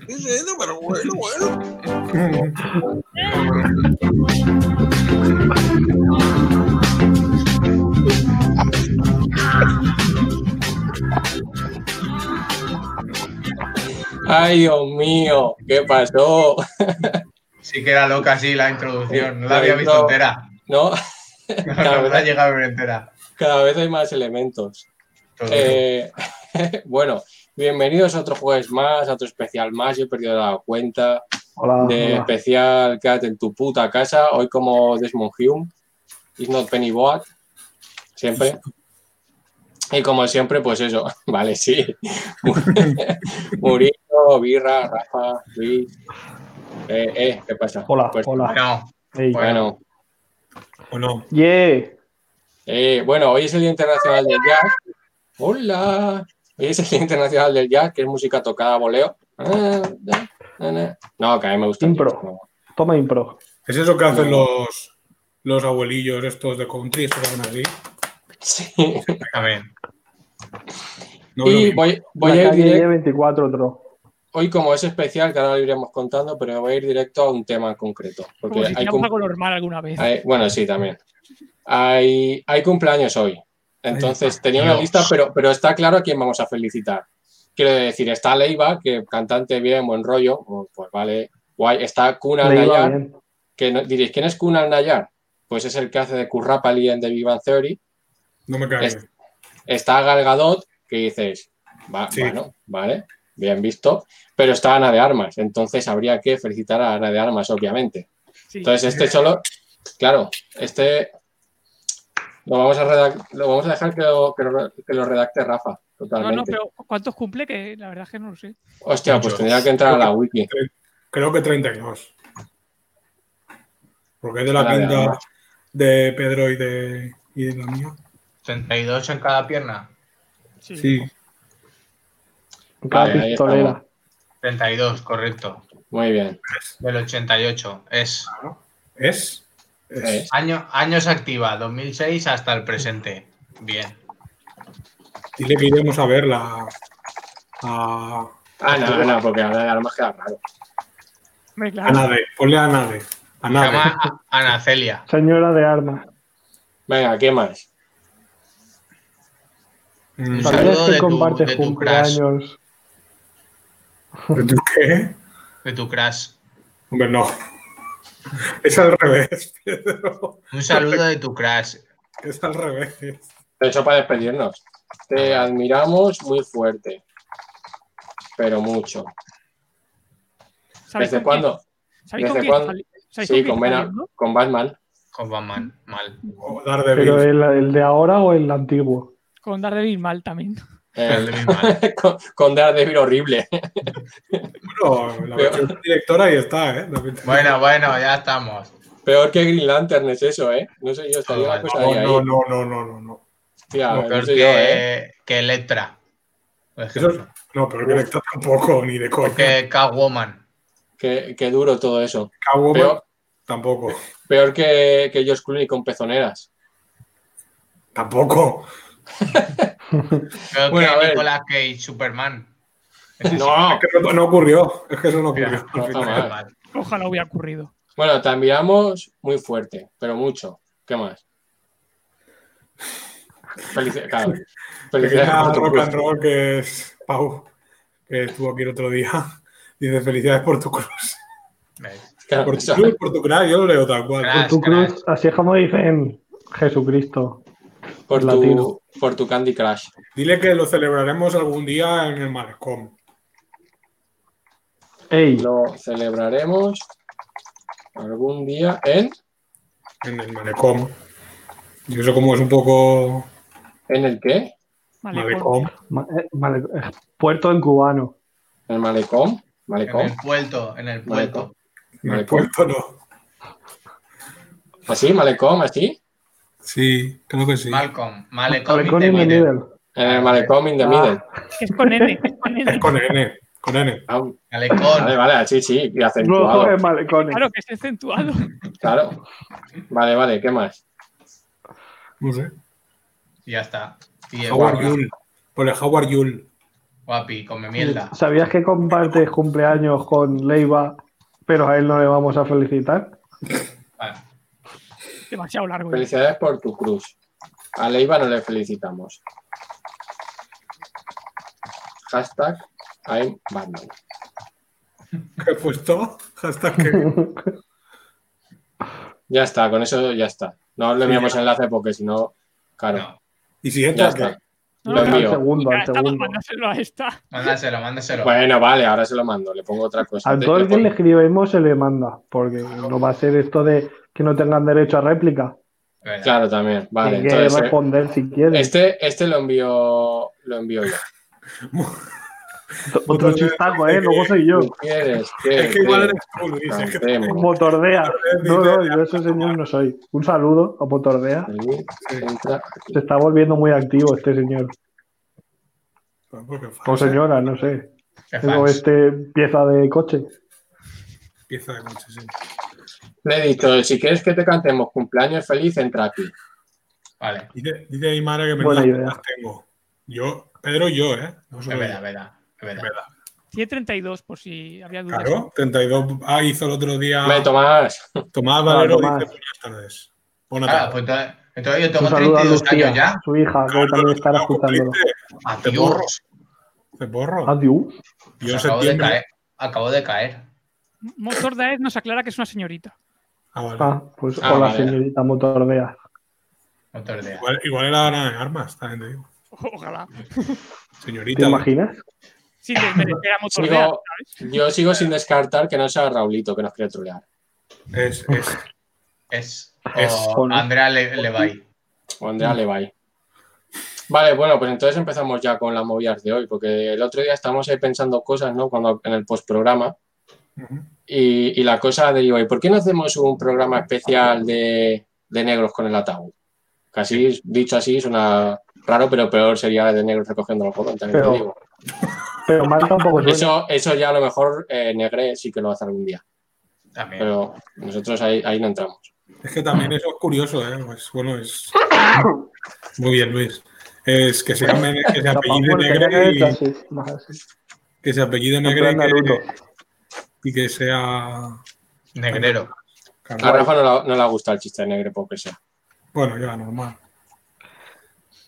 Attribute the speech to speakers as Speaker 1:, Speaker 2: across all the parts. Speaker 1: leyendo, pero bueno, bueno.
Speaker 2: Ay, Dios mío, ¿qué pasó?
Speaker 3: Sí que era loca así la introducción, no la
Speaker 2: Ay,
Speaker 3: había visto
Speaker 2: no.
Speaker 3: entera.
Speaker 2: No,
Speaker 3: No
Speaker 2: Claro,
Speaker 3: la he llegado a ver entera.
Speaker 2: cada vez hay más elementos.
Speaker 3: Todo.
Speaker 2: Eh, bueno, bienvenidos a otro jueves más, a otro especial más. Yo he perdido la cuenta
Speaker 4: Hola,
Speaker 2: de
Speaker 4: hola.
Speaker 2: especial Quédate en tu puta casa. Hoy, como Desmond Hume, Is Not Penny Boat, siempre. Y como siempre, pues eso, vale, sí. Murillo, Birra, Rafa, Luis. Eh, eh, ¿qué pasa?
Speaker 4: Hola,
Speaker 2: Pues,
Speaker 4: hola.
Speaker 3: Bueno,
Speaker 4: Ey.
Speaker 2: Bueno,
Speaker 1: ¿O no?
Speaker 4: Yeah.
Speaker 2: Eh, bueno, hoy es el Día Internacional del Jazz. Hola. Hoy es el Día Internacional del Jazz, que es música tocada a voleo. Ah, da, na, na. No, que a mí me gusta. el
Speaker 4: Impro.
Speaker 2: jazz, no.
Speaker 4: Toma impro.
Speaker 1: Es eso que hacen los, los abuelillos estos de country, estos que hacen así.
Speaker 2: Sí.
Speaker 3: también.
Speaker 1: No,
Speaker 2: Y
Speaker 1: no.
Speaker 2: voy, voy
Speaker 4: La
Speaker 2: a ir
Speaker 4: calle
Speaker 2: directo.
Speaker 4: 24 otro.
Speaker 2: Hoy, como es especial, que ahora lo iremos contando, pero voy a ir directo a un tema en concreto. Porque
Speaker 5: Como si
Speaker 2: hay,
Speaker 5: hiciéramos
Speaker 2: cum-
Speaker 5: algo normal alguna vez.
Speaker 2: hay- Bueno, sí, también. Hay, hay cumpleaños hoy. Entonces, tenía una
Speaker 3: Dios.
Speaker 2: lista, pero, pero está claro a quién vamos a felicitar. Quiero decir, está Leiva, que cantante bien, buen rollo, o- pues vale, guay. Está Kunan
Speaker 4: Le iba
Speaker 2: Nayar,
Speaker 4: bien.
Speaker 2: que no- diréis, ¿quién es Kunan Nayar? Pues es el que hace de Kurrapali en The Big Bang Theory.
Speaker 1: No me cae.
Speaker 2: Es- Está Gal Gadot, que dices, va,
Speaker 1: Sí.
Speaker 2: bueno, vale, bien visto, pero está Ana de Armas, entonces habría que felicitar a Ana de Armas, obviamente.
Speaker 5: Sí.
Speaker 2: Entonces, este solo, claro, este lo vamos a, redac- lo vamos a dejar que lo, que lo- que lo redacte Rafa,
Speaker 5: no,
Speaker 2: totalmente.
Speaker 5: no, pero ¿cuántos cumple? Que la verdad es que no lo sé.
Speaker 2: Hostia, pues
Speaker 1: Muchos.
Speaker 2: tendría que entrar a la wiki.
Speaker 1: Creo que 32. Porque es de la
Speaker 2: Ana de
Speaker 1: pinta
Speaker 2: Armas.
Speaker 1: de Pedro y de, y de la mía.
Speaker 3: 32 en cada pierna.
Speaker 5: Sí.
Speaker 1: Sí.
Speaker 4: Cada
Speaker 2: Vale, ahí
Speaker 4: pistolera.
Speaker 2: estamos.
Speaker 3: 32, correcto.
Speaker 2: Muy bien.
Speaker 3: Del 88. Es
Speaker 1: ¿Es? Es.
Speaker 2: Es.
Speaker 3: año, años activa, 2006 hasta el presente. Bien.
Speaker 1: Dile que iremos a verla. A
Speaker 2: Ana, Ana, ah, porque Ana de Armas queda raro.
Speaker 5: Hombre, claro.
Speaker 1: Ana de. Ponle a Ana de. A
Speaker 3: Se
Speaker 1: Ana de.
Speaker 3: llama A- Ana Celia.
Speaker 4: Señora de armas.
Speaker 2: Venga, ¿qué más?
Speaker 3: Vale.
Speaker 1: Mm,
Speaker 4: ¿Sabías
Speaker 3: saludo de
Speaker 4: que
Speaker 3: tu-
Speaker 4: compartes
Speaker 3: de tu
Speaker 4: cumpleaños?
Speaker 1: ¿Tú qué?
Speaker 3: De tu crush.
Speaker 1: Hombre, no. Es al revés, Pedro.
Speaker 3: Un saludo de tu crush.
Speaker 1: Es al revés.
Speaker 2: Eso para despedirnos. Te admiramos muy fuerte. Pero mucho.
Speaker 5: ¿Sabéis
Speaker 2: ¿Desde
Speaker 5: con quién-
Speaker 2: cuándo?
Speaker 5: ¿Sabéis
Speaker 2: ¿Desde
Speaker 5: con quién
Speaker 2: cuándo?
Speaker 5: sali- ¿Sabéis
Speaker 2: Sí,
Speaker 5: con
Speaker 2: con,
Speaker 5: quién
Speaker 2: Ben-
Speaker 5: salió?
Speaker 2: con Batman.
Speaker 3: Con Batman. Mal.
Speaker 1: O dar de
Speaker 4: ¿Pero el, el de ahora o el antiguo?
Speaker 5: Con Daredevil mal también.
Speaker 3: El de mi mal.
Speaker 2: Eh, con, con Daredevil horrible.
Speaker 1: Bueno, la versión directora ahí está, ¿eh?
Speaker 3: Bueno, bueno, ya estamos.
Speaker 2: Peor que Green Lantern es eso, ¿eh? No sé yo, estaría la cosa ahí.
Speaker 1: no,
Speaker 2: ahí.
Speaker 1: no, no, no, no, no.
Speaker 2: Hostia,
Speaker 3: Como
Speaker 2: no
Speaker 3: peor
Speaker 2: sé yo, ¿eh?
Speaker 3: que, que Electra. Por
Speaker 1: Eso
Speaker 3: ejemplo.
Speaker 1: es- No, pero que Electra tampoco, ni de coña.
Speaker 3: Que Catwoman.
Speaker 2: Qué, qué duro todo eso.
Speaker 1: Catwoman
Speaker 2: Peor,
Speaker 1: tampoco.
Speaker 2: peor que, que George Clooney con pezoneras.
Speaker 1: Tampoco.
Speaker 3: Creo
Speaker 2: Bueno, a
Speaker 3: que
Speaker 2: ver.
Speaker 3: Nicolas Cage, Superman. Ese sí.
Speaker 2: No.
Speaker 1: Que no, no ocurrió. Es que eso no ocurrió.
Speaker 3: Mira,
Speaker 2: No está mal.
Speaker 3: Superman.
Speaker 5: Ojalá hubiera ocurrido.
Speaker 2: Bueno, te admiramos muy fuerte, pero mucho. ¿Qué más? Felici- claro. Felicidades por
Speaker 1: Pequeña
Speaker 2: tu
Speaker 1: rock and
Speaker 2: cruz.
Speaker 1: roll que es Pau, que estuvo aquí el otro día. Dice, felicidades por tu cruz.
Speaker 3: ¿Ves?
Speaker 2: Claro,
Speaker 1: Por tu
Speaker 2: eso-
Speaker 1: cruz, por tu cruz. Yo lo leo tal cual.
Speaker 3: Crash,
Speaker 4: Tu
Speaker 3: crash.
Speaker 4: cruz, así es como dicen Jesucristo.
Speaker 2: por
Speaker 4: Latino.
Speaker 2: tu, por tu Candy Crush.
Speaker 1: Dile que lo celebraremos algún día en el malecón.
Speaker 4: Ey,
Speaker 2: Lo celebraremos algún día en,
Speaker 1: En el malecón. Y eso como es un poco
Speaker 2: ¿en el qué?
Speaker 5: Vale, pues,
Speaker 1: malecón.
Speaker 4: ma- eh, vale, eh, puerto en cubano.
Speaker 2: ¿En el malecón?
Speaker 3: En
Speaker 2: ¿Malecón?
Speaker 3: el puerto, en el puerto.
Speaker 1: En el
Speaker 2: Malecón.
Speaker 1: puerto no.
Speaker 2: ¿Así? ¿Malecón? ¿Así?
Speaker 1: Sí, creo que sí.
Speaker 3: Malcolm. Malecom
Speaker 4: Malecón in the middle.
Speaker 2: En el malecón in the
Speaker 4: Ah.
Speaker 2: middle.
Speaker 5: Es con N. Es con N.
Speaker 1: Es con N, con N.
Speaker 2: Ah, vale,
Speaker 3: Malecón.
Speaker 2: vale, sí, sí, y
Speaker 4: Rojo
Speaker 2: acentuado.
Speaker 4: en malecones.
Speaker 5: Claro que es acentuado.
Speaker 2: Claro. Vale, vale, ¿qué más?
Speaker 1: No sé.
Speaker 3: Y ya está. Y el
Speaker 1: Howard
Speaker 3: guardia.
Speaker 1: Yule. Por el Howard Yule.
Speaker 3: Guapi, come mierda.
Speaker 4: ¿Sabías que compartes cumpleaños con Leiva, pero a él no le vamos a felicitar?
Speaker 3: Vale.
Speaker 5: Demasiado largo. ya.
Speaker 2: Felicidades por tu cruz. A Leiva no le felicitamos. Hashtag I'm Batman.
Speaker 1: ¿Qué he puesto? Hashtag que...
Speaker 2: Ya está, con eso ya está. No le
Speaker 1: Sí,
Speaker 2: enviamos
Speaker 1: ya.
Speaker 2: enlace porque si no, claro,
Speaker 3: No,
Speaker 1: ¿Y si
Speaker 2: ya
Speaker 1: entra
Speaker 2: está.
Speaker 1: qué?
Speaker 5: No,
Speaker 2: Lo
Speaker 5: no,
Speaker 4: al
Speaker 2: envío.
Speaker 4: segundo,
Speaker 5: Ya
Speaker 4: al
Speaker 5: estaba
Speaker 4: segundo.
Speaker 5: mandándoselo a esta.
Speaker 3: mándaselo, mándaselo.
Speaker 2: Bueno, vale, ahora se lo mando, le pongo otra cosa.
Speaker 4: A todo el que le escribimos se le manda, porque no va a ser esto de que no tengan derecho a réplica.
Speaker 3: Verdad.
Speaker 2: Claro, también. Vale,
Speaker 4: Tienen que
Speaker 2: entonces. eh,
Speaker 4: responder si quieren.
Speaker 2: Este, este lo envío lo envío yo.
Speaker 4: Otro chistaco, ¿eh? Luego soy yo.
Speaker 2: ¿Qué quieres? ¿Qué
Speaker 1: Es que igual
Speaker 2: quieres?
Speaker 1: eres tú, Luis. Es que
Speaker 2: Cantemos.
Speaker 4: Motordea. No, no, yo ese señor no soy. Un saludo a Motordea.
Speaker 2: Feliz, entra aquí.
Speaker 4: Se está volviendo muy activo este señor.
Speaker 1: Tampoco es
Speaker 4: O
Speaker 1: fácil.
Speaker 4: señora, no sé.
Speaker 3: Qué
Speaker 4: Tengo
Speaker 3: fans.
Speaker 4: este pieza de coche.
Speaker 1: Pieza de coche, sí.
Speaker 2: Le he dicho, si quieres que te cantemos cumpleaños feliz, entra aquí.
Speaker 3: Vale,
Speaker 1: Dice, dice mi madre que me
Speaker 4: Buena
Speaker 1: las,
Speaker 4: idea.
Speaker 1: las tengo. Yo, Pedro y yo, ¿eh? No
Speaker 3: es
Speaker 1: solo
Speaker 3: verdad, es
Speaker 1: ella.
Speaker 3: verdad, es
Speaker 1: Es
Speaker 3: verdad.
Speaker 1: verdad.
Speaker 5: 132, por si había dudas.
Speaker 1: Claro, 32. Ah, hizo el otro día.
Speaker 2: Me tomas.
Speaker 1: Tomás Valero
Speaker 4: Ah, Tomás.
Speaker 1: dice buenas tardes. Buenas
Speaker 3: Claro,
Speaker 1: tardes.
Speaker 3: pues entonces- entonces yo
Speaker 4: Un
Speaker 3: tengo
Speaker 4: saludo a
Speaker 3: 32 años
Speaker 4: Lucía,
Speaker 3: ya. Ah,
Speaker 4: su hija, que
Speaker 1: Claro,
Speaker 4: también
Speaker 2: Ah,
Speaker 4: estará
Speaker 1: no
Speaker 4: escuchándolo. Ah,
Speaker 1: cumpliste,
Speaker 3: Adiós.
Speaker 1: Te borro.
Speaker 4: Adiós.
Speaker 1: Yo
Speaker 3: Acabo
Speaker 1: en
Speaker 3: de
Speaker 1: septiembre.
Speaker 3: caer. Acabo de caer.
Speaker 5: Motor Daed nos aclara que es una señorita.
Speaker 1: Ah, vale.
Speaker 4: Ah, pues
Speaker 2: Ah,
Speaker 4: hola,
Speaker 2: vale.
Speaker 4: señorita Motordea.
Speaker 3: Otro día.
Speaker 1: Igual, igual era Ana de armas, también te digo.
Speaker 5: Ojalá.
Speaker 4: ¿Te
Speaker 1: Señorita.
Speaker 4: imaginas?
Speaker 5: Sin desmerecer a Motor
Speaker 2: Sigo-
Speaker 5: Daed, ¿sabes?
Speaker 2: Yo sigo sin descartar que no sea Raulito que nos quiere trolear.
Speaker 1: Es, es.
Speaker 3: Es,
Speaker 1: Es
Speaker 3: o
Speaker 4: con-
Speaker 3: Andrea Le- Levay.
Speaker 2: O
Speaker 1: Mm.
Speaker 2: Andrea Levay. Vale, bueno, pues entonces empezamos ya con las movidas de hoy, porque el otro día estábamos ahí pensando cosas, ¿no? Cuando en el postprograma.
Speaker 1: Ujú.
Speaker 2: Y, y la cosa de hoy, ¿por qué no hacemos un programa especial de, de negros con el ataúd? Casi dicho así suena raro, pero peor sería de negros recogiendo el algodón, también
Speaker 4: Pero-
Speaker 2: te digo.
Speaker 4: Pero más tampoco suena.
Speaker 2: Eso, eso ya a lo mejor eh, Negre sí que lo hace algún día,
Speaker 3: También.
Speaker 2: pero nosotros ahí, ahí no entramos.
Speaker 1: Es que también eso es curioso, ¿eh? Pues, bueno, es. Muy bien, Luis. Es que se llame, que se apellide
Speaker 4: Tampoco, porque
Speaker 1: Negre
Speaker 4: ya es
Speaker 1: y,
Speaker 4: así, más así.
Speaker 1: que se apellide
Speaker 4: En
Speaker 1: Negre
Speaker 4: plan
Speaker 1: y
Speaker 4: Naruto.
Speaker 1: que, y que sea.
Speaker 3: Negrero.
Speaker 2: A
Speaker 1: Carlos.
Speaker 2: Rafa no, la- no le ha gustado el chiste de Negre, porque sea.
Speaker 1: Bueno, ya, normal.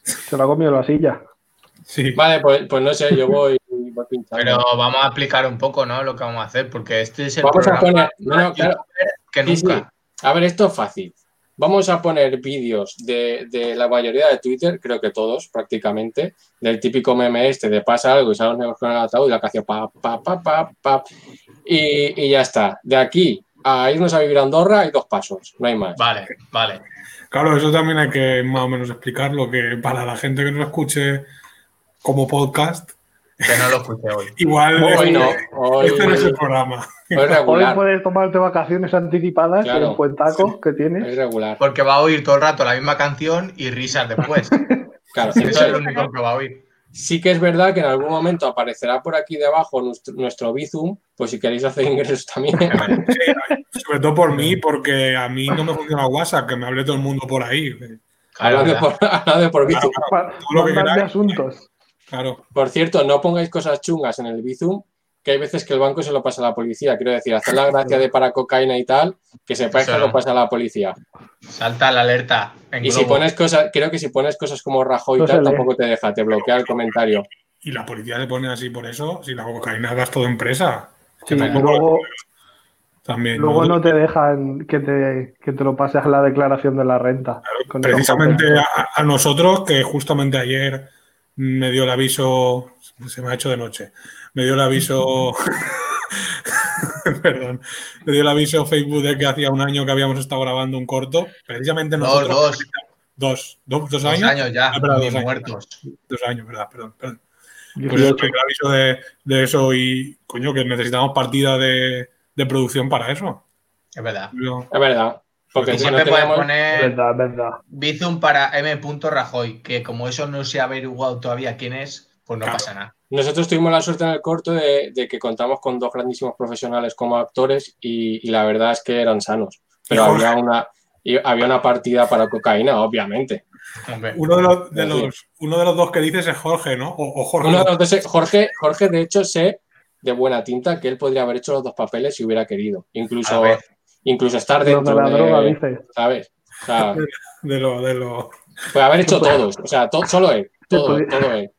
Speaker 4: Se lo ha comido la silla.
Speaker 1: Sí.
Speaker 2: Vale, pues, pues no sé, yo voy, voy pintando.
Speaker 3: Pero vamos a explicar un poco, ¿no? Lo que vamos a hacer, porque este es el
Speaker 2: Vamos a
Speaker 3: programa
Speaker 2: poner. no, no, claro.
Speaker 3: que
Speaker 2: Sí, sí.
Speaker 3: nunca.
Speaker 2: A ver, esto es fácil. Vamos a poner vídeos de, de la mayoría de Twitter, creo que todos prácticamente, del típico meme este de pasa algo y salen los negros con el ataúd y la canción pa, pa, pa, pa, pa. Y, y ya está. De aquí a irnos a vivir a Andorra hay dos pasos, no hay más.
Speaker 3: Vale, vale.
Speaker 1: Claro, eso también hay que más o menos explicarlo, que para la gente que no lo escuche como podcast,
Speaker 3: Que no lo escuché hoy.
Speaker 1: igual
Speaker 2: Hoy
Speaker 1: este,
Speaker 2: no, hoy,
Speaker 1: este no es el programa.
Speaker 2: hoy es
Speaker 4: Hoy
Speaker 2: regular.
Speaker 4: puedes tomarte vacaciones anticipadas
Speaker 2: Claro.
Speaker 4: en el cuentaco que tienes.
Speaker 2: Es regular.
Speaker 3: Porque va a oír todo el rato la misma canción y risas después.
Speaker 2: Claro,
Speaker 3: Eso es
Speaker 2: entonces,
Speaker 3: lo único que va a oír.
Speaker 2: Sí que es verdad que en algún momento aparecerá por aquí debajo nuestro, nuestro Bizum, pues si queréis hacer ingresos también.
Speaker 1: Sobre todo por mí, porque a mí no me funciona WhatsApp, que me hable todo el mundo por ahí.
Speaker 3: Claro,
Speaker 2: hablando,
Speaker 3: ¿verdad?
Speaker 2: por, hablando por Bizum.
Speaker 4: Para
Speaker 1: lo que
Speaker 4: mandarte
Speaker 1: queráis.
Speaker 4: asuntos.
Speaker 1: Claro,
Speaker 2: Por cierto, no pongáis cosas chungas en el Bizum, que hay veces que el banco se lo pasa a la policía. Quiero decir, hacer la gracia de para cocaína y tal, que sepáis que
Speaker 3: Eso no.
Speaker 2: lo pasa a la policía.
Speaker 3: Salta la alerta. En
Speaker 2: Y si
Speaker 3: globo.
Speaker 2: pones cosas, creo que si pones cosas como Rajoy y
Speaker 4: No Pues se
Speaker 2: tal,
Speaker 4: lee.
Speaker 2: tampoco te deja, te bloquea el comentario.
Speaker 1: y la policía se pone así por eso, si la cocaína das todo empresa.
Speaker 4: Sí,
Speaker 1: tampoco-
Speaker 4: luego,
Speaker 1: También.
Speaker 4: luego
Speaker 1: ¿no?
Speaker 4: no te dejan que te, que te lo pases a la declaración de la renta. Con esos
Speaker 1: Precisamente
Speaker 4: papeles.
Speaker 1: a, a nosotros, que justamente ayer me dio el aviso, se me ha hecho de noche, me dio el aviso, perdón, me dio el aviso Facebook de que hacía un año que habíamos estado grabando un corto, precisamente
Speaker 3: Dos,
Speaker 1: nosotros.
Speaker 3: dos,
Speaker 1: Dos, dos, dos
Speaker 3: dos
Speaker 1: años.
Speaker 3: años ya,
Speaker 1: Ah, perdón,
Speaker 3: ni
Speaker 1: dos años.
Speaker 3: muertos.
Speaker 1: Dos años, ¿verdad? Perdón, perdón. Pues eso,
Speaker 4: 18.
Speaker 1: me dio el aviso de, de eso y, coño, que necesitamos partida de, de producción para eso.
Speaker 3: Es verdad.
Speaker 1: Yo-
Speaker 2: Es verdad. Porque
Speaker 3: Y
Speaker 2: si no
Speaker 3: siempre puedes
Speaker 2: teníamos-
Speaker 3: poner
Speaker 4: Verdad, verdad.
Speaker 3: Bizum para M. Rajoy, que como eso no se ha averiguado todavía quién es, pues no
Speaker 1: Claro.
Speaker 3: pasa nada.
Speaker 2: Nosotros tuvimos la suerte en el corto de, de que contamos con dos grandísimos profesionales como actores y, y la verdad es que eran sanos. Pero
Speaker 1: Y Jorge.
Speaker 2: había una, y había una partida para cocaína, obviamente.
Speaker 3: Hombre,
Speaker 1: Uno de los, de
Speaker 2: Sí.
Speaker 1: los- uno de los dos que dices es Jorge, ¿no? O, o Jorge.
Speaker 2: Uno de los dos es- Jorge, Jorge, de hecho, sé de buena tinta que él podría haber hecho los dos papeles si hubiera querido.
Speaker 3: A
Speaker 2: Incluso,
Speaker 3: ver.
Speaker 2: incluso estar
Speaker 4: Lo de
Speaker 2: dentro
Speaker 4: la
Speaker 2: de-
Speaker 4: droga, dices.
Speaker 2: ¿Sabes? O sea,
Speaker 1: De los. De los-
Speaker 2: puede haber hecho todos. O sea, to- solo él. Todo,
Speaker 4: Sí, podía-
Speaker 2: todo él.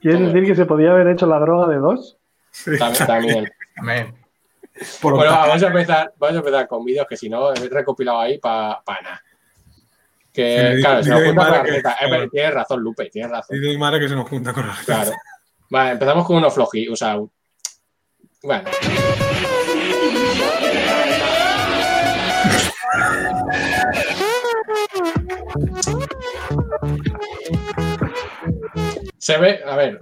Speaker 4: ¿Quieres decir que se podía haber hecho la droga de dos?
Speaker 1: sí,
Speaker 2: También. también.
Speaker 3: hombre,
Speaker 1: por
Speaker 2: Bueno,
Speaker 1: octavo.
Speaker 2: va, vamos a empezar, vamos a empezar con vídeos que si no, he recopilado ahí para nada. Que,
Speaker 1: Sí,
Speaker 2: claro, se nos
Speaker 1: dice mi
Speaker 2: junta con la
Speaker 1: madre que-
Speaker 2: receta. Eh, pero Tienes razón, Lupe, tienes razón.
Speaker 1: Dice mi madre que se nos junta con la
Speaker 2: Claro. Vale, empezamos con uno flojito. O sea, un- bueno. Se ve, a ver.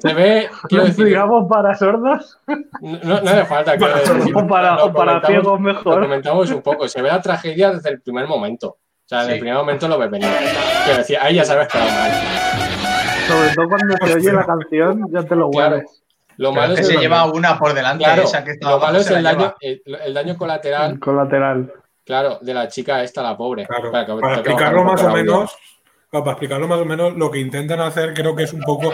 Speaker 2: Se ve, quiero
Speaker 4: ¿Lo
Speaker 2: decir,
Speaker 4: explicamos para sordos
Speaker 2: no, no- no hace falta que.
Speaker 4: o para, o para ciegos
Speaker 2: Lo
Speaker 4: mejor?
Speaker 2: comentamos un poco. Se ve la tragedia desde el primer momento. O sea, desde
Speaker 3: Sí.
Speaker 2: el primer momento lo ves venir. Quiero decir, ahí ya sabes que va mal.
Speaker 4: Sobre todo cuando se oye la canción, ya te lo
Speaker 2: Claro.
Speaker 4: hueles.
Speaker 2: Lo
Speaker 3: pero
Speaker 2: malo
Speaker 3: es que
Speaker 2: es
Speaker 3: se
Speaker 2: el-
Speaker 3: lleva una por delante.
Speaker 2: Claro,
Speaker 3: esa que estaba
Speaker 2: lo malo
Speaker 3: abajo,
Speaker 2: es
Speaker 3: se
Speaker 2: el
Speaker 3: la
Speaker 2: daño,
Speaker 3: lleva.
Speaker 2: el, el daño colateral,
Speaker 4: Mm. Colateral.
Speaker 2: claro, de la chica esta, la pobre.
Speaker 1: Claro,
Speaker 2: Espera, que
Speaker 1: para
Speaker 2: tengo que bajar
Speaker 1: explicarlo
Speaker 2: un
Speaker 1: más
Speaker 2: poco
Speaker 1: o
Speaker 2: el audio.
Speaker 1: menos, claro, para explicarlo más o menos, lo que intentan hacer creo que es un poco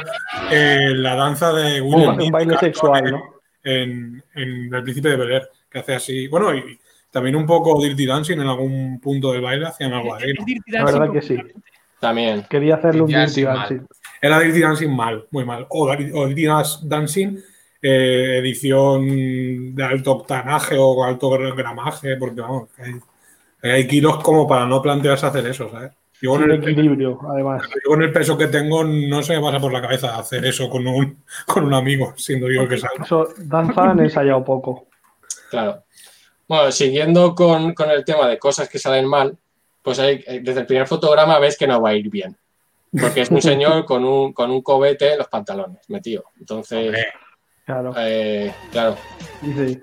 Speaker 1: eh, la danza de
Speaker 4: Un,
Speaker 1: William Gibson
Speaker 4: un baile sexual, ¿no?
Speaker 1: en, en El Príncipe de Bel Air, que hace así, bueno, y también un poco Dirty Dancing en algún punto del baile, hacían algo así.
Speaker 5: El
Speaker 1: ¿no?
Speaker 5: Dirty
Speaker 4: Ah, La
Speaker 5: Dancing
Speaker 4: verdad que sí.
Speaker 5: completamente.
Speaker 2: También.
Speaker 4: Quería hacerle un
Speaker 3: Ya,
Speaker 4: dirty
Speaker 3: sí, mal.
Speaker 4: dancing.
Speaker 1: Era Dirty Dancing mal, muy mal, o, Dari- o Dirty Dancing eh, edición de alto octanaje o alto gramaje, porque vamos, hay, hay kilos como para no plantearse hacer eso, ¿sabes? Yo con
Speaker 4: Un
Speaker 1: el-
Speaker 4: equilibrio, además.
Speaker 1: Yo con el peso que tengo no se me pasa por la cabeza hacer eso con un, con un amigo, siendo yo el que salgo.
Speaker 4: Eso, danza han ensayado poco.
Speaker 2: Claro. Bueno, siguiendo con, con el tema de cosas que salen mal, pues ahí, eh, desde el primer fotograma ves que no va a ir bien. Porque es un señor con un, con un cobete en los pantalones metido. Entonces,
Speaker 1: Hombre.
Speaker 4: Claro.
Speaker 2: eh, claro,
Speaker 4: Dice,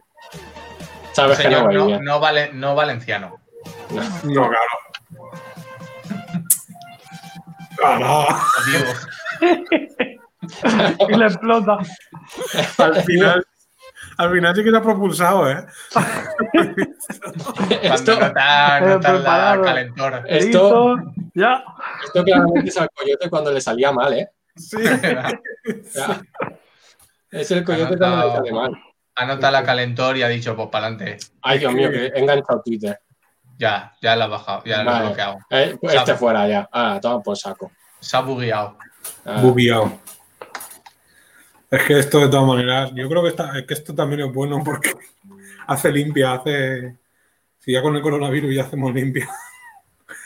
Speaker 2: sabes que no va a
Speaker 3: Señor,
Speaker 2: ir
Speaker 3: no,
Speaker 2: bien.
Speaker 3: no vale, no valenciano.
Speaker 1: No, claro. Ah,
Speaker 3: Os digo,
Speaker 4: y le explota.
Speaker 1: no. Al final, al final sí que te ha propulsado, ¿eh?
Speaker 3: Cuando
Speaker 2: Esto,
Speaker 3: notan,
Speaker 4: Pero
Speaker 3: notan la
Speaker 4: preparado.
Speaker 3: calentora.
Speaker 2: Esto-
Speaker 4: Listo, ya.
Speaker 2: esto claramente es al coyote cuando le salía mal, ¿eh?
Speaker 1: Sí.
Speaker 2: O sea, es el coyote
Speaker 3: Ha
Speaker 2: cuando le
Speaker 3: notado.
Speaker 2: sale mal.
Speaker 3: Ha notado la calentor y ha dicho, pues para adelante.
Speaker 2: Ay, Dios mío, que he enganchado Twitter.
Speaker 3: Ya, ya la ha bajado, ya lo
Speaker 2: Vale.
Speaker 3: he bloqueado.
Speaker 2: Eh, pues
Speaker 3: Sabe.
Speaker 2: este fuera ya. Ah, toma por saco.
Speaker 3: Se ha bugueado.
Speaker 2: Ah,
Speaker 1: Bugueado. Es que esto, de todas maneras, yo creo que, está, es que esto también es bueno porque hace limpia, hace. Si ya con el coronavirus ya hacemos limpia.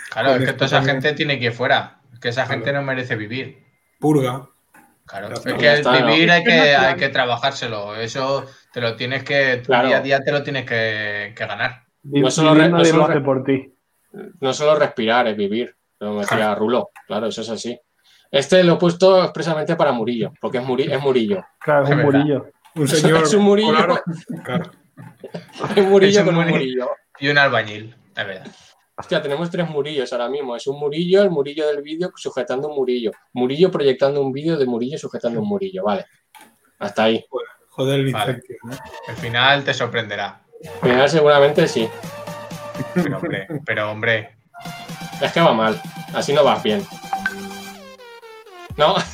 Speaker 3: Claro,
Speaker 1: Con
Speaker 3: es que
Speaker 1: esto
Speaker 3: toda esa
Speaker 1: también.
Speaker 3: gente tiene que ir fuera. Es que esa gente no merece vivir.
Speaker 1: Purga.
Speaker 3: Claro,
Speaker 1: Ya
Speaker 3: es
Speaker 1: está.
Speaker 3: que el
Speaker 2: Está, ¿no?
Speaker 3: vivir hay que,
Speaker 5: Internacional.
Speaker 3: hay que trabajárselo. Eso te lo tienes que, tú
Speaker 2: Claro.
Speaker 3: día a día te lo tienes que, que ganar.
Speaker 4: Y
Speaker 2: No se lo re-
Speaker 4: nadie
Speaker 2: no se
Speaker 4: lo
Speaker 2: lo
Speaker 4: hace
Speaker 2: re-
Speaker 4: por ti.
Speaker 2: No solo respirar, es vivir. Como decía Rulo. Claro, eso es así. Este lo he puesto expresamente para Murillo, porque es, Muri- es Murillo.
Speaker 4: Claro, es
Speaker 3: Es
Speaker 4: un
Speaker 3: verdad.
Speaker 4: burillo.
Speaker 1: Un señor.
Speaker 2: Es un Murillo.
Speaker 1: claro, claro.
Speaker 2: Es Murillo
Speaker 3: Es un
Speaker 2: con un
Speaker 3: Murillo.
Speaker 2: Murillo.
Speaker 3: Y un albañil, es verdad.
Speaker 2: Hostia, tenemos tres Murillos ahora mismo. Es un Murillo, el Murillo del vídeo sujetando un Murillo. Murillo proyectando un vídeo de Murillo sujetando un Murillo. Vale. Hasta ahí.
Speaker 1: Joder, el
Speaker 3: Vale.
Speaker 1: incendio, ¿no?
Speaker 3: Al final te sorprenderá.
Speaker 2: Al final seguramente sí.
Speaker 3: Pero hombre, pero hombre.
Speaker 2: Es que va mal. Así no vas bien. No.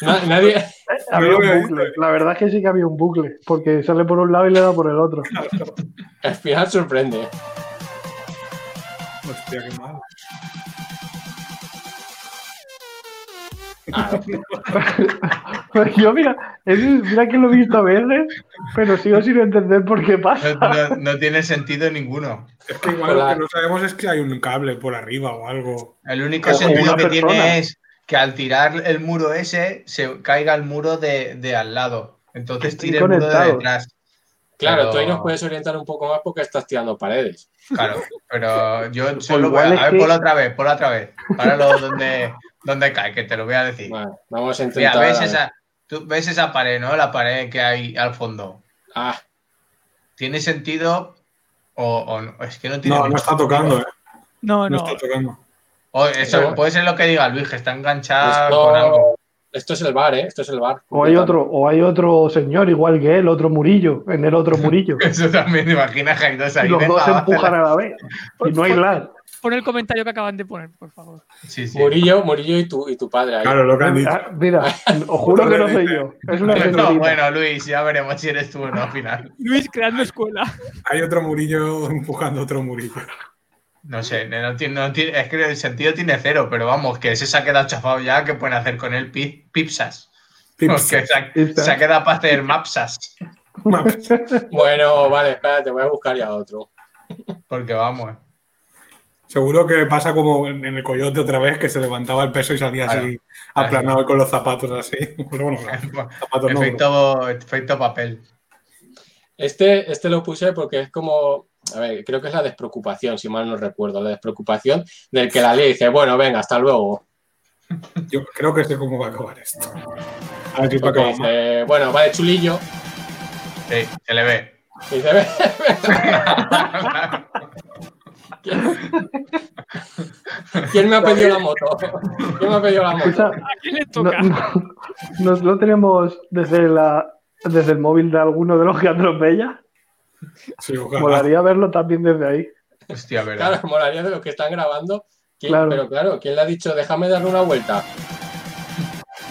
Speaker 2: Na- nadie.
Speaker 4: Había
Speaker 1: lo había
Speaker 4: un bucle. La verdad es que sí que había un bucle, porque sale por un lado y le da por el otro.
Speaker 2: Al final sorprende.
Speaker 1: Hostia, qué mal.
Speaker 2: Ah,
Speaker 4: Pero yo, mira, es- mira que lo he visto a veces, pero sigo sin entender por qué pasa.
Speaker 3: No, no- no tiene sentido ninguno.
Speaker 1: Es que igual
Speaker 2: Hola.
Speaker 1: lo que no sabemos es que hay un cable por arriba o algo.
Speaker 3: El único
Speaker 4: O
Speaker 3: sentido
Speaker 4: una
Speaker 3: que
Speaker 4: persona.
Speaker 3: tiene es que al tirar el muro ese se caiga el muro de, de al lado. Entonces
Speaker 4: Están
Speaker 3: tira el muro de
Speaker 4: conectados.
Speaker 3: detrás.
Speaker 2: claro,
Speaker 3: Pero-
Speaker 2: tú ahí nos puedes orientar un poco más porque estás tirando paredes.
Speaker 3: Claro, pero yo solo voy
Speaker 4: Pues igual
Speaker 3: a.
Speaker 4: es
Speaker 3: A ver,
Speaker 4: que-
Speaker 3: ponlo otra vez, ponlo otra vez. Páralo donde, donde cae, que te lo voy a decir.
Speaker 2: Vale, vamos a
Speaker 3: Mira,
Speaker 2: intentar.
Speaker 3: ves esa, tú ves esa pared, ¿no? La pared que hay al fondo.
Speaker 2: Ah,
Speaker 3: ¿Tiene sentido o, o no? Es que no tiene
Speaker 1: No, no
Speaker 3: mucho
Speaker 1: está
Speaker 3: sentido.
Speaker 1: tocando, ¿eh?
Speaker 5: No,
Speaker 1: No
Speaker 5: no.
Speaker 1: está tocando.
Speaker 3: O eso
Speaker 2: Pero-
Speaker 3: puede ser lo que diga Luis, que está enganchado
Speaker 2: esto-
Speaker 3: con algo.
Speaker 2: Esto es el bar, ¿eh? Esto es el bar.
Speaker 4: O hay otro, o hay otro señor igual que él, otro Murillo, en el otro Murillo.
Speaker 3: Eso también, ¿te imaginas que hay dos
Speaker 4: Y
Speaker 3: ahí.
Speaker 4: los
Speaker 3: venga,
Speaker 4: dos se
Speaker 3: va,
Speaker 4: empujan a la vez. Y no hay lag.
Speaker 5: Pon el comentario que acaban de poner, por favor.
Speaker 3: Sí, sí.
Speaker 2: Murillo, Murillo y tu, y tu padre ahí.
Speaker 1: Claro, lo que han dicho.
Speaker 4: Ah, Mira, os juro que no soy yo. Es una
Speaker 3: Bueno,
Speaker 4: señorita.
Speaker 3: bueno, Luis, ya veremos si eres tú o no al final.
Speaker 5: Luis creando escuela.
Speaker 1: Hay otro Murillo empujando otro Murillo.
Speaker 3: No sé, no tiene- no tiene- es que el sentido tiene cero, pero vamos, que ese se ha quedado chafado ya, que pueden hacer con él pi- pipsas.
Speaker 1: Tips.
Speaker 3: Porque se ha,
Speaker 4: Pipsas.
Speaker 3: se ha quedado para hacer mapsas.
Speaker 1: Maps.
Speaker 2: Bueno, vale, espérate, voy a buscar ya otro.
Speaker 3: Porque vamos.
Speaker 1: Seguro que pasa como en en el coyote otra vez, que se levantaba el peso y salía así,
Speaker 3: Claro.
Speaker 1: aplanado con los zapatos así. Pero bueno, zapatos no.
Speaker 3: Efecto, efecto papel.
Speaker 2: Este, este lo puse porque es como, a ver, creo que es la despreocupación, si mal no recuerdo, la despreocupación del que la ley dice, bueno, venga, hasta luego.
Speaker 1: Yo creo que sé cómo va a acabar esto. A ver si va a
Speaker 2: Porque
Speaker 1: acabar mal.
Speaker 2: dice, bueno, vale, chulillo.
Speaker 3: Sí, se le ve.
Speaker 2: Y dice, "Ve". ¿quién me ha pedido la moto? ¿Quién me ha pedido la moto?
Speaker 4: Escucha,
Speaker 5: ¿A quién le
Speaker 4: no,
Speaker 5: toca?
Speaker 4: no- nos lo tenemos desde la desde el móvil de alguno de los que atropella.
Speaker 1: Sí, ojalá.
Speaker 4: Molaría verlo también desde ahí.
Speaker 3: Hostia, verdad.
Speaker 2: Claro, molaría de los que están grabando. ¿Quién-
Speaker 4: Claro.
Speaker 2: Pero claro, ¿quién le ha dicho, déjame darle una vuelta?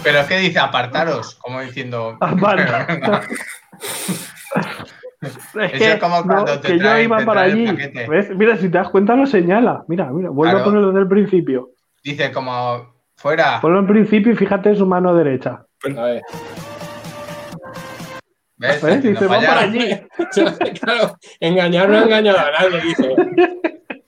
Speaker 3: Pero es que dice apartaros, como diciendo.
Speaker 4: Aparta. Es
Speaker 3: Eso es como cuando te
Speaker 4: que yo
Speaker 3: traen-
Speaker 4: iba
Speaker 3: te
Speaker 4: para
Speaker 3: traen
Speaker 4: allí.
Speaker 3: el paquete.
Speaker 4: ¿Ves? Mira, si te das cuenta lo señala. Mira, mira, vuelvo
Speaker 3: Claro.
Speaker 4: a ponerlo desde el principio.
Speaker 3: dice como fuera.
Speaker 4: Ponlo en principio y fíjate en su mano derecha.
Speaker 2: A ver.
Speaker 3: ¿Ves?
Speaker 4: ¿Ves?
Speaker 3: Diciendo,
Speaker 4: ¿eh? Dice, "Vamos
Speaker 3: "Para
Speaker 4: para
Speaker 3: allá".
Speaker 4: allí.
Speaker 2: claro, engañar no ha engañado a nadie, dice.
Speaker 1: Pero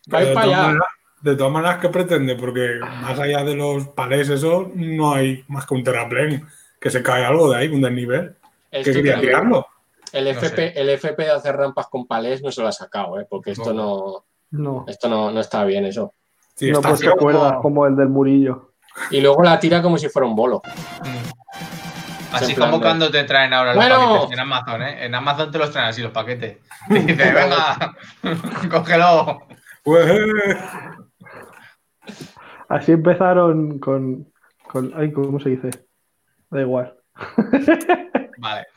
Speaker 2: Vais
Speaker 1: de,
Speaker 2: para
Speaker 1: todas
Speaker 2: allá.
Speaker 1: maneras, de todas maneras, ¿qué pretende? Porque más allá de los palés, eso, no hay más que un terraplén. Que se cae algo de ahí, un desnivel.
Speaker 2: Esto
Speaker 1: ¿Qué quería
Speaker 2: creo que
Speaker 1: tirarlo?
Speaker 2: el,
Speaker 3: No
Speaker 2: FP, el FP de hacer rampas con palés no se lo ha sacado, ¿eh? porque esto no,
Speaker 4: No,
Speaker 2: esto no, no está bien eso.
Speaker 1: Sí,
Speaker 4: no
Speaker 1: está
Speaker 4: pues te
Speaker 1: feo.
Speaker 4: acuerdas
Speaker 3: como-
Speaker 4: como el del Murillo.
Speaker 2: Y luego la tira como si fuera un bolo.
Speaker 3: Mm. Así
Speaker 2: En plan
Speaker 3: como
Speaker 2: de-
Speaker 3: cuando te traen ahora los
Speaker 2: Bueno.
Speaker 3: paquetes en Amazon, ¿eh? En Amazon te los traen así los paquetes. Dice, venga, cógelo.
Speaker 1: Pues, Ué.
Speaker 4: Así empezaron con, con. Ay, ¿cómo se dice? Da igual.
Speaker 3: Vale.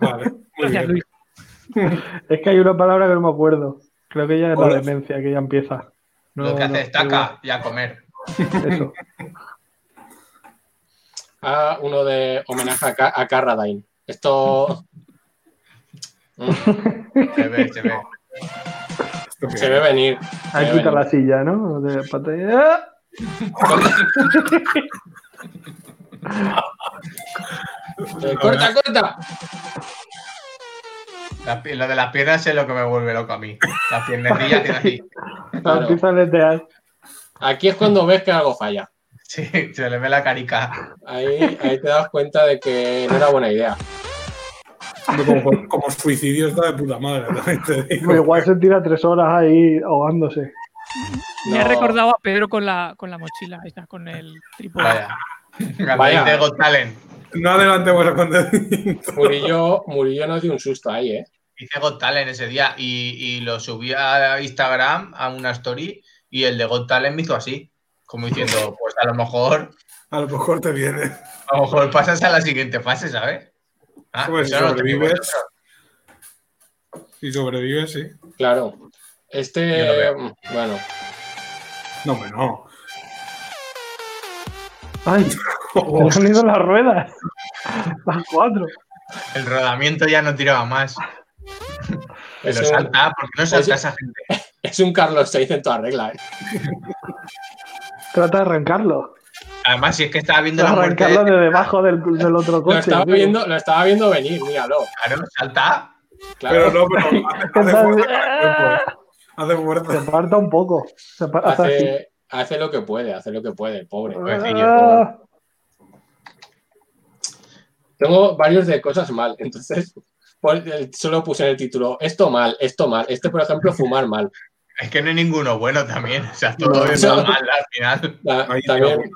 Speaker 1: Vale, muy bien.
Speaker 5: Gracias, Luis.
Speaker 4: Es que hay una palabra que no me acuerdo. Creo que ya es
Speaker 1: Hola.
Speaker 4: la demencia que ya empieza. No,
Speaker 3: lo que
Speaker 4: no,
Speaker 3: hace es taca y a comer.
Speaker 4: Eso.
Speaker 2: Ah, uno de homenaje a, Ca- a Carradine. Esto
Speaker 3: Se ve, se ve.
Speaker 1: Esto qué
Speaker 2: se
Speaker 1: es.
Speaker 2: ve venir. se
Speaker 4: Ahí
Speaker 2: ve
Speaker 4: quita
Speaker 2: venir.
Speaker 4: la silla, ¿no? De pate- ¡Ah!
Speaker 2: Eh, corta, corta.
Speaker 3: La pi- lo de las piernas es lo que me vuelve loco a mí. Las piernecillas tiene así.
Speaker 2: Claro.
Speaker 4: Ah, Empieza a letear.
Speaker 2: Aquí es cuando ves que algo falla.
Speaker 3: Sí, se le ve la carica.
Speaker 2: Ahí, ahí te das cuenta de que no era buena idea.
Speaker 1: Hombre, Como, como suicidio está de puta madre, también te digo.
Speaker 4: Pero Pues igual se tira tres horas ahí ahogándose.
Speaker 5: Me ha
Speaker 2: No.
Speaker 5: recordado a Pedro con la, con la mochila, esa, con el trípode.
Speaker 3: Vaya.
Speaker 2: Vaya.
Speaker 3: Vaya. de Got Talent.
Speaker 1: No adelantemos el contenido.
Speaker 2: Murillo, Murillo nos dio un susto ahí, ¿eh?
Speaker 3: Hice Got Talent ese día y, y lo subí a Instagram a una story y el de Got Talent me hizo así. Como diciendo, pues a lo mejor
Speaker 1: A lo mejor te viene.
Speaker 3: A lo mejor pasas a la siguiente fase, ¿sabes? Ah,
Speaker 1: Hombre, si
Speaker 3: eso no lo tenéis
Speaker 1: sobrevives.
Speaker 3: vosotros.
Speaker 1: Si sobrevives, sí.
Speaker 2: Claro.
Speaker 3: Yo lo
Speaker 2: Este,
Speaker 3: veo.
Speaker 2: bueno,
Speaker 1: No, hombre, no.
Speaker 4: ¡Ay! ¡Me han ido las ruedas! Las cuatro.
Speaker 3: el rodamiento ya no tiraba más.
Speaker 2: es
Speaker 3: Pero
Speaker 2: un,
Speaker 3: salta, ¿por qué no
Speaker 2: Ese-
Speaker 3: salta esa gente?
Speaker 2: es un Carlos Sainz en toda regla, ¿eh?
Speaker 4: Trata de arrancarlo.
Speaker 3: Además, si es que estaba viendo la muerte.
Speaker 4: arrancarlo de debajo del, del otro
Speaker 2: Lo
Speaker 4: coche.
Speaker 2: estaba,
Speaker 4: tío.
Speaker 2: viendo, lo estaba viendo venir, míralo.
Speaker 3: Claro, salta.
Speaker 1: Pero
Speaker 2: Claro.
Speaker 1: no, pero hace, hace
Speaker 4: Trata de-
Speaker 1: fuerza. Hace
Speaker 4: Se
Speaker 1: fuerza.
Speaker 4: aparta un poco. Se aparta así.
Speaker 2: hace, hace lo que puede, hace lo que puede, el pobre.
Speaker 3: pobrecillo,
Speaker 4: Ah,
Speaker 2: Tengo varios de cosas mal, entonces por- el- solo puse en el título, esto mal, esto mal. Este, por ejemplo, fumar mal.
Speaker 3: Es que no hay ninguno bueno también. O sea, todo
Speaker 2: No,
Speaker 3: es
Speaker 2: no.
Speaker 3: mal al final.
Speaker 2: La-
Speaker 1: Ay,
Speaker 2: también,
Speaker 1: Dios.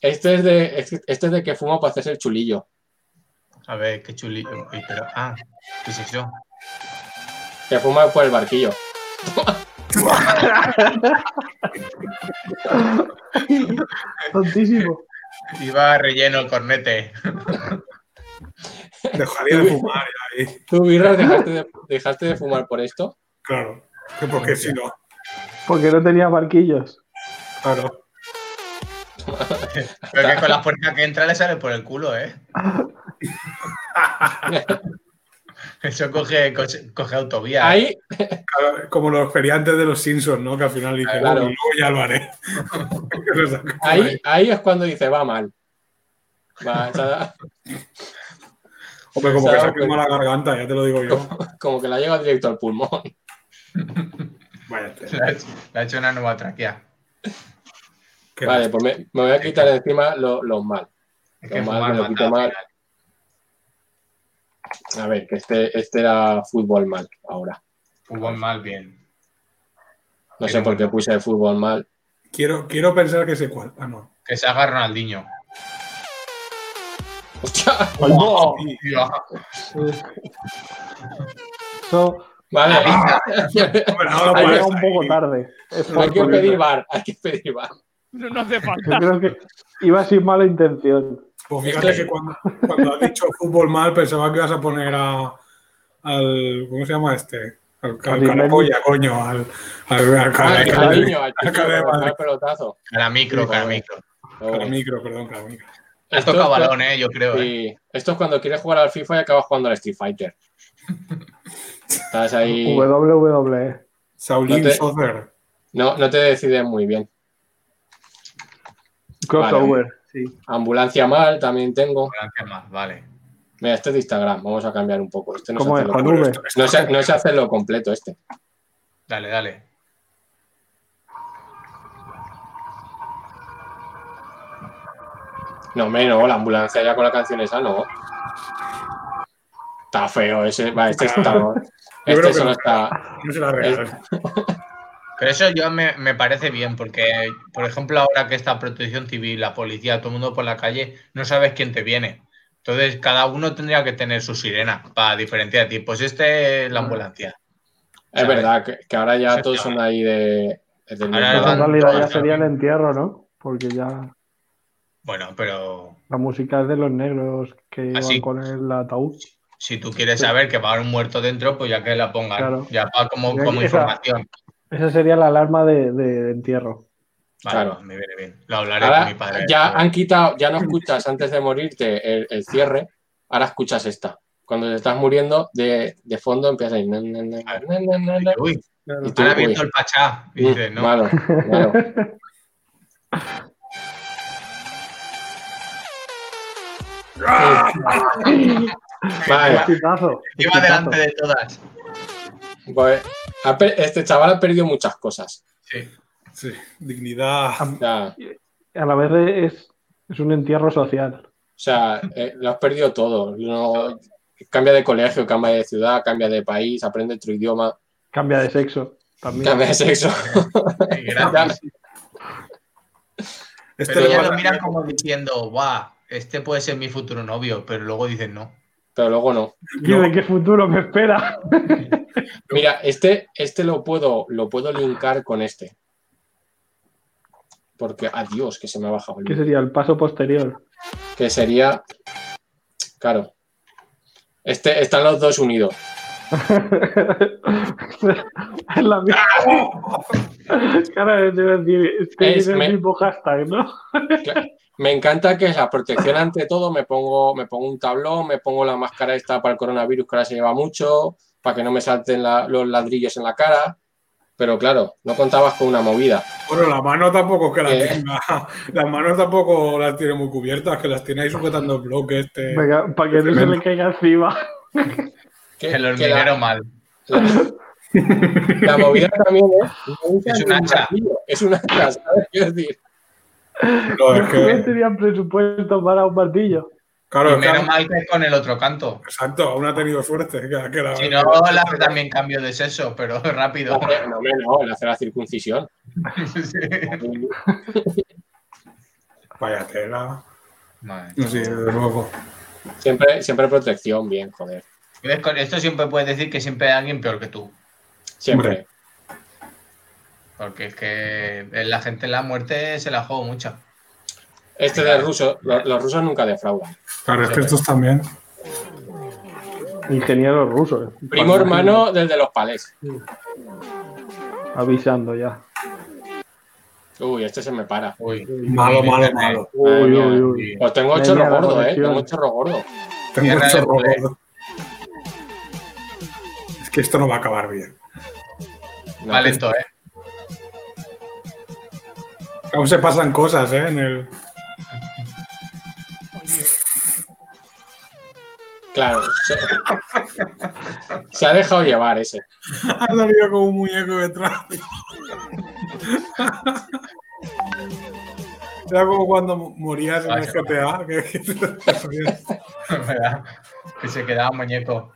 Speaker 2: este es, de, este este es de que fuma para hacerse el chulillo.
Speaker 3: A ver, qué chulito. Uy, pero- ah, ¿qué es eso?
Speaker 2: Que fuma por el barquillo.
Speaker 4: tontísimo.
Speaker 3: Iba relleno el cornete.
Speaker 1: Dejaría de fumar y ahí.
Speaker 2: ¿Tú, Birras, dejaste de, dejaste de fumar por esto?
Speaker 1: Claro. Que porque si no,
Speaker 4: Porque no tenía barquillos.
Speaker 1: claro.
Speaker 3: Pero que con la puerta que entra le sale por el culo, ¿eh? Eso coge, coche- coge autovía. ¿eh?
Speaker 2: Ahí,
Speaker 1: Claro, Como los feriantes de los Simpsons, ¿no? Que al final dicen,
Speaker 2: Claro.
Speaker 1: "Uy, luego ya lo haré. Que lo sacan por
Speaker 2: ahí, ahí es cuando dice, va mal. Va, o sea,
Speaker 1: Hombre, como que se ha
Speaker 2: Sabe,
Speaker 1: quemado la garganta, ya te lo digo yo.
Speaker 2: como que la lleva directo al pulmón.
Speaker 1: Vaya, tela.
Speaker 3: Le ha hecho- le ha hecho una nueva traquea.
Speaker 1: Que-
Speaker 2: Vale, pues me, me voy a quitar de encima lo- los mal.
Speaker 3: Hay que
Speaker 2: Los mal,
Speaker 3: fumar
Speaker 2: me lo quito
Speaker 3: mandado.
Speaker 2: mal. A ver, que este, este era fútbol mal ahora.
Speaker 3: Fútbol mal, bien.
Speaker 2: No sé por qué puse fútbol mal.
Speaker 1: Quiero, quiero pensar que sé cuál. Ah, no.
Speaker 3: Que se haga Ronaldinho.
Speaker 2: ¡Hostia!
Speaker 3: Oh,
Speaker 1: Sí,
Speaker 4: Eso
Speaker 2: Vale,
Speaker 3: Ah.
Speaker 1: hombre, no,
Speaker 4: ha
Speaker 1: no,
Speaker 4: llegado
Speaker 1: pues,
Speaker 4: un poco
Speaker 1: ahí.
Speaker 4: tarde. Es
Speaker 2: hay que
Speaker 4: por-
Speaker 2: pedir bar, hay que pedir bar.
Speaker 5: No, no hace
Speaker 4: Yo
Speaker 5: falta.
Speaker 4: creo que iba sin mala intención.
Speaker 1: Pues fíjate que cuando, cuando has dicho fútbol mal pensaba que ibas a poner a, al. ¿Cómo se llama este? Al, al
Speaker 4: Al
Speaker 1: carapolla, coño. Al, al, al, cara-
Speaker 2: Ah,
Speaker 1: cara-
Speaker 2: cariño, hay que
Speaker 1: cara de madre.
Speaker 2: pegar pelotazo.
Speaker 3: A la micro,
Speaker 2: Sí,
Speaker 3: a la
Speaker 2: joder.
Speaker 3: micro.
Speaker 1: cara micro, perdón, cara micro.
Speaker 3: Has
Speaker 2: Oh, Esto
Speaker 3: tocado
Speaker 2: es-
Speaker 3: balón, ¿eh? Yo creo, ¿eh?
Speaker 2: Sí, esto es cuando quieres jugar al FIFA y acabas jugando al Street Fighter. Estás ahí.
Speaker 4: WWE.
Speaker 1: Saulín
Speaker 2: No te-
Speaker 1: Sozer.
Speaker 2: No, no te decides muy bien.
Speaker 4: Crossover. Sí.
Speaker 2: Ambulancia mal, también tengo.
Speaker 3: Gracias, más, Vale.
Speaker 2: Mira, este es de Instagram, vamos a cambiar un poco. Este no se
Speaker 4: ¿Cómo
Speaker 2: hace
Speaker 4: es?
Speaker 2: lo-
Speaker 4: Con
Speaker 1: Bueno,
Speaker 4: V.
Speaker 1: esto- esto-
Speaker 2: no se- no se hace lo completo este.
Speaker 3: Dale, dale.
Speaker 2: No, menos, la ambulancia ya con la canción esa, no. Está feo ese. Va, este está.
Speaker 1: creo
Speaker 2: Este
Speaker 1: que
Speaker 2: solo
Speaker 1: no.
Speaker 2: está.
Speaker 1: no será
Speaker 3: Eh.
Speaker 1: real.
Speaker 3: Pero eso yo me, me parece bien, porque, por ejemplo, ahora que está protección civil, la policía, todo el mundo por la calle, no sabes quién te viene. Entonces, cada uno tendría que tener su sirena para diferenciar de ti. Pues este es la ambulancia.
Speaker 2: Es verdad que, que ahora ya
Speaker 3: Sí,
Speaker 2: todos
Speaker 3: sí.
Speaker 2: son ahí de. desde el
Speaker 3: Ahora
Speaker 2: mismo-
Speaker 4: Esa
Speaker 3: van
Speaker 4: en realidad ya
Speaker 3: todas,
Speaker 4: sería el
Speaker 3: ¿no?
Speaker 4: entierro, ¿no? Porque ya
Speaker 3: Bueno, pero
Speaker 4: la música es de los negros que
Speaker 3: Así.
Speaker 4: van con el ataúd.
Speaker 3: si tú quieres saber que va a haber un muerto dentro, pues ya que la pongan.
Speaker 4: Claro.
Speaker 3: Ya va como,
Speaker 4: Ya
Speaker 3: como
Speaker 4: que esa-
Speaker 3: información.
Speaker 4: Esa sería la alarma de, de entierro.
Speaker 3: Vale,
Speaker 2: Claro.
Speaker 3: me viene bien. Lo hablaré
Speaker 2: Ahora
Speaker 3: con mi padre.
Speaker 2: ya han quitado, ya no escuchas antes de morirte el, el cierre, ahora escuchas esta. Cuando te estás muriendo, de, de fondo empiezas ahí. na, na, na, na, na, na, na.
Speaker 3: Uy,
Speaker 2: Y tú,
Speaker 3: ahora ha
Speaker 2: uy,
Speaker 3: abierto el pachá. Dice,
Speaker 2: mm,
Speaker 3: no.
Speaker 2: Malo, malo. Vale,
Speaker 4: Exitazo,
Speaker 3: Iba
Speaker 4: exitazo.
Speaker 3: delante de todas.
Speaker 2: pues, ha per- este chaval ha perdido muchas cosas.
Speaker 3: Sí.
Speaker 1: Sí, dignidad.
Speaker 3: Ah,
Speaker 2: O sea,
Speaker 4: A la vez es, es un entierro social.
Speaker 2: O sea, eh, lo has perdido todo. No- cambia de colegio, cambia de ciudad, cambia de país, aprende otro idioma,
Speaker 4: Cambia de sexo también.
Speaker 2: cambia de sexo.
Speaker 3: Sí, gracias.
Speaker 1: Este
Speaker 3: Pero
Speaker 1: le
Speaker 3: ya
Speaker 1: va
Speaker 3: lo
Speaker 1: a-
Speaker 3: miran como diciendo, guau, este puede ser mi futuro novio, pero luego dicen no.
Speaker 2: Pero luego no.
Speaker 4: ¿Y de qué futuro me espera?
Speaker 2: Mira, este, este lo puedo, lo puedo linkar con este. Porque, adiós, que se me ha bajado el
Speaker 4: ¿Qué sería el paso posterior?
Speaker 2: Que sería. Claro. Este, están los dos unidos.
Speaker 4: es la misma. Cara, te iba a decir, es que
Speaker 2: Es
Speaker 4: tiene
Speaker 2: me-
Speaker 4: el mismo hashtag, ¿no?
Speaker 2: Me encanta que es la protección ante todo. Me pongo, me pongo un tablón, me pongo la máscara esta para el coronavirus que ahora se lleva mucho, para que no me salten la- los ladrillos en la cara. Pero claro, no contabas con una movida.
Speaker 1: Bueno, la mano tampoco es que la
Speaker 2: Eh.
Speaker 1: tenga. Las manos tampoco las tiene muy cubiertas, que las tiene ahí sujetando el bloque este.
Speaker 4: Venga, para que no se le
Speaker 1: tremendo.
Speaker 4: caiga encima.
Speaker 2: Que-
Speaker 3: El
Speaker 2: que la-
Speaker 3: hormiguero mal.
Speaker 2: La, la movida también es.
Speaker 3: Es un hacha.
Speaker 2: martillo, Es un hacha, ¿sabes? Quiero decir,
Speaker 1: No, es
Speaker 4: ¿Qué
Speaker 1: que,
Speaker 4: tenían presupuesto para un martillo?
Speaker 1: claro, es que-
Speaker 3: Primero mal que es con el otro canto.
Speaker 1: exacto, aún ha tenido suerte. Que, que la,
Speaker 3: Si no, la también cambio de sexo, pero rápido.
Speaker 2: no, hombre, no, el hacer la circuncisión.
Speaker 3: Sí.
Speaker 1: Vaya tela.
Speaker 3: Madre.
Speaker 1: No sé, desde luego.
Speaker 2: Siempre, siempre protección, bien, joder.
Speaker 3: ¿Ves? Con Esto siempre puedes decir que siempre hay alguien peor que tú.
Speaker 2: Siempre.
Speaker 3: Porque es que la gente en la muerte se la juego mucha.
Speaker 2: Este de ruso, lo- los rusos nunca defraudan.
Speaker 1: Claro, es que estos también.
Speaker 4: Ingenieros rusos. eh.
Speaker 2: Primo hermano del de los palés.
Speaker 4: Avisando ya.
Speaker 2: Uy, este se me para.
Speaker 3: Uy.
Speaker 1: Malo, malo, malo.
Speaker 2: Madre
Speaker 4: Uy,
Speaker 2: mía.
Speaker 4: uy, uy.
Speaker 2: Os tengo
Speaker 4: Madre
Speaker 2: chorro
Speaker 4: mía, la
Speaker 2: gordo, eh.
Speaker 4: conexión.
Speaker 2: Tengo chorro gordo.
Speaker 1: Tengo
Speaker 3: Guerra
Speaker 1: mucho
Speaker 3: de play.
Speaker 1: robot. Es que esto no va a acabar bien.
Speaker 2: No,
Speaker 3: Va lento, ¿eh?
Speaker 1: Aún se pasan cosas, ¿eh? En el...
Speaker 5: Oye,
Speaker 2: Claro. Se, se ha dejado llevar ese.
Speaker 1: Ha salido como un muñeco detrás. Era como cuando morías
Speaker 3: Ah,
Speaker 1: en el GTA. que- que te-
Speaker 3: ¿Verdad? Que se quedaba muñeco.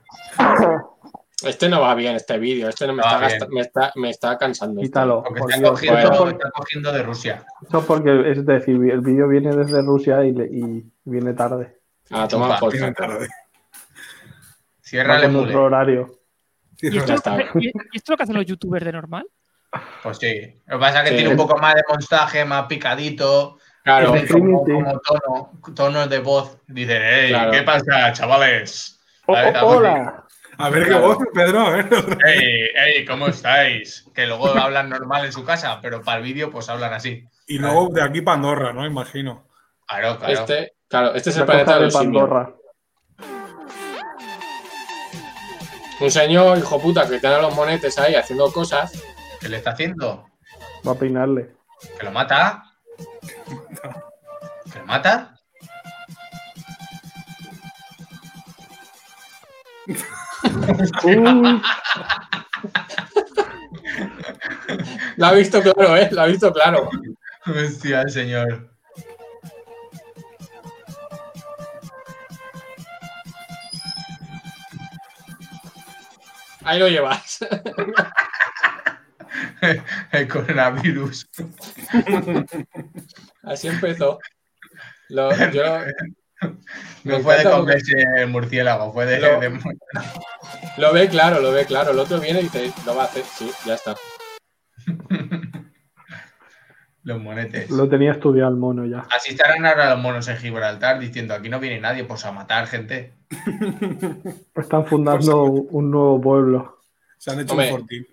Speaker 2: Este no va bien, este vídeo. Este no me,
Speaker 3: No
Speaker 2: está,
Speaker 3: va
Speaker 2: gasta-
Speaker 3: bien.
Speaker 2: me, está, me está cansando. este.
Speaker 4: Quítalo.
Speaker 3: Porque
Speaker 4: por
Speaker 3: está
Speaker 4: Dios.
Speaker 3: cogiendo,
Speaker 4: Eso por-
Speaker 3: está cogiendo de Rusia.
Speaker 4: Eso porque es decir, el vídeo viene desde Rusia y, le- y viene tarde.
Speaker 2: Ah, toma
Speaker 3: Chupa,
Speaker 2: por
Speaker 1: Viene
Speaker 2: saco.
Speaker 1: tarde.
Speaker 3: Cierra
Speaker 4: Va
Speaker 3: el
Speaker 4: con otro
Speaker 3: mule.
Speaker 4: horario. Oh,
Speaker 5: ¿Y esto,
Speaker 2: Ya está.
Speaker 5: y- y esto lo que hacen los youtubers de normal?
Speaker 3: Pues sí. Lo que pasa es que
Speaker 2: Sí.
Speaker 3: tiene un poco más de montaje, más picadito.
Speaker 2: Claro,
Speaker 4: Este-
Speaker 3: como,
Speaker 4: Sí, sí.
Speaker 3: como tono, tonos de voz. Dicen, hey,
Speaker 2: Claro.
Speaker 3: ¿qué pasa, chavales?
Speaker 4: Oh,
Speaker 3: A ver,
Speaker 4: oh, ¡Hola!
Speaker 1: A ver qué
Speaker 2: Claro.
Speaker 1: voz, Pedro. A ver.
Speaker 3: Hey, hey, ¿cómo estáis? Que luego hablan normal en su casa, pero para el vídeo pues hablan así.
Speaker 1: Y luego de aquí Pandorra, ¿no? Imagino.
Speaker 3: Claro, claro.
Speaker 2: este, claro, este es el
Speaker 4: Una cosa
Speaker 2: planeta de
Speaker 4: de
Speaker 2: los simios.
Speaker 4: Pandorra.
Speaker 2: Un señor, hijo puta, que tiene a los monetes ahí haciendo cosas.
Speaker 3: ¿Qué le está haciendo?
Speaker 4: Va a peinarle.
Speaker 3: ¿Que lo mata? ¿Que lo mata?
Speaker 4: Uy,
Speaker 2: Lo ha visto claro, ¿eh? Lo ha visto claro.
Speaker 3: Hostia, señor.
Speaker 2: Ahí lo llevas.
Speaker 3: El coronavirus.
Speaker 2: Así empezó. Lo- yo lo, Me
Speaker 3: No fue de
Speaker 2: encanta
Speaker 3: comerse el murciélago, fue de,
Speaker 2: Lo-
Speaker 3: de-
Speaker 2: lo ve claro, lo ve claro. El otro viene y dice, lo va a hacer. Sí, ya está.
Speaker 3: los monetes.
Speaker 4: lo tenía estudiado el mono ya.
Speaker 3: Así estarán ahora los monos en Gibraltar diciendo aquí no viene nadie, pues a matar gente.
Speaker 4: Están fundando un nuevo pueblo.
Speaker 1: Se han hecho
Speaker 2: Hombre.
Speaker 1: un fortín.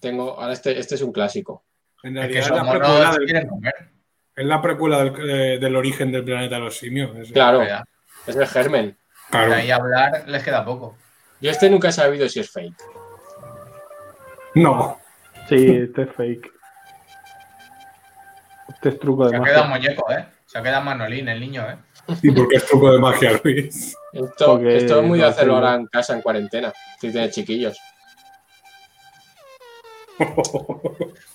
Speaker 2: Tengo, ahora este, este es un clásico.
Speaker 1: En
Speaker 3: Es
Speaker 1: realidad
Speaker 3: que
Speaker 1: es,
Speaker 3: esos
Speaker 1: la precuela,
Speaker 3: monos
Speaker 1: del,
Speaker 3: quieren comer.
Speaker 1: es la precuela del, eh, del origen del planeta de los simios. Es-
Speaker 2: Claro,
Speaker 3: ¿verdad?
Speaker 2: es el germen.
Speaker 1: Claro.
Speaker 3: De ahí hablar les queda poco.
Speaker 2: Yo este nunca he sabido si es fake.
Speaker 1: No.
Speaker 4: Sí, este es fake. Este es truco
Speaker 3: Se
Speaker 4: de
Speaker 3: ha quedado
Speaker 4: magia.
Speaker 3: muñeco, ¿eh? Se ha quedado Manolín, el niño, ¿eh?
Speaker 1: ¿Y por qué es truco de magia, Luis?
Speaker 2: Esto,
Speaker 4: Porque
Speaker 2: esto es muy de
Speaker 4: no
Speaker 2: hacerlo
Speaker 4: sé, ¿no?
Speaker 2: ahora en casa, en cuarentena, si tienes chiquillos.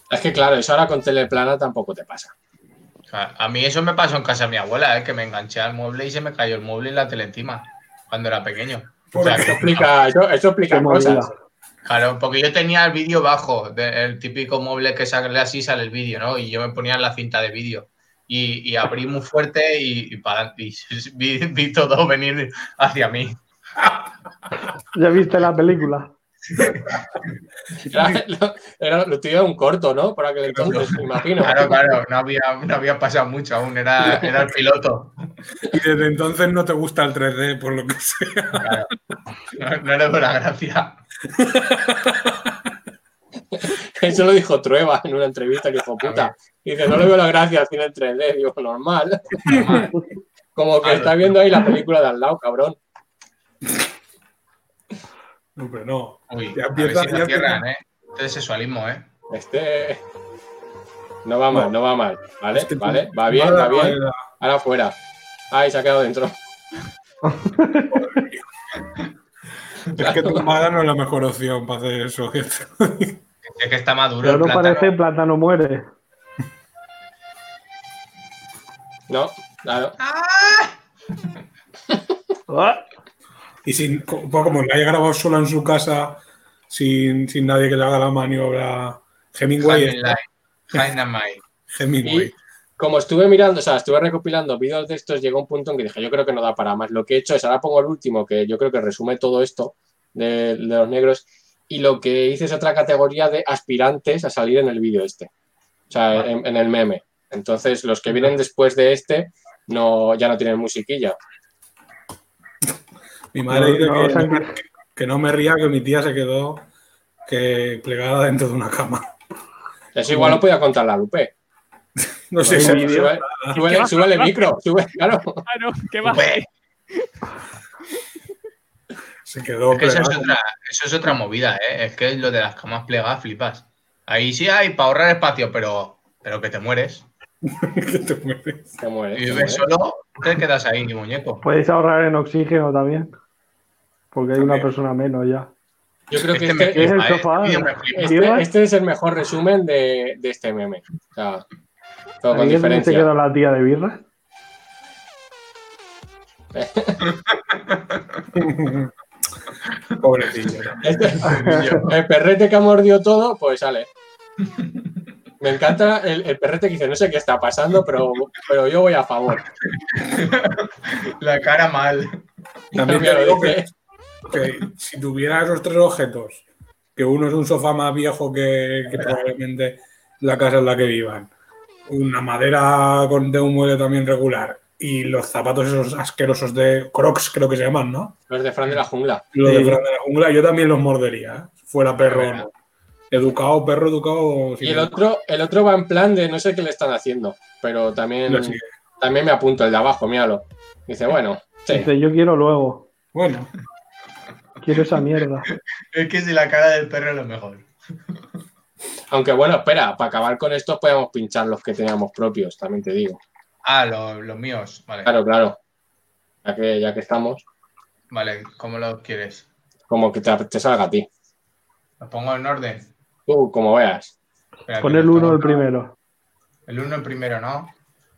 Speaker 2: Es que claro, eso ahora con teleplana tampoco te pasa.
Speaker 3: O sea, a mí eso me pasó en casa de mi abuela, ¿eh? Que me enganché al mueble y se me cayó el mueble y la tele encima cuando era pequeño. O sea,
Speaker 2: Esto
Speaker 3: que-
Speaker 2: explica, eso, eso explica
Speaker 4: Qué movida.
Speaker 2: cosas.
Speaker 3: Claro, porque yo tenía el vídeo bajo, de- el típico mueble que sale así, sale el vídeo, ¿no? Y yo me ponía en la cinta de vídeo. Y, y abrí muy fuerte y, y para y vi, vi todo venir hacia mí.
Speaker 4: ¿Ya viste la película?
Speaker 2: Era, lo, era, lo tuyo era un corto, ¿no? Por aquel entonces, me imagino.
Speaker 3: Claro, claro, no había, no había pasado mucho aún, era, era el piloto.
Speaker 1: Y desde entonces no te gusta el 3D, por lo que sea.
Speaker 3: No, no le doy la gracia.
Speaker 2: Eso lo dijo Trueba en una entrevista que dijo puta. Dice, no le veo la gracia al cine en 3D. Digo, normal. Como que
Speaker 3: Claro.
Speaker 2: está viendo ahí la película de al lado, cabrón.
Speaker 1: No, pero no.
Speaker 3: Uy,
Speaker 1: Ya
Speaker 3: a ver
Speaker 1: empieza-
Speaker 3: si
Speaker 1: ya
Speaker 3: lo cierran, ¿eh? Este es sexualismo, ¿eh?
Speaker 2: Este. No va mal, no va mal. ¿Vale?
Speaker 1: Es que tú-
Speaker 2: ¿Vale? Va bien,
Speaker 1: Mala
Speaker 2: va bien.
Speaker 1: novedad.
Speaker 2: Ahora afuera. Ay, se ha quedado dentro.
Speaker 1: Es que tu madre no es la mejor opción para hacer eso.
Speaker 3: Es que está maduro
Speaker 4: Pero
Speaker 3: el
Speaker 4: no
Speaker 3: plátano.
Speaker 4: parece plátano muere.
Speaker 2: No, claro.
Speaker 4: ¡Ah!
Speaker 1: Y sin, co- pues como la haya grabado sola en su casa, sin, sin nadie que le haga la maniobra, Hemingway. eh,
Speaker 3: Hiding Light, Hiding Light.
Speaker 1: Hemingway.
Speaker 2: Y como estuve mirando, o sea, estuve recopilando vídeos de estos, llegó un punto en que dije, yo creo que no da para más. Lo que he hecho es, ahora pongo el último, que yo creo que resume todo esto de, de los negros, y lo que hice es otra categoría de aspirantes a salir en el vídeo este, o sea, en, en el meme. Entonces, los que vienen después de este no, ya no tienen musiquilla.
Speaker 1: Mi madre
Speaker 4: No,
Speaker 1: dice
Speaker 4: no,
Speaker 1: que,
Speaker 4: o sea
Speaker 1: no me, que no me ría que mi tía se quedó que plegada dentro de una cama.
Speaker 2: Eso igual lo podía contar la Lupe.
Speaker 1: No sé
Speaker 4: Hay
Speaker 1: si
Speaker 4: un vídeo.
Speaker 2: Sube, sube, sube el micro, sube, claro.
Speaker 5: Ah, no, ¿qué va?
Speaker 3: Pues,
Speaker 1: se quedó
Speaker 3: es que esa es
Speaker 1: plegada.
Speaker 3: otra, eso es otra movida, ¿eh? Es que lo de las camas plegadas flipas. Ahí sí hay para ahorrar espacio, pero, pero que te mueres.
Speaker 1: que te mueres.
Speaker 2: Te mueres,
Speaker 3: Y
Speaker 2: te
Speaker 3: vives
Speaker 2: mueres.
Speaker 4: ¿eh?
Speaker 3: solo, te quedas ahí, muñeco.
Speaker 4: Podéis ahorrar en oxígeno también. Porque hay una
Speaker 3: También.
Speaker 4: persona menos ya.
Speaker 2: Yo creo que
Speaker 3: Este me
Speaker 2: este,
Speaker 4: Es el
Speaker 3: flipa, ¿eh?
Speaker 4: sofá.
Speaker 3: Este vídeo me flipa.
Speaker 2: este- este es el mejor resumen de, de este meme. O sea, todo con
Speaker 4: ¿Ahí es donde se
Speaker 2: diferencia.
Speaker 4: quedó la tía de birra?
Speaker 1: Pobrecillo.
Speaker 2: Este-
Speaker 3: Yo-
Speaker 2: El perrete que ha mordido todo, pues sale. Me encanta el, el perrete que dice, no sé qué está pasando, pero, pero yo voy a favor.
Speaker 3: La cara mal.
Speaker 1: También
Speaker 2: Mira,
Speaker 1: te
Speaker 2: lo
Speaker 1: digo que,
Speaker 2: dice.
Speaker 1: que si tuviera esos tres objetos, que uno es un sofá más viejo que, que probablemente la casa en la que vivan, una madera con, de un mueble también regular y los zapatos esos asquerosos de Crocs, creo que se llaman, ¿no?
Speaker 2: Los de Fran de la jungla.
Speaker 1: Los de
Speaker 4: Sí.
Speaker 1: Fran de la Jungla, yo también los mordería, ¿eh? fuera perro. o no. Educado, perro educado.
Speaker 2: Y
Speaker 1: sí.
Speaker 2: el otro, el otro va en plan de no sé qué le están haciendo, pero también,
Speaker 1: Lo sigue.
Speaker 2: también me apunto el de abajo, míralo. Dice, bueno, sí.
Speaker 4: Dice, yo quiero luego.
Speaker 1: Bueno,
Speaker 4: Quiero esa mierda.
Speaker 3: Es que si la cara del perro es lo mejor.
Speaker 2: Aunque bueno, espera, para acabar con estos podemos pinchar los que teníamos propios, también te digo.
Speaker 3: Ah, lo- los míos. Vale.
Speaker 2: Claro, claro. Ya que, ya que estamos,
Speaker 3: Vale, ¿cómo los quieres?
Speaker 2: como que te, te salga a ti.
Speaker 3: ¿Los pongo en orden?
Speaker 2: Tú, como veas.
Speaker 3: Espera, que
Speaker 4: Pon
Speaker 3: los
Speaker 4: el uno
Speaker 3: tengo
Speaker 4: el
Speaker 3: acá.
Speaker 4: primero.
Speaker 3: El uno el primero, ¿no?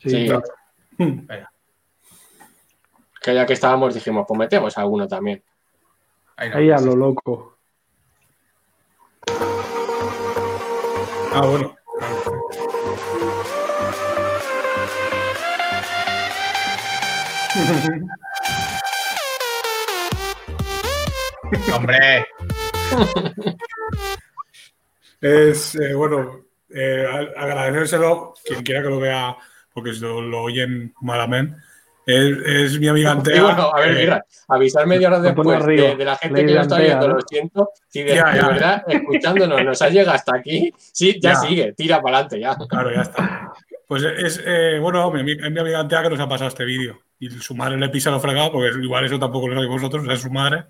Speaker 4: Sí,
Speaker 2: Sí.
Speaker 4: claro.
Speaker 2: Que ya que estábamos dijimos, pues metemos alguno también.
Speaker 3: Ahí lo
Speaker 4: Ahí a
Speaker 3: puse.
Speaker 4: lo loco.
Speaker 1: ah, bueno.
Speaker 3: ¡Hombre!
Speaker 1: Es, eh, bueno, eh, a- agradecérselo, quien quiera que lo vea, porque si lo, lo oyen malamente. Es, es mi amiga Antea.
Speaker 2: Y bueno, a ver,
Speaker 1: eh,
Speaker 2: mira, avisar media hora
Speaker 4: Me pone
Speaker 2: después
Speaker 4: arriba.
Speaker 2: de, de la gente
Speaker 4: Ley
Speaker 2: que
Speaker 4: de
Speaker 2: lo está
Speaker 4: Antea,
Speaker 2: viendo,
Speaker 4: ¿no?
Speaker 2: lo siento. Si de,
Speaker 1: Ya,
Speaker 2: de
Speaker 1: ya.
Speaker 2: verdad, escuchándonos, nos ha llegado hasta aquí, sí, ya,
Speaker 1: Ya.
Speaker 2: sigue, tira para adelante ya.
Speaker 1: Claro, ya está. Pues es, eh, bueno, mi, ami- es mi amiga Antea que nos ha pasado este vídeo. Y su madre le pisa los fregados, porque igual eso tampoco lo sabéis vosotros, es su madre.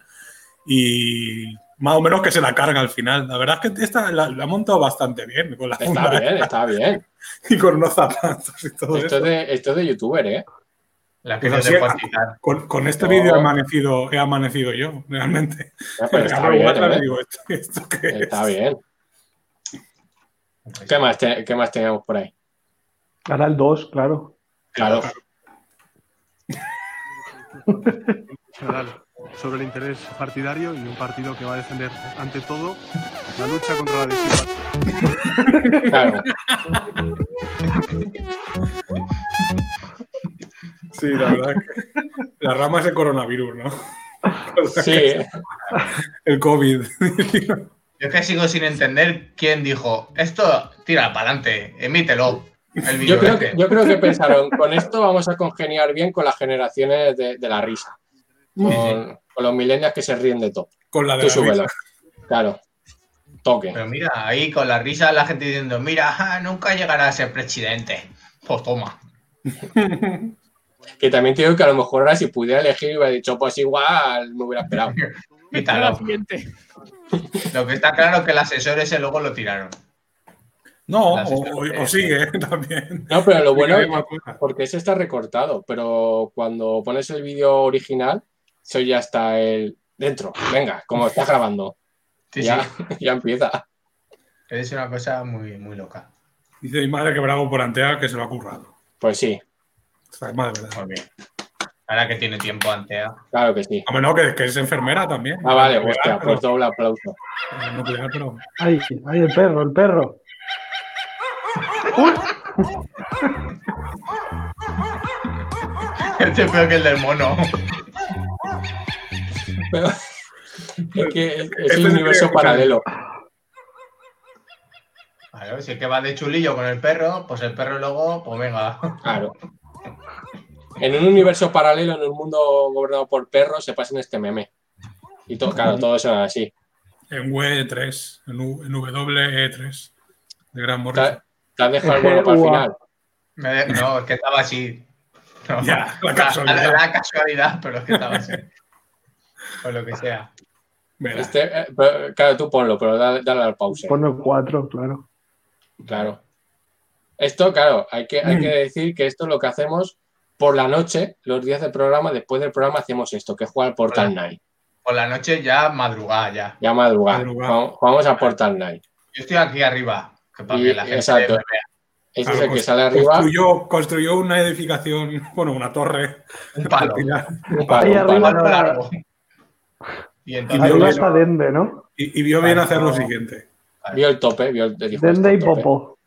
Speaker 1: Y más o menos que se la carga al final. La verdad es que esta la, la ha montado bastante bien, con la
Speaker 2: Está
Speaker 1: funda
Speaker 2: bien, está bien.
Speaker 1: y con los zapatos y todo
Speaker 2: Esto
Speaker 1: eso.
Speaker 2: es de, esto es de youtuber, ¿eh?
Speaker 3: La que
Speaker 1: Pues
Speaker 3: no
Speaker 1: así
Speaker 3: te
Speaker 1: es.
Speaker 3: puedo quitar.
Speaker 1: Con, con este
Speaker 2: No.
Speaker 1: vídeo he amanecido, he amanecido yo, realmente.
Speaker 2: Ya, pero pues está
Speaker 1: Agarro el
Speaker 2: bien,
Speaker 1: WhatsApp y
Speaker 2: ¿eh?
Speaker 1: digo, ¿esto, esto qué es?
Speaker 2: Está bien. ¿Qué más, te- qué más teníamos por ahí?
Speaker 4: Ahora el 2, claro.
Speaker 2: Claro.
Speaker 6: general sobre el interés partidario y un partido que va a defender ante todo la lucha contra la desigualdad.
Speaker 2: Claro.
Speaker 1: Sí, la verdad es que la rama es el coronavirus, ¿no? O sea,
Speaker 2: Sí,
Speaker 1: El COVID.
Speaker 3: Yo es que sigo sin entender quién dijo esto, tira para adelante, emítelo. El vídeo
Speaker 2: yo creo,
Speaker 3: este.
Speaker 2: que, yo creo que pensaron, con esto vamos a congeniar bien con las generaciones de, de la risa. Con, con los millennials que se ríen de todo.
Speaker 1: Con la de
Speaker 2: Tú
Speaker 1: la
Speaker 2: súbelo.
Speaker 1: risa.
Speaker 2: Claro. Toque.
Speaker 3: Pero mira, ahí con la risa la gente diciendo, mira, ajá, nunca llegará a ser presidente. Pues toma.
Speaker 2: Que también te digo que a lo mejor ahora si pudiera elegir hubiera dicho, pues igual me hubiera esperado.
Speaker 5: Esta es la
Speaker 3: Quítalo.
Speaker 5: siguiente.
Speaker 3: Lo que está claro es que el asesor ese luego lo tiraron.
Speaker 1: No,
Speaker 3: Las-
Speaker 1: o,
Speaker 2: eh,
Speaker 1: o- o sigue eh, también.
Speaker 2: No, pero lo bueno
Speaker 1: Sí,
Speaker 2: es
Speaker 1: que hay más cosas.
Speaker 2: porque ese está recortado, pero cuando pones el vídeo original, se oye hasta el eh, dentro. Venga, como estás grabando.
Speaker 3: Sí,
Speaker 2: ya,
Speaker 3: sí.
Speaker 2: ya empieza.
Speaker 3: Es una cosa muy, muy loca.
Speaker 1: Dice mi madre que bravo por Antea que se lo ha currado.
Speaker 2: Pues sí,
Speaker 1: O sea, madre verdad.
Speaker 3: Muy bien. Ahora que tiene tiempo ¿eh? Antea.
Speaker 2: claro que sí.
Speaker 1: A menos que, que es enfermera también. eh,
Speaker 2: Ah, vale,
Speaker 1: Nuclear,
Speaker 2: hostia,
Speaker 1: pero-
Speaker 2: pues doble aplauso.
Speaker 1: nuclear, pero-
Speaker 4: Ahí, ahí el perro, el perro.
Speaker 3: Este es peor que el del mono.
Speaker 2: Pero- es que es- es
Speaker 1: Este
Speaker 2: un
Speaker 1: no
Speaker 2: universo
Speaker 1: creo que-
Speaker 2: paralelo.
Speaker 3: Claro, si es que va de chulillo con el perro, pues el perro luego, pues venga.
Speaker 2: Claro. en un universo paralelo, en un mundo gobernado por perros, se pasan este meme. Y todo, claro, todo eso así.
Speaker 1: En WE3, en, U- en WE3, de Gran Morrison.
Speaker 2: Te te has dejado el bueno para el
Speaker 4: Guau.
Speaker 2: final.
Speaker 3: Me- No, es que estaba así. No.
Speaker 1: Ya,
Speaker 2: Ah,
Speaker 1: la
Speaker 3: La,
Speaker 1: casualidad.
Speaker 3: la casualidad, pero es que estaba así. o lo que sea.
Speaker 1: Verás.
Speaker 2: Este, eh, pero, claro, tú ponlo, pero da- dale, al pause.
Speaker 4: Pone cuatro, claro.
Speaker 2: Claro. Esto, claro, hay que, hay que decir que esto es lo que hacemos por la noche, los días del programa, después del programa hacemos esto, que es jugar al Portal Night.
Speaker 3: Por la noche ya madrugada ya.
Speaker 2: Ya madrugar.
Speaker 1: Madrugar.
Speaker 2: Jugamos- Jugamos a Portal Night.
Speaker 3: Yo estoy aquí arriba. Que para
Speaker 2: Y-
Speaker 3: que la gente
Speaker 2: exacto.
Speaker 3: me vea.
Speaker 2: Este
Speaker 1: Claro, pues,
Speaker 2: es el que
Speaker 1: cons-
Speaker 2: sale arriba.
Speaker 1: Construyó, construyó una edificación, bueno, una torre.
Speaker 3: Un palo.
Speaker 1: al pilar,
Speaker 2: un palo,
Speaker 4: Ahí
Speaker 2: un palo.
Speaker 3: Un
Speaker 4: arriba.
Speaker 3: palo largo. Y
Speaker 1: Y
Speaker 4: Hay
Speaker 1: yo
Speaker 4: una
Speaker 1: veo-
Speaker 3: entonces.
Speaker 4: está Dende, ¿no?
Speaker 1: Y, y vio bien
Speaker 3: Vale,
Speaker 1: hacer lo
Speaker 3: no.
Speaker 1: siguiente.
Speaker 2: Vio el tope, vio el dijo, "Este
Speaker 4: Dende y
Speaker 2: es el tope".
Speaker 4: Popo.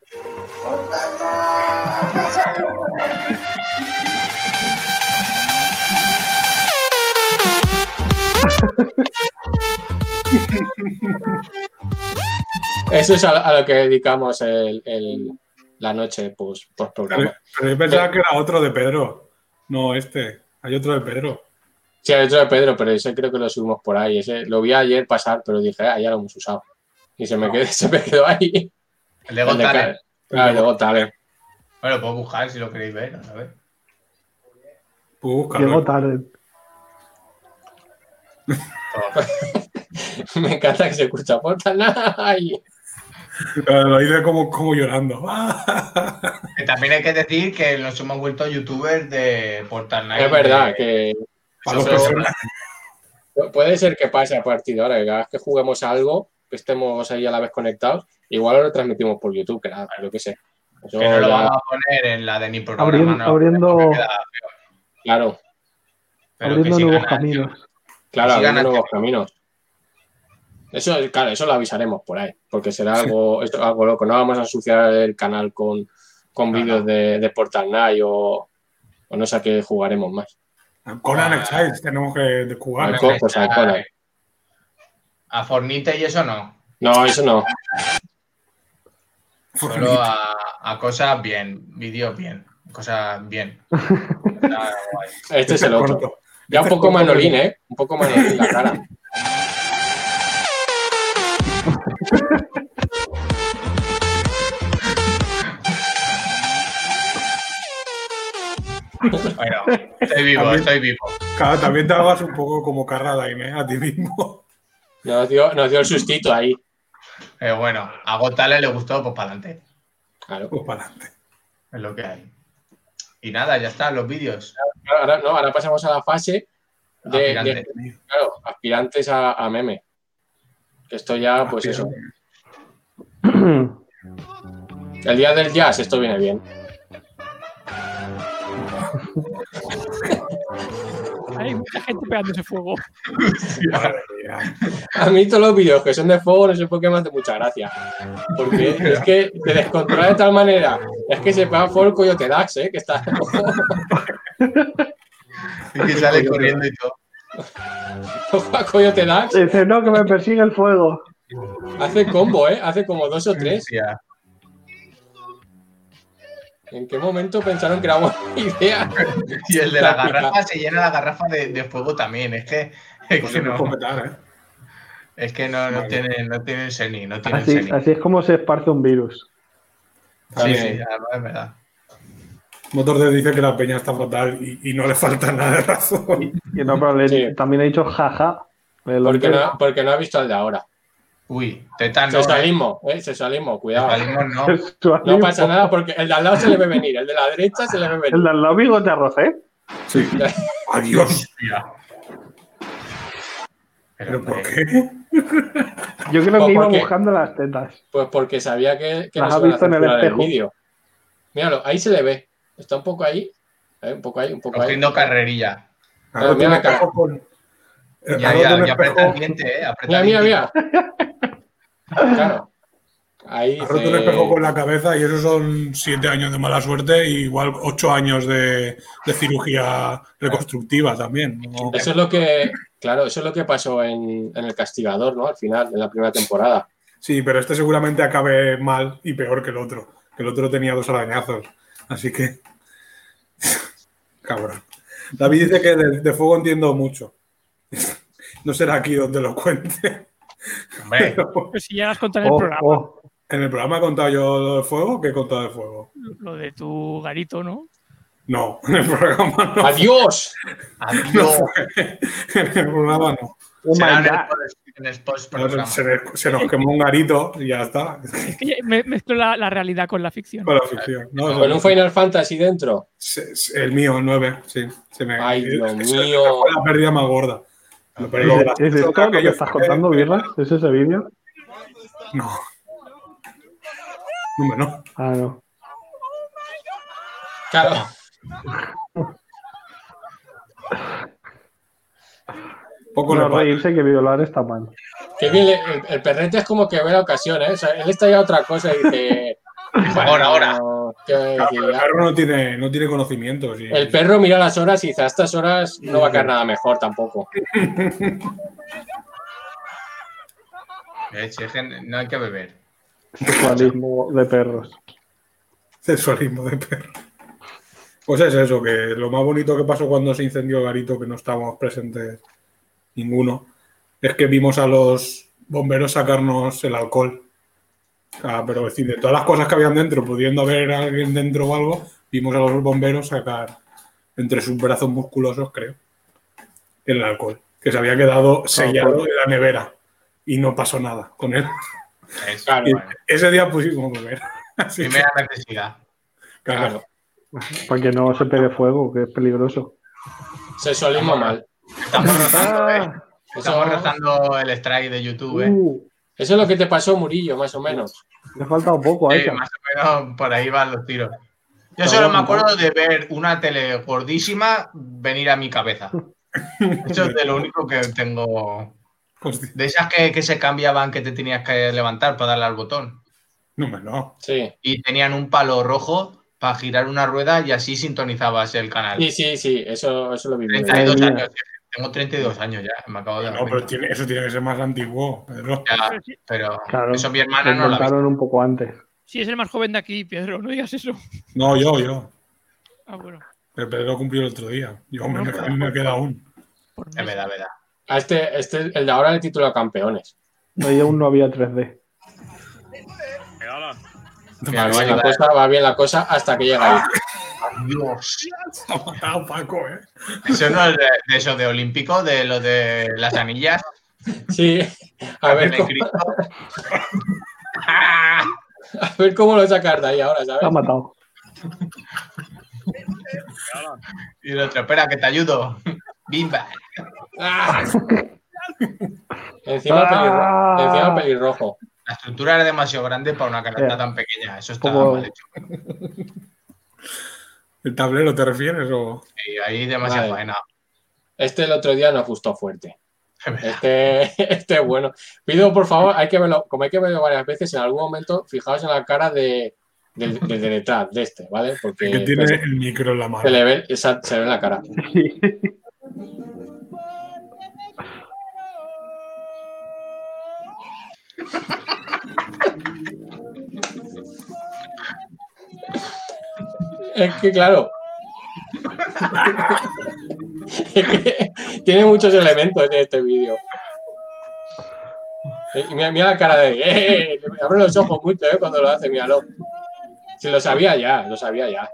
Speaker 2: Eso es a, a lo que dedicamos el- el- la noche pues, por
Speaker 1: Pero,
Speaker 2: programa.
Speaker 1: pero yo pensaba que era otro de Pedro. No, este. Hay otro de Pedro.
Speaker 2: Sí, hay otro de Pedro, pero ese creo que lo subimos por ahí. Ese lo vi ayer pasar, pero dije, ah, ya lo hemos usado. Y se me, quedó, se me quedó ahí.
Speaker 3: El de Got
Speaker 2: El de
Speaker 3: Talent.
Speaker 2: Cal- Claro, luego Talent.
Speaker 3: Bueno, lo puedo buscar si lo queréis ver. A ver.
Speaker 1: Pues búscalo.
Speaker 4: Llegó tarde.
Speaker 2: Me encanta que se escucha por Talent.
Speaker 1: Pero Lo hice como, como llorando.
Speaker 3: Que también hay que decir que nos hemos vuelto youtubers de Portal Night.
Speaker 2: Es verdad que
Speaker 1: Para los
Speaker 2: Eso-
Speaker 1: personajes.
Speaker 2: puede ser que pase a partir de ahora, que cada vez que juguemos a algo, que estemos ahí a la vez conectados, igual lo transmitimos por YouTube, que nada, lo que sé. Eso
Speaker 3: Que no lo
Speaker 2: ya-
Speaker 3: vamos a poner en la de mi programa.
Speaker 4: Abriendo-
Speaker 3: no,
Speaker 4: abriendo-
Speaker 3: queda-
Speaker 2: claro,
Speaker 3: pero que
Speaker 4: abriendo
Speaker 3: sí
Speaker 4: nuevos
Speaker 3: ganan.
Speaker 4: caminos.
Speaker 2: claro,
Speaker 3: Sigan
Speaker 2: abriendo
Speaker 3: haciendo.
Speaker 2: nuevos caminos. Eso, claro, eso lo avisaremos por ahí, porque será algo, esto- algo loco. No vamos a ensuciar el canal con, con
Speaker 3: No,
Speaker 2: vídeos
Speaker 3: no.
Speaker 2: de, de Portal Night o, o no sé a qué jugaremos más.
Speaker 1: Conan Exiles tenemos que
Speaker 2: Al
Speaker 1: jugar.
Speaker 2: co-
Speaker 3: este
Speaker 2: pues al Conan.
Speaker 3: A Fornite y eso no.
Speaker 2: No, eso no.
Speaker 3: Solo a, a cosas bien, vídeos bien, cosas bien. Está guay.
Speaker 2: Este es el otro.
Speaker 1: corto.
Speaker 2: Ya un
Speaker 1: Este es
Speaker 2: poco
Speaker 1: corto,
Speaker 2: manolín, ¿eh? Un poco manolín la cara.
Speaker 3: Bueno, estoy vivo,
Speaker 1: También-
Speaker 3: estoy vivo.
Speaker 1: Claro, también te hagas un poco como Carradine, ¿eh? A ti mismo.
Speaker 2: Nos dio, nos dio el sustito ahí.
Speaker 3: Pero Eh, bueno, a Gotale le gustó, pues para adelante.
Speaker 2: Claro.
Speaker 1: Pues para adelante.
Speaker 3: Es lo que hay. Y nada, ya están los vídeos.
Speaker 2: Ahora, no, ahora pasamos a la fase de, de-
Speaker 3: Aspirantes.
Speaker 2: claro, aspirantes a, a meme. Que Esto ya, pues eso. El día del jazz, esto viene bien.
Speaker 5: Hay mucha gente pegándose fuego.
Speaker 1: Madre mía.
Speaker 2: A mí todos los vídeos que son de fuego, no sé por qué me hace mucha gracia. Porque es que te descontrola de tal manera. Es que se pega fuego el coyote Dax, ¿eh? Que está...
Speaker 3: Y que sale corriendo y todo.
Speaker 2: coyote Dax
Speaker 4: Dice, no, que me persigue el fuego.
Speaker 2: hace combo, ¿eh? Hace como dos o tres.
Speaker 3: Hostia.
Speaker 2: ¿En qué momento pensaron que era buena idea?
Speaker 3: Y el de la garrafa se llena la garrafa de, de fuego también. Es que, es
Speaker 1: Pues
Speaker 3: que
Speaker 1: se puede
Speaker 3: no,
Speaker 1: petar, ¿eh?
Speaker 3: es que no, no
Speaker 1: Vale. Ah,
Speaker 3: tienen, no tienen seni, no tienen
Speaker 4: Así,
Speaker 3: seni.
Speaker 4: así es como se esparce un virus.
Speaker 3: Sí,
Speaker 2: También.
Speaker 3: sí, además es verdad.
Speaker 1: Motor te dice que la peña está fatal y, y no le falta nada de razón.
Speaker 4: Y no, pero le-
Speaker 2: Sí.
Speaker 4: también he dicho jaja. El
Speaker 2: Porque
Speaker 4: otro-
Speaker 2: no, porque no ha visto el de ahora.
Speaker 3: Uy, tetas no. ¿eh?
Speaker 2: Sexualismo, eh, sexualismo, cuidado.
Speaker 3: Sexualismo no.
Speaker 4: sexualismo.
Speaker 2: No pasa nada porque el de al lado se le ve venir, el de la derecha se le ve
Speaker 4: El
Speaker 2: venir.
Speaker 4: del lado bigote arroz, ¿eh?
Speaker 1: Sí. Adiós.
Speaker 3: Hostia.
Speaker 1: ¿Pero por
Speaker 3: hombre,
Speaker 1: qué?
Speaker 4: Yo creo
Speaker 2: ¿Por
Speaker 4: que iba
Speaker 2: qué?
Speaker 4: buscando las tetas.
Speaker 2: Pues porque sabía que, que
Speaker 4: Las ha
Speaker 2: iban a
Speaker 4: visto en el
Speaker 2: censurar
Speaker 4: espejo.
Speaker 2: vídeo. Míralo, ahí se le ve. Está un poco ahí. eh, un poco ahí, un poco ahí.
Speaker 3: Cogiendo carrerilla.
Speaker 1: Ahora
Speaker 2: mira
Speaker 1: tiene
Speaker 2: la cara.
Speaker 1: espejo con- Eh,
Speaker 3: Ya,
Speaker 1: ahora
Speaker 3: ya,
Speaker 1: tiene
Speaker 3: ya
Speaker 1: espejo-
Speaker 3: aprieta el diente, eh. Aprieta
Speaker 2: Mira,
Speaker 3: el
Speaker 2: mira,
Speaker 3: diente.
Speaker 2: mira. Claro. Ahí.
Speaker 1: Ha roto un
Speaker 2: dice-
Speaker 1: espejo con la cabeza y eso son siete años de mala suerte y igual ocho años de, de cirugía reconstructiva también. ¿no?
Speaker 2: Eso es lo que. Claro, eso es lo que pasó en, en El Castigador, ¿no? Al final, de la primera temporada.
Speaker 1: Sí, pero este seguramente acabe mal y peor que el otro. Que el otro tenía dos arañazos. Así que. Cabrón. David dice que de, de fuego entiendo mucho. No será aquí donde lo cuente.
Speaker 3: Hombre,
Speaker 5: Pero Pues si ya has contado en el
Speaker 4: Oh,
Speaker 5: programa
Speaker 4: oh.
Speaker 1: En el programa he contado yo lo del fuego, ¿qué he contado de fuego?
Speaker 5: lo de tu garito, ¿no?
Speaker 1: No, en el programa no.
Speaker 2: ¡Adiós!
Speaker 3: adiós.
Speaker 1: En el programa no.
Speaker 4: Oh my
Speaker 3: Será en
Speaker 4: God.
Speaker 3: el post- en el post programa.
Speaker 1: Se, se nos quemó un garito y ya está.
Speaker 5: Es que ya me- mezclo la, la realidad con la ficción.
Speaker 1: Con la ficción. No,
Speaker 2: Con un Final Fantasy dentro.
Speaker 1: se- se- el mío, el 9, sí. Se me,
Speaker 2: Ay,
Speaker 1: es-
Speaker 2: Dios
Speaker 1: es-
Speaker 2: mío.
Speaker 1: Fue la pérdida más gorda.
Speaker 4: Ah,
Speaker 1: Pero lo
Speaker 4: ¿Es, es
Speaker 1: gracioso
Speaker 4: esto lo
Speaker 1: aquello
Speaker 4: que estás
Speaker 1: fue-
Speaker 4: contando, Birra? ¿Es ese vídeo?
Speaker 1: eh, No. No, hombre, no.
Speaker 4: Ah, no.
Speaker 2: Claro.
Speaker 1: Poco le
Speaker 4: No
Speaker 1: pasa.
Speaker 4: reírse que violar está mal.
Speaker 2: Qué bien, el, el perrete es como que ve la ocasión, ¿eh? O sea, él está ya a otra cosa y dice.
Speaker 3: Ahora, ahora.
Speaker 2: "Bueno, ¿qué voy a
Speaker 1: Claro,
Speaker 2: decir?
Speaker 1: pero el perro no tiene, no tiene conocimientos. y-
Speaker 2: El perro mira las horas y dice, a estas horas no va a quedar nada mejor tampoco.
Speaker 3: Eh, si es que no hay que beber.
Speaker 4: Sexualismo de perros.
Speaker 1: Sexualismo de perro. Pues es eso, que lo más bonito que pasó cuando se incendió Garito, que no estábamos presentes ninguno, es que vimos a los bomberos sacarnos el alcohol. Ah, pero es decir, de todas las cosas que habían dentro, pudiendo haber alguien dentro o algo, vimos a los bomberos sacar entre sus brazos musculosos, creo, el alcohol, que se había quedado sellado en la nevera y no pasó nada con él.
Speaker 3: Es
Speaker 2: Claro,
Speaker 1: Y
Speaker 2: bueno,
Speaker 1: Ese día pusimos beber. Así que,
Speaker 3: primera necesidad.
Speaker 1: claro.
Speaker 2: claro.
Speaker 4: Para que no se pegue fuego, que es peligroso.
Speaker 2: Sexualismo mal.
Speaker 3: Estamos rozando, eh.
Speaker 4: Ah,
Speaker 2: Eso,
Speaker 3: Estamos rozando el strike de YouTube, eh.
Speaker 4: uh,
Speaker 2: eso es lo que te pasó, Murillo, más o menos.
Speaker 4: le ha faltado poco a
Speaker 3: Eh,
Speaker 4: ella.
Speaker 3: más o menos por ahí van los tiros. Yo
Speaker 4: Está
Speaker 3: solo me
Speaker 4: bueno,
Speaker 3: acuerdo de ver una tele gordísima venir a mi cabeza. Eso es de lo único que tengo.
Speaker 1: Hostia,
Speaker 3: De esas que, que se cambiaban que te tenías que levantar para darle al botón.
Speaker 1: no, hombre, no.
Speaker 2: Sí.
Speaker 3: Y tenían un palo rojo para girar una rueda y así sintonizabas el canal.
Speaker 2: Sí, sí, sí, eso, eso lo viví.
Speaker 3: 32
Speaker 4: Madre
Speaker 3: años. Tengo 32 años ya, me acabo de dar
Speaker 1: No, pero
Speaker 3: cuenta.
Speaker 1: tiene- eso tiene que ser más antiguo, Pedro.
Speaker 3: Ya,
Speaker 5: Pero si,
Speaker 3: pero
Speaker 4: Claro,
Speaker 3: eso mi
Speaker 4: Lo
Speaker 3: hermana no la
Speaker 4: inventaron un poco antes.
Speaker 5: si es el más joven de aquí, Pedro, no digas eso.
Speaker 1: No, yo, yo.
Speaker 5: Ah, bueno.
Speaker 1: Pero Pedro cumplió el otro día. Yo hombre,
Speaker 5: No,
Speaker 1: me, a mí me queda aún.
Speaker 5: Por
Speaker 3: ve. Es
Speaker 5: meses.
Speaker 3: verdad, es verdad.
Speaker 2: A este, este, el de ahora le titula Campeones.
Speaker 4: Ahí aún no había 3D.
Speaker 2: Va
Speaker 3: Mira,
Speaker 2: bien
Speaker 3: sí,
Speaker 2: la
Speaker 3: va.
Speaker 2: cosa, va bien la cosa hasta que llega ahí.
Speaker 3: Dios.
Speaker 1: Ha matado Paco, ¿eh?
Speaker 3: Eso no es de, de eso de olímpico, de lo de las anillas.
Speaker 2: Sí, a ver,
Speaker 3: de
Speaker 2: cómo,
Speaker 3: Cristo. ¡Ah!
Speaker 2: a ver cómo lo sacas de ahí ahora,
Speaker 4: La ha
Speaker 2: ¿sabes?
Speaker 4: matado.
Speaker 3: Y el otro, espera, que te ayudo. Bimba.
Speaker 2: ¡Ah! Encima, pelirro-
Speaker 4: Ah.
Speaker 2: encima pelirrojo.
Speaker 3: La estructura era demasiado grande para una canasta
Speaker 4: Eh.
Speaker 3: tan pequeña. Eso está
Speaker 4: Poco-
Speaker 3: mal hecho.
Speaker 1: ¿El tablero te refieres o...?
Speaker 3: Y ahí demasiada
Speaker 2: Vale.
Speaker 3: faena.
Speaker 2: Este el otro día no ajustó fuerte. Este, este es bueno. Pido, por favor, hay que verlo, como hay que verlo varias veces, en algún momento fijaos en la cara de, del- del de detrás, de este, ¿vale? Porque
Speaker 1: que tiene
Speaker 2: pues,
Speaker 1: el micro en la mano.
Speaker 2: se le ve, esa- se le ve la cara. Es que claro. Es que tiene muchos elementos en este vídeo. Eh, Mira, mira la cara de. ¡Eh! eh, me Abre los ojos mucho eh, cuando lo hace, míralo. Si lo sabía ya, lo sabía ya.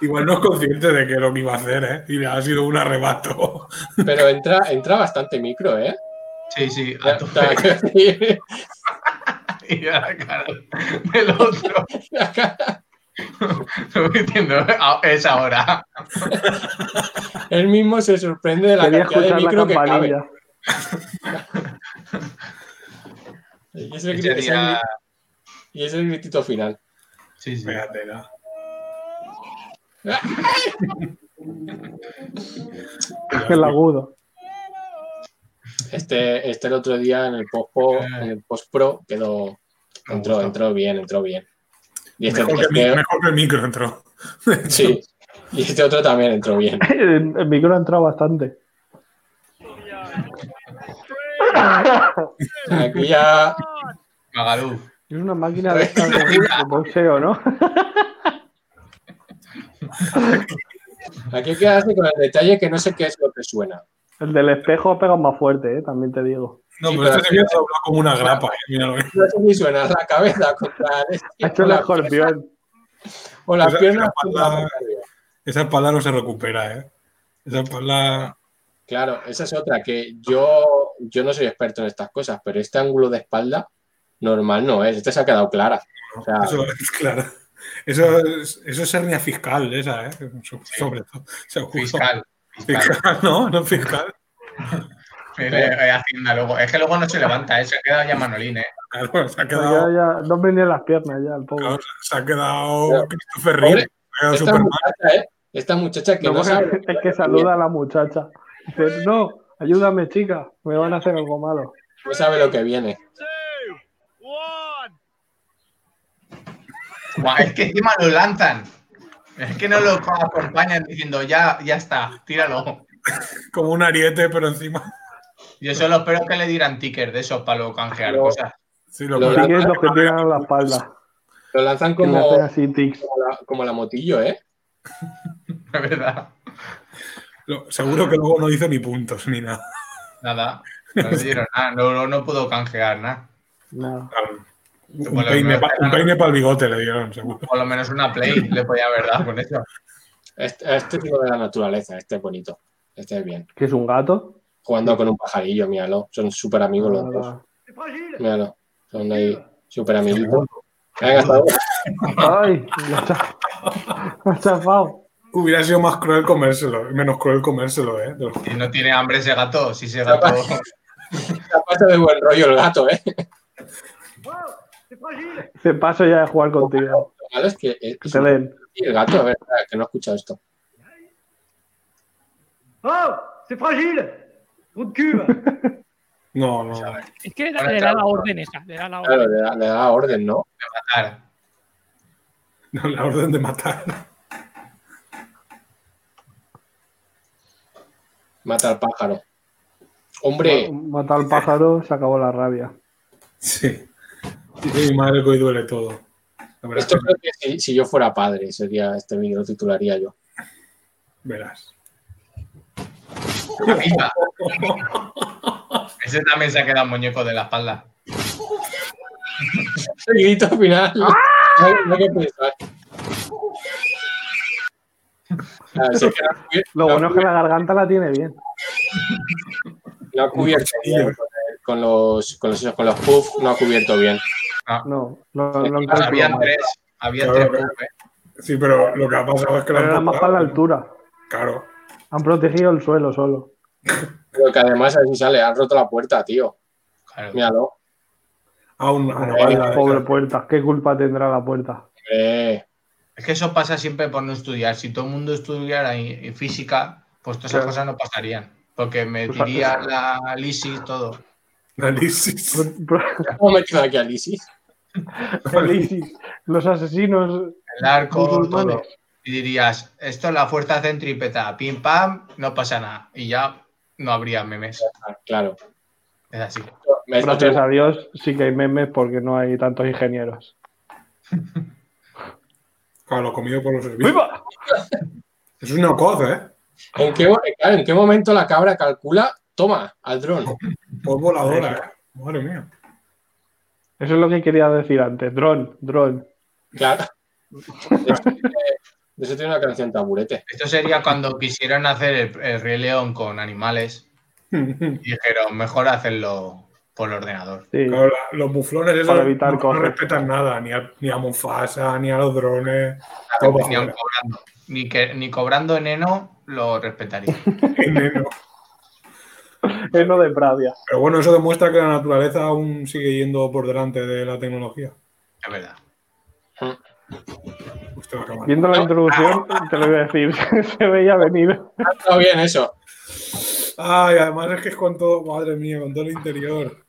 Speaker 1: Igual no es consciente de que lo que iba a hacer, ¿eh? Y le ha sido un arrebato.
Speaker 2: Pero entra, entra bastante micro, ¿eh?
Speaker 3: Sí, sí. A
Speaker 2: O
Speaker 3: tu
Speaker 2: sea, quiero decir,
Speaker 3: y a la cara del otro.
Speaker 2: la cara-
Speaker 3: No entiendo. Ah, Es ahora.
Speaker 2: Él mismo se sorprende de la
Speaker 4: Quería
Speaker 2: cantidad de
Speaker 4: escuchar la
Speaker 2: micro que cabe.
Speaker 4: campanilla.
Speaker 2: Y es, el, gri-
Speaker 3: Ese
Speaker 2: es el
Speaker 3: día-
Speaker 2: gri- y es el gritito final.
Speaker 3: Sí, sí.
Speaker 1: Espérate, ¿no?
Speaker 4: El agudo.
Speaker 2: Este, este el otro día en el post en el post pro quedó
Speaker 3: Me
Speaker 2: entró,
Speaker 3: gusta.
Speaker 2: entró bien, entró bien. Y este,
Speaker 1: Mejor que, el mi-
Speaker 2: este-
Speaker 1: mejor que el micro entró.
Speaker 2: sí. Y este otro también entró bien.
Speaker 4: El, el micro ha entrado bastante.
Speaker 2: Aquí ya
Speaker 3: Magaluf.
Speaker 4: Es una máquina de estas de boxeo, ¿no?
Speaker 2: Aquí hay que quedarse con el detalle que no sé qué es lo que suena.
Speaker 4: El del espejo pega más fuerte, ¿eh? también te digo.
Speaker 1: No,
Speaker 2: Sí,
Speaker 1: pero
Speaker 2: pero
Speaker 1: esto se
Speaker 2: sí.
Speaker 1: había doblado como una grapa. eh, míralo.
Speaker 2: No sé si suena la cabeza contra el
Speaker 4: Ha hecho el escorpión.
Speaker 2: o las
Speaker 3: Pues,
Speaker 1: Esa-
Speaker 2: piernas.
Speaker 1: esa palabra- Esa espalda no se recupera, ¿eh? Esa espalda.
Speaker 2: Claro, esa es otra, que yo, yo no soy experto en estas cosas, pero este ángulo de espalda normal no es, este se ha quedado clara. O sea,
Speaker 1: Eso, claro. Eso es, eso es hernia fiscal, esa, ¿eh? So- Sobre todo. seguro.
Speaker 3: Fiscal. fiscal.
Speaker 1: Fiscal, no, no fiscal.
Speaker 3: Mira, eh, Hacienda luego. Es que luego no se levanta, eh, se ha quedado ya Manolín, eh.
Speaker 1: Claro, se ha
Speaker 4: Ya,
Speaker 1: quedado,
Speaker 4: ya, no me ni las piernas ya, el pobre.
Speaker 1: claro, se ha quedado
Speaker 2: Claro.
Speaker 1: Christopher Reeve,
Speaker 2: Hombre,
Speaker 1: se ha quedado
Speaker 2: esta
Speaker 1: Superman.
Speaker 2: muchacha, ¿eh? Esta muchacha que
Speaker 4: Lo
Speaker 2: no
Speaker 4: bueno
Speaker 2: sabe.
Speaker 4: es que saluda a la muchacha. Dice, no, ayúdame, chica, me van a hacer algo malo.
Speaker 2: No sabe lo que viene.
Speaker 3: Buah, es que encima lo lanzan. Es que no lo acompañan diciendo, ya, ya está, tíralo.
Speaker 1: Como un ariete, pero encima.
Speaker 3: Yo solo espero que le dieran tickets de esos para lo canjear
Speaker 2: Lo-
Speaker 3: cosas.
Speaker 1: Sí, lo
Speaker 2: Lo
Speaker 1: que-
Speaker 4: Así que es los que tiran a la espalda.
Speaker 2: Lo lanzan
Speaker 4: Que le hacen
Speaker 2: como,
Speaker 4: así tics.
Speaker 2: como, la, como la motillo, ¿eh?
Speaker 3: La verdad.
Speaker 1: lo- seguro que luego no hizo ni puntos ni nada.
Speaker 3: Nada. No le dieron nada. No, no, no pudo canjear nada.
Speaker 4: No.
Speaker 1: Claro. Un
Speaker 3: Bueno,
Speaker 1: peine,
Speaker 3: me-
Speaker 1: pa- un peine para el bigote le dieron, seguro.
Speaker 3: Por lo menos una play le podía haber dado con eso.
Speaker 2: Este, este es uno de la naturaleza, este es bonito. Este es bien.
Speaker 4: ¿Que es un gato?
Speaker 2: Jugando con un pajarillo, míralo. Son súper amigos los dos.
Speaker 4: Ah,
Speaker 2: Míralo. Son ahí súper amiguitos. Venga, hasta luego.
Speaker 4: ¡Ay! Lo ha cha- lo ha chafado.
Speaker 1: Hubiera sido más cruel comérselo, menos cruel comérselo, ¿eh? Te lo
Speaker 3: Si no tiene hambre ese gato, si ese gato.
Speaker 2: La pasa de buen rollo el gato, ¿eh?
Speaker 4: Se paso ya de jugar contigo.
Speaker 2: Lo malo es que es-
Speaker 4: Que te den.
Speaker 2: Y el gato, a ver, espera, que no he escuchado esto.
Speaker 1: No, no.
Speaker 5: Es que
Speaker 3: Ahora
Speaker 5: le da
Speaker 3: está-
Speaker 5: la orden esa, le da la orden.
Speaker 2: Claro, le da, le da orden, ¿no?
Speaker 3: Claro.
Speaker 1: no, La orden de matar.
Speaker 2: Mata al pájaro. Hombre,
Speaker 4: Mata al pájaro, se acabó la rabia.
Speaker 1: Sí. Sí, madre, que hoy duele todo. La verdad
Speaker 2: esto
Speaker 1: es que
Speaker 2: creo que si, si yo fuera padre, sería este vídeo, lo titularía yo.
Speaker 1: verás.
Speaker 3: Amiga. Ese también se ha quedado muñeco de la espalda.
Speaker 2: El grito final.
Speaker 4: ¡Ah!
Speaker 2: No hay, no hay que pensar. Claro, si es que no ha cubier-
Speaker 4: Lo
Speaker 2: no ha
Speaker 4: bueno es que la garganta la tiene bien.
Speaker 2: cubier- no ha cubierto bien con, el- con los con los, esos- con los puffs, no ha cubierto bien.
Speaker 4: No, no, no encuentro
Speaker 3: Había
Speaker 4: mal.
Speaker 3: tres. Había tres.
Speaker 1: Claro, claro. Sí, pero lo que ha pasado es que lo
Speaker 4: Pero
Speaker 1: han
Speaker 4: era más para
Speaker 1: tocado.
Speaker 4: la altura.
Speaker 1: Claro.
Speaker 4: Han protegido el suelo solo.
Speaker 2: Pero que además así sale, han roto la puerta, tío.
Speaker 3: Claro.
Speaker 2: Míralo.
Speaker 1: A un a
Speaker 2: Eh,
Speaker 1: la-
Speaker 4: Pobre puerta, ¿qué culpa tendrá la puerta?
Speaker 2: Eh,
Speaker 3: Es que eso pasa siempre por no estudiar. Si todo el mundo estudiara y- y física, pues todas esas
Speaker 4: Claro.
Speaker 3: cosas no pasarían. Porque me
Speaker 4: Pues,
Speaker 3: diría la Lisi todo.
Speaker 1: análisis.
Speaker 2: ¿Cómo me metido aquí a Lisi?
Speaker 4: El ISIS, los asesinos.
Speaker 3: El arco,
Speaker 4: Musulmanes.
Speaker 3: todo.
Speaker 1: ¿eh?
Speaker 3: Y dirías, esto es la fuerza centrípeta, pim pam, no pasa nada. Y ya no habría memes.
Speaker 2: Ah, Claro.
Speaker 3: Es así.
Speaker 2: Me-
Speaker 4: Gracias a Dios, sí que hay memes porque no hay tantos ingenieros.
Speaker 1: Claro, lo comido por los servicios.
Speaker 4: ¡Viva!
Speaker 1: Es una cosa, ¿eh?
Speaker 2: ¿En qué, mo- claro, ¿En qué momento la cabra calcula? Toma, al dron.
Speaker 1: Por voladora, ¿eh? Madre mía.
Speaker 4: Eso es lo que quería decir antes. Dron, dron.
Speaker 2: Claro. De hecho, eh, de eso tiene una canción taburete.
Speaker 3: Esto sería cuando quisieron hacer el, el Rey León con animales y dijeron, mejor hacerlo por ordenador.
Speaker 4: Sí.
Speaker 1: Claro, la- los muflones esos
Speaker 4: Para evitar
Speaker 1: no,
Speaker 4: cosas.
Speaker 1: respetan nada, ni a, ni a Mufasa, ni a los drones.
Speaker 3: Ni,
Speaker 1: Todo
Speaker 3: aun
Speaker 1: afuera.
Speaker 3: cobrando, ni, que, ni cobrando eneno lo respetaría.
Speaker 1: Veneno.
Speaker 4: Es no de Pravia.
Speaker 1: Pero bueno, eso demuestra que la naturaleza aún sigue yendo por delante de la tecnología.
Speaker 3: Es verdad.
Speaker 1: Usted va a acabar.
Speaker 4: Viendo la introducción, te lo voy a decir. Se veía venir.
Speaker 2: Está bien eso.
Speaker 1: Ay, además es que es con todo, madre mía, con todo el interior.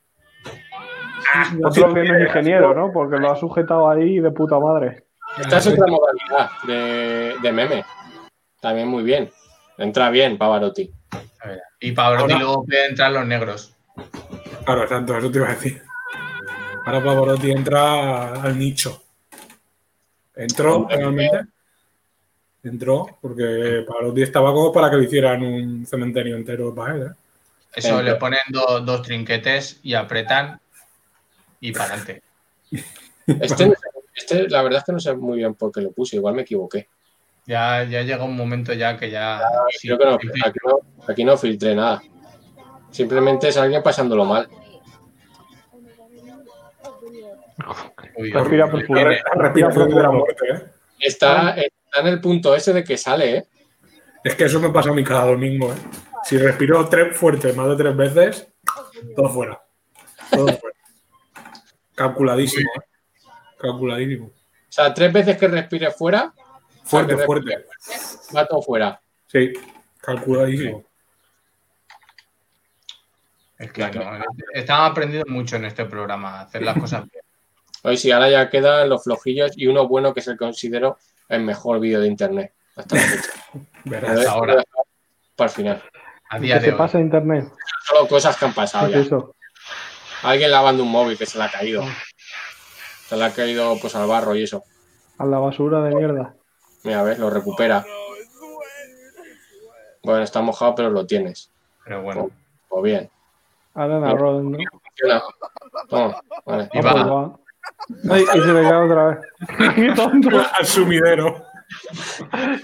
Speaker 4: Otro que no es ingeniero, ¿no? Porque lo ha sujetado ahí de puta madre.
Speaker 2: Esta es otra modalidad de, de meme. También muy bien. Entra bien, Pavarotti.
Speaker 3: es verdad. Y para
Speaker 1: Ahora-
Speaker 3: luego pueden entrar los negros.
Speaker 1: Claro, exacto, eso te iba a decir. Ahora Pavarotti entra al nicho. Entró realmente. Entró, porque Pavarotti estaba como para que le hicieran un cementerio entero para él. ¿eh?
Speaker 3: Eso, le ponen do- dos trinquetes y apretan y para adelante.
Speaker 2: Este, no sé- este, la verdad es que no sé muy bien por qué lo puse, igual me equivoqué.
Speaker 3: Ya, ya llega un momento ya que ya... sí,
Speaker 2: Creo que no,
Speaker 3: sí,
Speaker 2: aquí, no, aquí no filtré nada. Simplemente es alguien pasándolo mal.
Speaker 3: uy,
Speaker 4: Respira
Speaker 3: uy,
Speaker 4: profundo.
Speaker 3: viene.
Speaker 1: Respira profundo de la muerte, ¿eh?
Speaker 3: Ah.
Speaker 2: Está, está en el punto ese de que sale, ¿eh?
Speaker 1: Es que eso me pasa a mí cada domingo, ¿eh? Si respiro tres fuertes más de tres veces, todo fuera. Todo fuera. Calculadísimo, ¿eh? Calculadísimo.
Speaker 2: O sea, tres veces que respire fuera,
Speaker 1: Fuerte, fuerte.
Speaker 2: va todo fuera.
Speaker 1: Sí, calculadísimo.
Speaker 3: Es que no, están aprendiendo mucho en este programa, hacer las cosas bien.
Speaker 2: Hoy sí, ahora ya quedan los flojillos y uno bueno que es el que considero el mejor vídeo de internet. Hasta la fecha. Lo
Speaker 1: Verás.
Speaker 2: dejo
Speaker 3: ahora.
Speaker 2: Para el final.
Speaker 3: A
Speaker 4: Que
Speaker 3: día de
Speaker 4: se
Speaker 3: hoy.
Speaker 4: pasa internet.
Speaker 2: Solo cosas que han pasado
Speaker 4: Pues
Speaker 2: Ah, ya.
Speaker 4: eso.
Speaker 2: Alguien lavando un móvil que se le ha caído. Se le ha caído pues al barro y eso.
Speaker 4: A la basura de mierda.
Speaker 2: Mira, a ver, lo recupera. Bueno, está mojado, pero lo tienes.
Speaker 3: Pero bueno,
Speaker 2: Pues bien.
Speaker 4: Ahora en arroz, ¿no?
Speaker 2: Funciona. Toma, vale.
Speaker 3: Y va.
Speaker 4: pues Ay, y se le cae otra vez. ¡Qué tonto!
Speaker 1: Al sumidero.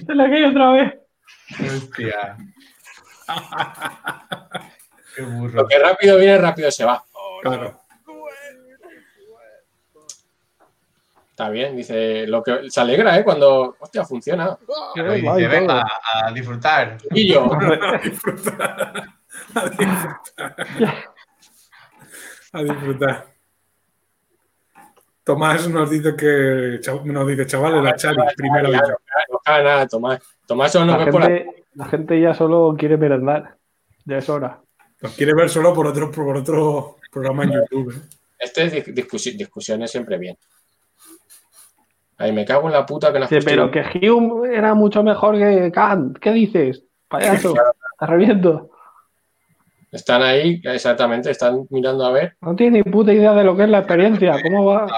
Speaker 4: Se le cae otra vez.
Speaker 3: hostia. Qué burro.
Speaker 2: Lo que rápido viene, rápido se va.
Speaker 1: Claro.
Speaker 2: Está bien, dice. Lo que se alegra, ¿eh? Cuando. Hostia, funciona.
Speaker 3: Claro, y
Speaker 4: Ay,
Speaker 3: Pues dice,
Speaker 4: todo.
Speaker 3: venga, a disfrutar.
Speaker 2: Y yo.
Speaker 1: A disfrutar. A disfrutar. A disfrutar. Tomás nos dice que nos dice chavales la Chari, primera vez.
Speaker 2: Claro, claro, no caga nada, Tomás. Tomás solo nos
Speaker 4: La
Speaker 2: ve por la.
Speaker 4: gente, la gente ya solo quiere merendar. Ya es hora.
Speaker 1: Nos quiere ver solo por otro, por otro programa en YouTube. ¿eh?
Speaker 2: Este es dis- discusi- discusiones siempre bien. Ay, me cago en la puta que nos
Speaker 4: Dice, pero que Hume era mucho mejor que Kant. ¿Qué dices? Payaso. Te reviento.
Speaker 2: Están ahí, exactamente, están mirando a ver.
Speaker 4: No tiene ni puta idea de lo que es la experiencia. ¿Cómo va?
Speaker 3: Ahora,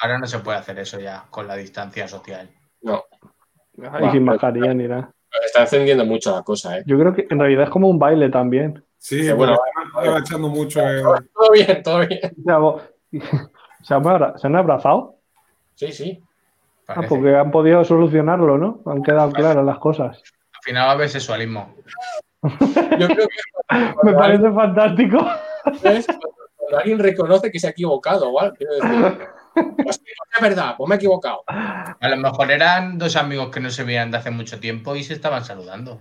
Speaker 3: ahora no se puede hacer eso ya con la distancia social.
Speaker 2: No,
Speaker 4: Y sin mascarilla ni nada.
Speaker 2: está encendiendo mucho la cosa, ¿eh?
Speaker 4: Yo creo que en realidad es como un baile también.
Speaker 1: Sí,
Speaker 2: bueno,
Speaker 1: bueno, está agachando mucho. eh.
Speaker 2: Todo bien, todo bien.
Speaker 4: O sea, vos- ¿Se han, abra- se han abrazado?
Speaker 2: Sí, sí.
Speaker 4: Ah,
Speaker 3: Parece.
Speaker 4: porque han podido solucionarlo, ¿no? Han quedado claras las cosas.
Speaker 3: Al final va a haber sexualismo.
Speaker 2: Yo creo que
Speaker 4: Me
Speaker 3: eh.
Speaker 2: cuando, alguien,
Speaker 4: parece fantástico.
Speaker 2: ves, cuando alguien reconoce que se ha equivocado o algo, quiero decir, pues sí, es verdad, pues me he equivocado.
Speaker 3: A lo mejor eran dos amigos que no se veían de hace mucho tiempo y se estaban saludando.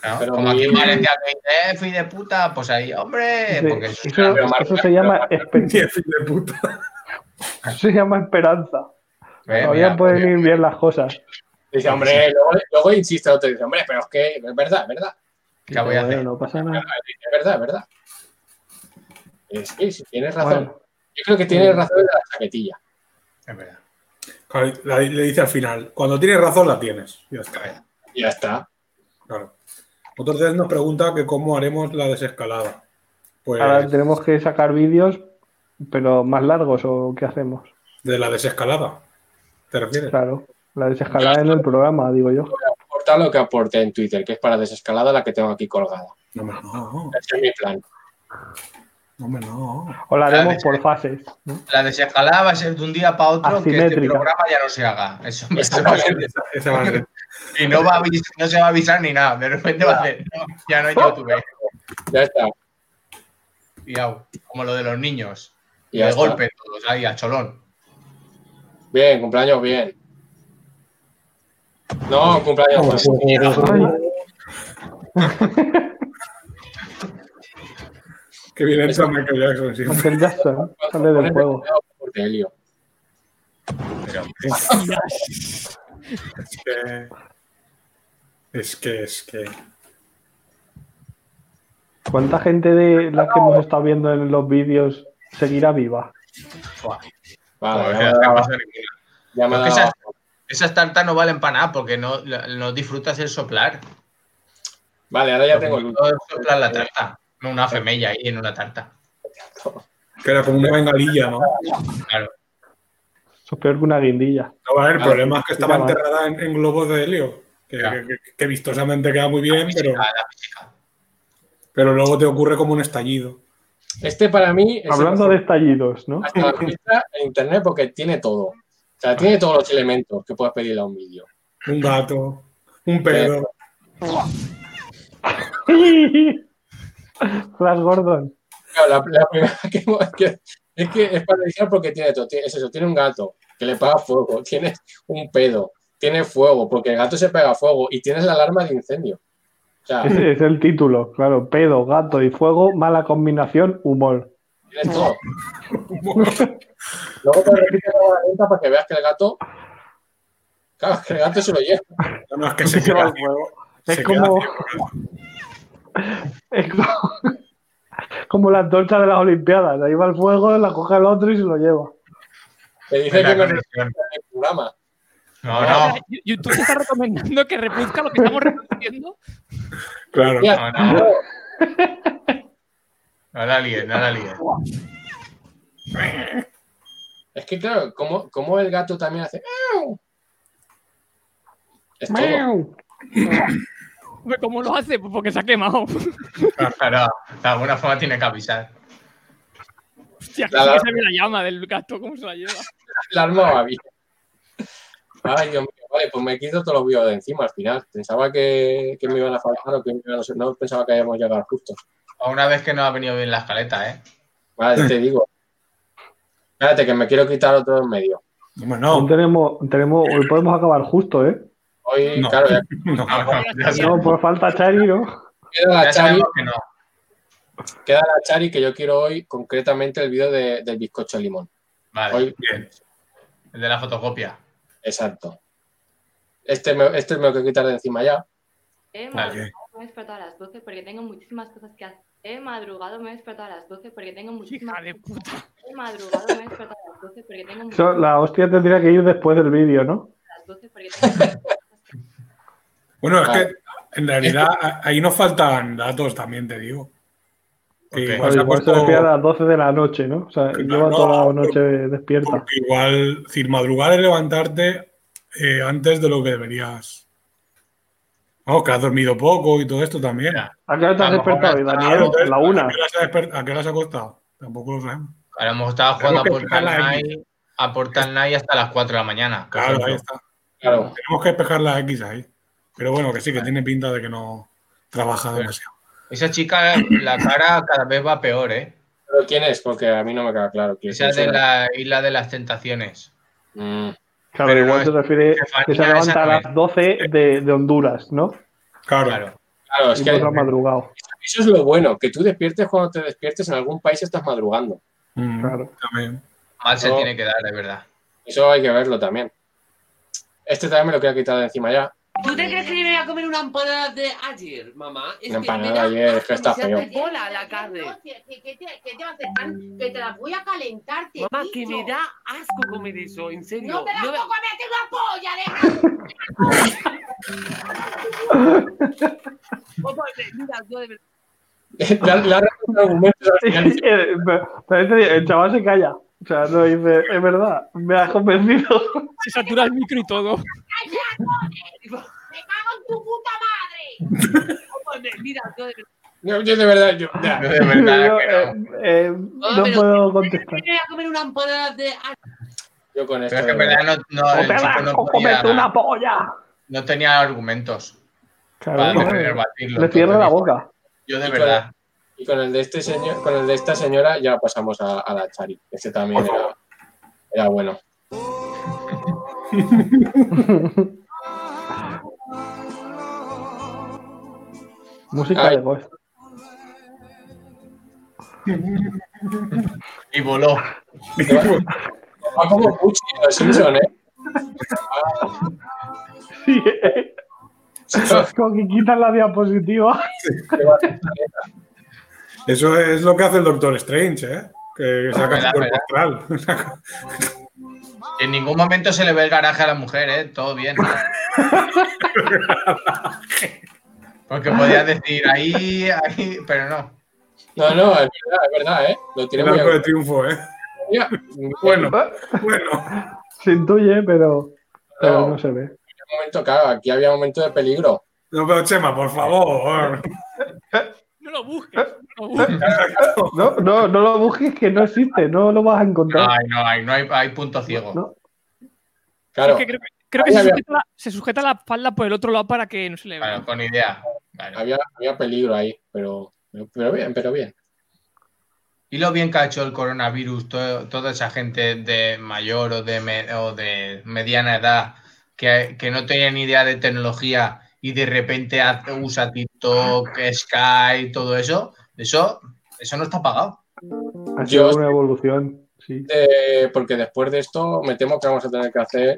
Speaker 3: Claro,
Speaker 2: Pero
Speaker 3: Como aquí
Speaker 2: muy-
Speaker 3: en Valencia que dice, eh, fui de puta, pues ahí, hombre, porque eso
Speaker 4: Sí,
Speaker 3: es
Speaker 4: eso,
Speaker 3: una-
Speaker 4: eso se llama esper-
Speaker 1: Qué fin de puta.
Speaker 4: eso se llama esperanza.
Speaker 3: Eh,
Speaker 4: Todavía
Speaker 3: mira,
Speaker 4: pueden
Speaker 3: mira.
Speaker 4: ir bien las cosas.
Speaker 2: Dice, hombre, luego, luego insiste, otro dice, hombre, pero es que es verdad, es verdad.
Speaker 3: ¿Qué voy a
Speaker 4: Bueno,
Speaker 3: hacer?
Speaker 4: No pasa nada.
Speaker 2: Es verdad, es verdad. Eh, Sí, sí, tienes razón.
Speaker 4: Bueno,
Speaker 2: Yo creo que tienes razón en la chaquetilla.
Speaker 3: Es verdad,
Speaker 1: Claro, la- Le dice al final, cuando tienes razón la tienes. Ya
Speaker 3: es
Speaker 1: está,
Speaker 3: verdad.
Speaker 2: Y Ya está.
Speaker 1: claro. Entonces nos pregunta que cómo haremos la desescalada. Pues
Speaker 4: ahora tenemos que sacar vídeos, pero más largos o qué hacemos.
Speaker 1: de la desescalada. ¿Te refieres?
Speaker 4: Claro, la desescalada en el programa, digo yo.
Speaker 2: Aporta lo que aporte en Twitter, que es para desescalada la que tengo aquí colgada.
Speaker 1: No, hombre, no,
Speaker 2: Ese es mi plan.
Speaker 1: no, hombre, no.
Speaker 4: O la haremos por fases. ¿no?
Speaker 3: La desescalada va a ser de un día para otro que este
Speaker 4: Asimétrica.
Speaker 3: programa ya no se haga. Eso, eso va a ser-
Speaker 1: Esa, esa va a ser.
Speaker 3: y no, va a avis- no se va a avisar ni nada. De repente va a hacer, no, ya no hay YouTube.
Speaker 2: Ya está.
Speaker 3: Fiao, como lo de los niños.
Speaker 2: Y
Speaker 3: de
Speaker 2: ya está.
Speaker 3: golpe todos ahí a cholón.
Speaker 2: Bien, cumpleaños, bien. No, cumpleaños. mal.
Speaker 1: Que bien entra Michael Jackson siempre.
Speaker 4: Michael Jackson sale del juego.
Speaker 2: Porque Helio.
Speaker 3: Pero
Speaker 1: Es que. Es que, es que.
Speaker 4: ¿Cuánta gente de las que hemos estado viendo en los vídeos seguirá viva?
Speaker 1: Ah,
Speaker 2: Vale,
Speaker 3: Pues,
Speaker 2: ya me
Speaker 3: no
Speaker 2: daba-
Speaker 3: pasa ninguna.
Speaker 2: ya me
Speaker 3: Lo Pues que
Speaker 2: daba-
Speaker 3: esas, esas tartas no valen para nada porque no, no disfrutas el soplar.
Speaker 2: Vale, ahora ya tengo el
Speaker 3: Todo es soplar la tarta. No una femella ahí en una tarta.
Speaker 1: Que era como una bengalilla, ¿no?
Speaker 3: Claro.
Speaker 4: Eso es peor que una guindilla.
Speaker 1: No, va a haber
Speaker 2: Claro,
Speaker 1: problema es que estaba
Speaker 4: ya va.
Speaker 1: enterrada en, en globos de helio, que,
Speaker 3: Claro.
Speaker 1: que- que- que vistosamente queda muy bien, pero,
Speaker 3: física, la física.
Speaker 1: pero luego te ocurre como un estallido.
Speaker 2: Este para mí es
Speaker 4: Hablando de estallidos, ¿no?
Speaker 2: hasta la fecha en internet porque tiene todo. O sea, tiene todos los elementos que puedes pedirle a un vídeo.
Speaker 1: Un gato, un pedo.
Speaker 4: Flash Gordon.
Speaker 2: Claro, la, la primera que, hemos- que- es que es paralizar porque tiene todo. Tiene- Es eso, tiene un gato que le pega fuego, tiene un pedo, tiene fuego, porque el gato se pega fuego y tienes la alarma de incendio. O sea,
Speaker 4: Ese es el título, claro. Pedo, gato y fuego, mala combinación, humor.
Speaker 2: tienes todo. Luego te repites la hora lenta para que veas que el gato. Claro, es que el gato se lo lleva.
Speaker 1: No, es que se
Speaker 4: Se va
Speaker 1: queda
Speaker 4: al
Speaker 1: ciego.
Speaker 4: Es
Speaker 1: Se queda
Speaker 4: como.
Speaker 1: ciego.
Speaker 4: Es como, como la antorcha de las Olimpiadas. Ahí va el fuego, la coge el otro y se lo lleva.
Speaker 2: Te
Speaker 3: Es
Speaker 2: dice
Speaker 3: la
Speaker 2: que no es
Speaker 3: conexión.
Speaker 2: el programa.
Speaker 3: No, no,
Speaker 5: YouTube te está recomendando que reproduzca lo que estamos reproduciendo.
Speaker 1: Claro.
Speaker 2: Mira,
Speaker 3: no, no. No la líes, no la líes.
Speaker 2: Es que claro, como, como el gato también hace. "Miau". Es todo.
Speaker 5: Pues, ¿Cómo lo hace? Pues porque se ha quemado.
Speaker 3: Claro, de alguna forma tiene que avisar.
Speaker 5: Hostia,
Speaker 2: La-
Speaker 5: sí que se ve la llama del gato, ¿cómo se la lleva?
Speaker 2: La arma va bien. Ay, Dios mío, vale, pues me quito todos los vídeos de encima al final. Pensaba que, que me iban a faltar o que me iban a- no pensaba que habíamos llegado justo.
Speaker 3: A una vez que no ha venido bien la escaleta, ¿eh?
Speaker 2: Vale, te digo. Espérate, que me quiero quitar otro en medio.
Speaker 4: Aún
Speaker 1: Bueno,
Speaker 4: tenemos, tenemos, hoy podemos acabar justo, ¿eh?
Speaker 2: Hoy,
Speaker 1: No.
Speaker 2: claro, ya
Speaker 1: no.
Speaker 3: No, no, Ah, ya, sé-
Speaker 4: No, por falta Chari, ¿no?
Speaker 2: queda la
Speaker 3: ya
Speaker 2: Chari,
Speaker 3: sabemos que no.
Speaker 2: queda la Chari que yo quiero hoy concretamente el vídeo de- del bizcocho de limón.
Speaker 3: Vale,
Speaker 2: Hoy,
Speaker 1: Bien.
Speaker 3: el de la fotocopia.
Speaker 2: exacto. Este me, este me lo quiero quitar de encima ya.
Speaker 7: He
Speaker 3: Vale.
Speaker 7: madrugado, me he despertado a las 12 porque tengo muchísimas cosas que hacer. He madrugado, me he despertado a las 12 porque tengo muchísimas
Speaker 5: Hija de puta.
Speaker 7: He madrugado, me he despertado a las 12 porque tengo
Speaker 4: Eso,
Speaker 7: muchísimas
Speaker 4: la hostia tendría que ir después del vídeo, ¿no?
Speaker 7: a las 12 porque tengo
Speaker 1: Bueno, es
Speaker 2: Vale.
Speaker 1: que en realidad a- ahí nos faltan datos también, te digo. Que
Speaker 3: Ok.
Speaker 1: igual
Speaker 4: Claro,
Speaker 1: se ha
Speaker 4: igual se
Speaker 1: puesto-
Speaker 4: despierta a las 12 de la noche, ¿no? O sea,
Speaker 1: Claro,
Speaker 4: lleva toda la
Speaker 1: no,
Speaker 4: noche despierta.
Speaker 1: Porque igual, es decir, madrugar es levantarte eh, antes de lo que deberías. Vamos, que has dormido poco y todo esto también.
Speaker 3: Ya.
Speaker 4: ¿A qué hora te
Speaker 3: A
Speaker 4: has
Speaker 3: lo mejor
Speaker 4: despertado,
Speaker 3: está- pues,
Speaker 4: Daniel?
Speaker 1: Claro,
Speaker 4: A la una.
Speaker 1: ¿A qué hora se ha, desper- a qué hora se ha acostado? Tampoco lo sabemos.
Speaker 3: A lo mejor estaba jugando a
Speaker 1: Tenemos que
Speaker 3: Portal
Speaker 1: esperar la X.
Speaker 3: Night, a Portal Night hasta las 4 de la mañana. por
Speaker 1: Claro,
Speaker 3: ejemplo.
Speaker 1: ahí está.
Speaker 2: Claro.
Speaker 1: Tenemos que despejar la X ahí. Pero bueno, que sí, que tiene pinta de que no trabaja demasiado.
Speaker 3: Esa chica, la cara cada vez va peor, ¿eh?
Speaker 2: ¿Pero quién es? Porque a mí no me queda claro. quién
Speaker 3: Esa
Speaker 2: es.
Speaker 3: de la isla de las tentaciones.
Speaker 2: Mm.
Speaker 4: Claro,
Speaker 3: Pero
Speaker 4: igual
Speaker 3: no
Speaker 4: se
Speaker 3: es-
Speaker 4: refiere
Speaker 3: Estefanía,
Speaker 4: que se
Speaker 3: esa
Speaker 4: levanta a
Speaker 3: no es.
Speaker 4: las 12 de, de Honduras, ¿no?
Speaker 1: Claro.
Speaker 3: Claro.
Speaker 2: Claro, es
Speaker 4: Y
Speaker 2: que
Speaker 4: pues ha madrugado.
Speaker 2: eso es lo bueno, que tú despiertes cuando te despiertes en algún país estás madrugando.
Speaker 1: Mm,
Speaker 4: Claro.
Speaker 1: También.
Speaker 3: Mal se
Speaker 2: No.
Speaker 3: tiene que dar, de verdad.
Speaker 2: Eso hay que verlo también. Este también me lo quiero quitar de encima ya.
Speaker 8: ¿Tú te crees que yo me voy a comer una empanada de ayer, mamá? Es
Speaker 2: Una
Speaker 8: que
Speaker 2: empanada
Speaker 8: mira,
Speaker 2: de ayer, es que está
Speaker 8: se hace
Speaker 2: feo.
Speaker 8: bola a la carne.
Speaker 9: Que, que te, que te va a hacer pan, que te la voy a calentar, te
Speaker 8: Mamá,
Speaker 9: he
Speaker 8: que
Speaker 9: dicho.
Speaker 8: me da asco comer eso, en serio.
Speaker 9: No te la
Speaker 8: No
Speaker 9: puedo
Speaker 8: me-
Speaker 9: comer, que una polla, deja.
Speaker 8: Opa, de- eh, mira, yo de verdad-
Speaker 2: La, la argumentos al final.
Speaker 4: Eh, pero- pero te digo, el chaval se calla. O sea, no dice, es verdad, me has convencido.
Speaker 5: Se satura el micro y todo.
Speaker 9: Me cago en tu puta madre.
Speaker 8: opa, de- eh, mira, yo de verdad-
Speaker 2: No, yo de verdad, yo, ya.
Speaker 3: Yo de verdad
Speaker 4: Yo,
Speaker 3: que no.
Speaker 4: eh, eh, no
Speaker 8: Ah, pero-
Speaker 4: puedo
Speaker 8: que
Speaker 4: contestar.
Speaker 8: me voy a comer una empanada de ayer.
Speaker 2: Yo con esto.
Speaker 3: Pero es que
Speaker 2: de
Speaker 3: en
Speaker 2: verdad.
Speaker 3: verdad no, no,
Speaker 4: O
Speaker 3: el
Speaker 4: te
Speaker 3: chico
Speaker 4: vas
Speaker 3: no
Speaker 4: o comete
Speaker 3: podía-
Speaker 4: una polla.
Speaker 3: no tenía argumentos
Speaker 4: Claro,
Speaker 3: para
Speaker 4: no,
Speaker 3: defender
Speaker 4: le
Speaker 3: batirlo.
Speaker 4: cierra
Speaker 3: Entonces,
Speaker 4: la boca.
Speaker 3: Yo de
Speaker 2: Y
Speaker 3: verdad.
Speaker 2: Y con el de este señor, con el de esta señora ya pasamos a, a la Chari. Este también
Speaker 1: Por
Speaker 2: era, era bueno.
Speaker 4: Música
Speaker 2: Ay.
Speaker 4: de ghost.
Speaker 3: Y voló.
Speaker 2: Va como Pucci en los Simpson, ¿eh?
Speaker 4: Sí, eh, como que quitan la diapositiva.
Speaker 1: Eso es lo que hace el Doctor Strange, ¿eh? Que saca
Speaker 3: Ah, Verdad,
Speaker 1: su cuerpo
Speaker 3: verdad.
Speaker 1: astral. Saca-
Speaker 3: En ningún momento se le ve el garaje a la mujer, ¿eh? Todo bien. Porque podía decir ahí, ahí, pero no.
Speaker 2: No, no, es verdad, es verdad, ¿eh? Lo tiene
Speaker 1: El
Speaker 2: muy
Speaker 1: arco de
Speaker 2: bien.
Speaker 1: triunfo, ¿eh?
Speaker 2: Mira,
Speaker 1: Bueno, bueno.
Speaker 4: Sí, se intuye, pero, pero no se ve.
Speaker 2: momento, claro, aquí había un momento de peligro.
Speaker 1: No, pero Chema, por favor.
Speaker 5: No lo busques, no lo busques.
Speaker 4: No, no, no lo busques que no existe, no lo vas a
Speaker 3: No
Speaker 4: encontrar.
Speaker 3: hay, no hay, no hay, hay punto ciego.
Speaker 4: No.
Speaker 2: Claro,
Speaker 5: Es que creo, creo que
Speaker 2: Ahí
Speaker 5: se
Speaker 2: había-
Speaker 5: sujeta, la, se sujeta la espalda por el otro lado para que no se le vea.
Speaker 3: Claro, con idea. Claro.
Speaker 2: había, había peligro ahí, pero, pero bien, pero bien.
Speaker 3: Y lo bien que ha hecho el coronavirus, to- toda esa gente de mayor o de, me- o de mediana edad que, que no tenía ni idea de tecnología y de repente hace- usa TikTok, Skype, todo eso, eso, eso no está pagado.
Speaker 4: Ha sido
Speaker 2: Yo-
Speaker 4: una evolución, sí.
Speaker 2: Eh, porque después de esto me temo que vamos a tener que hacer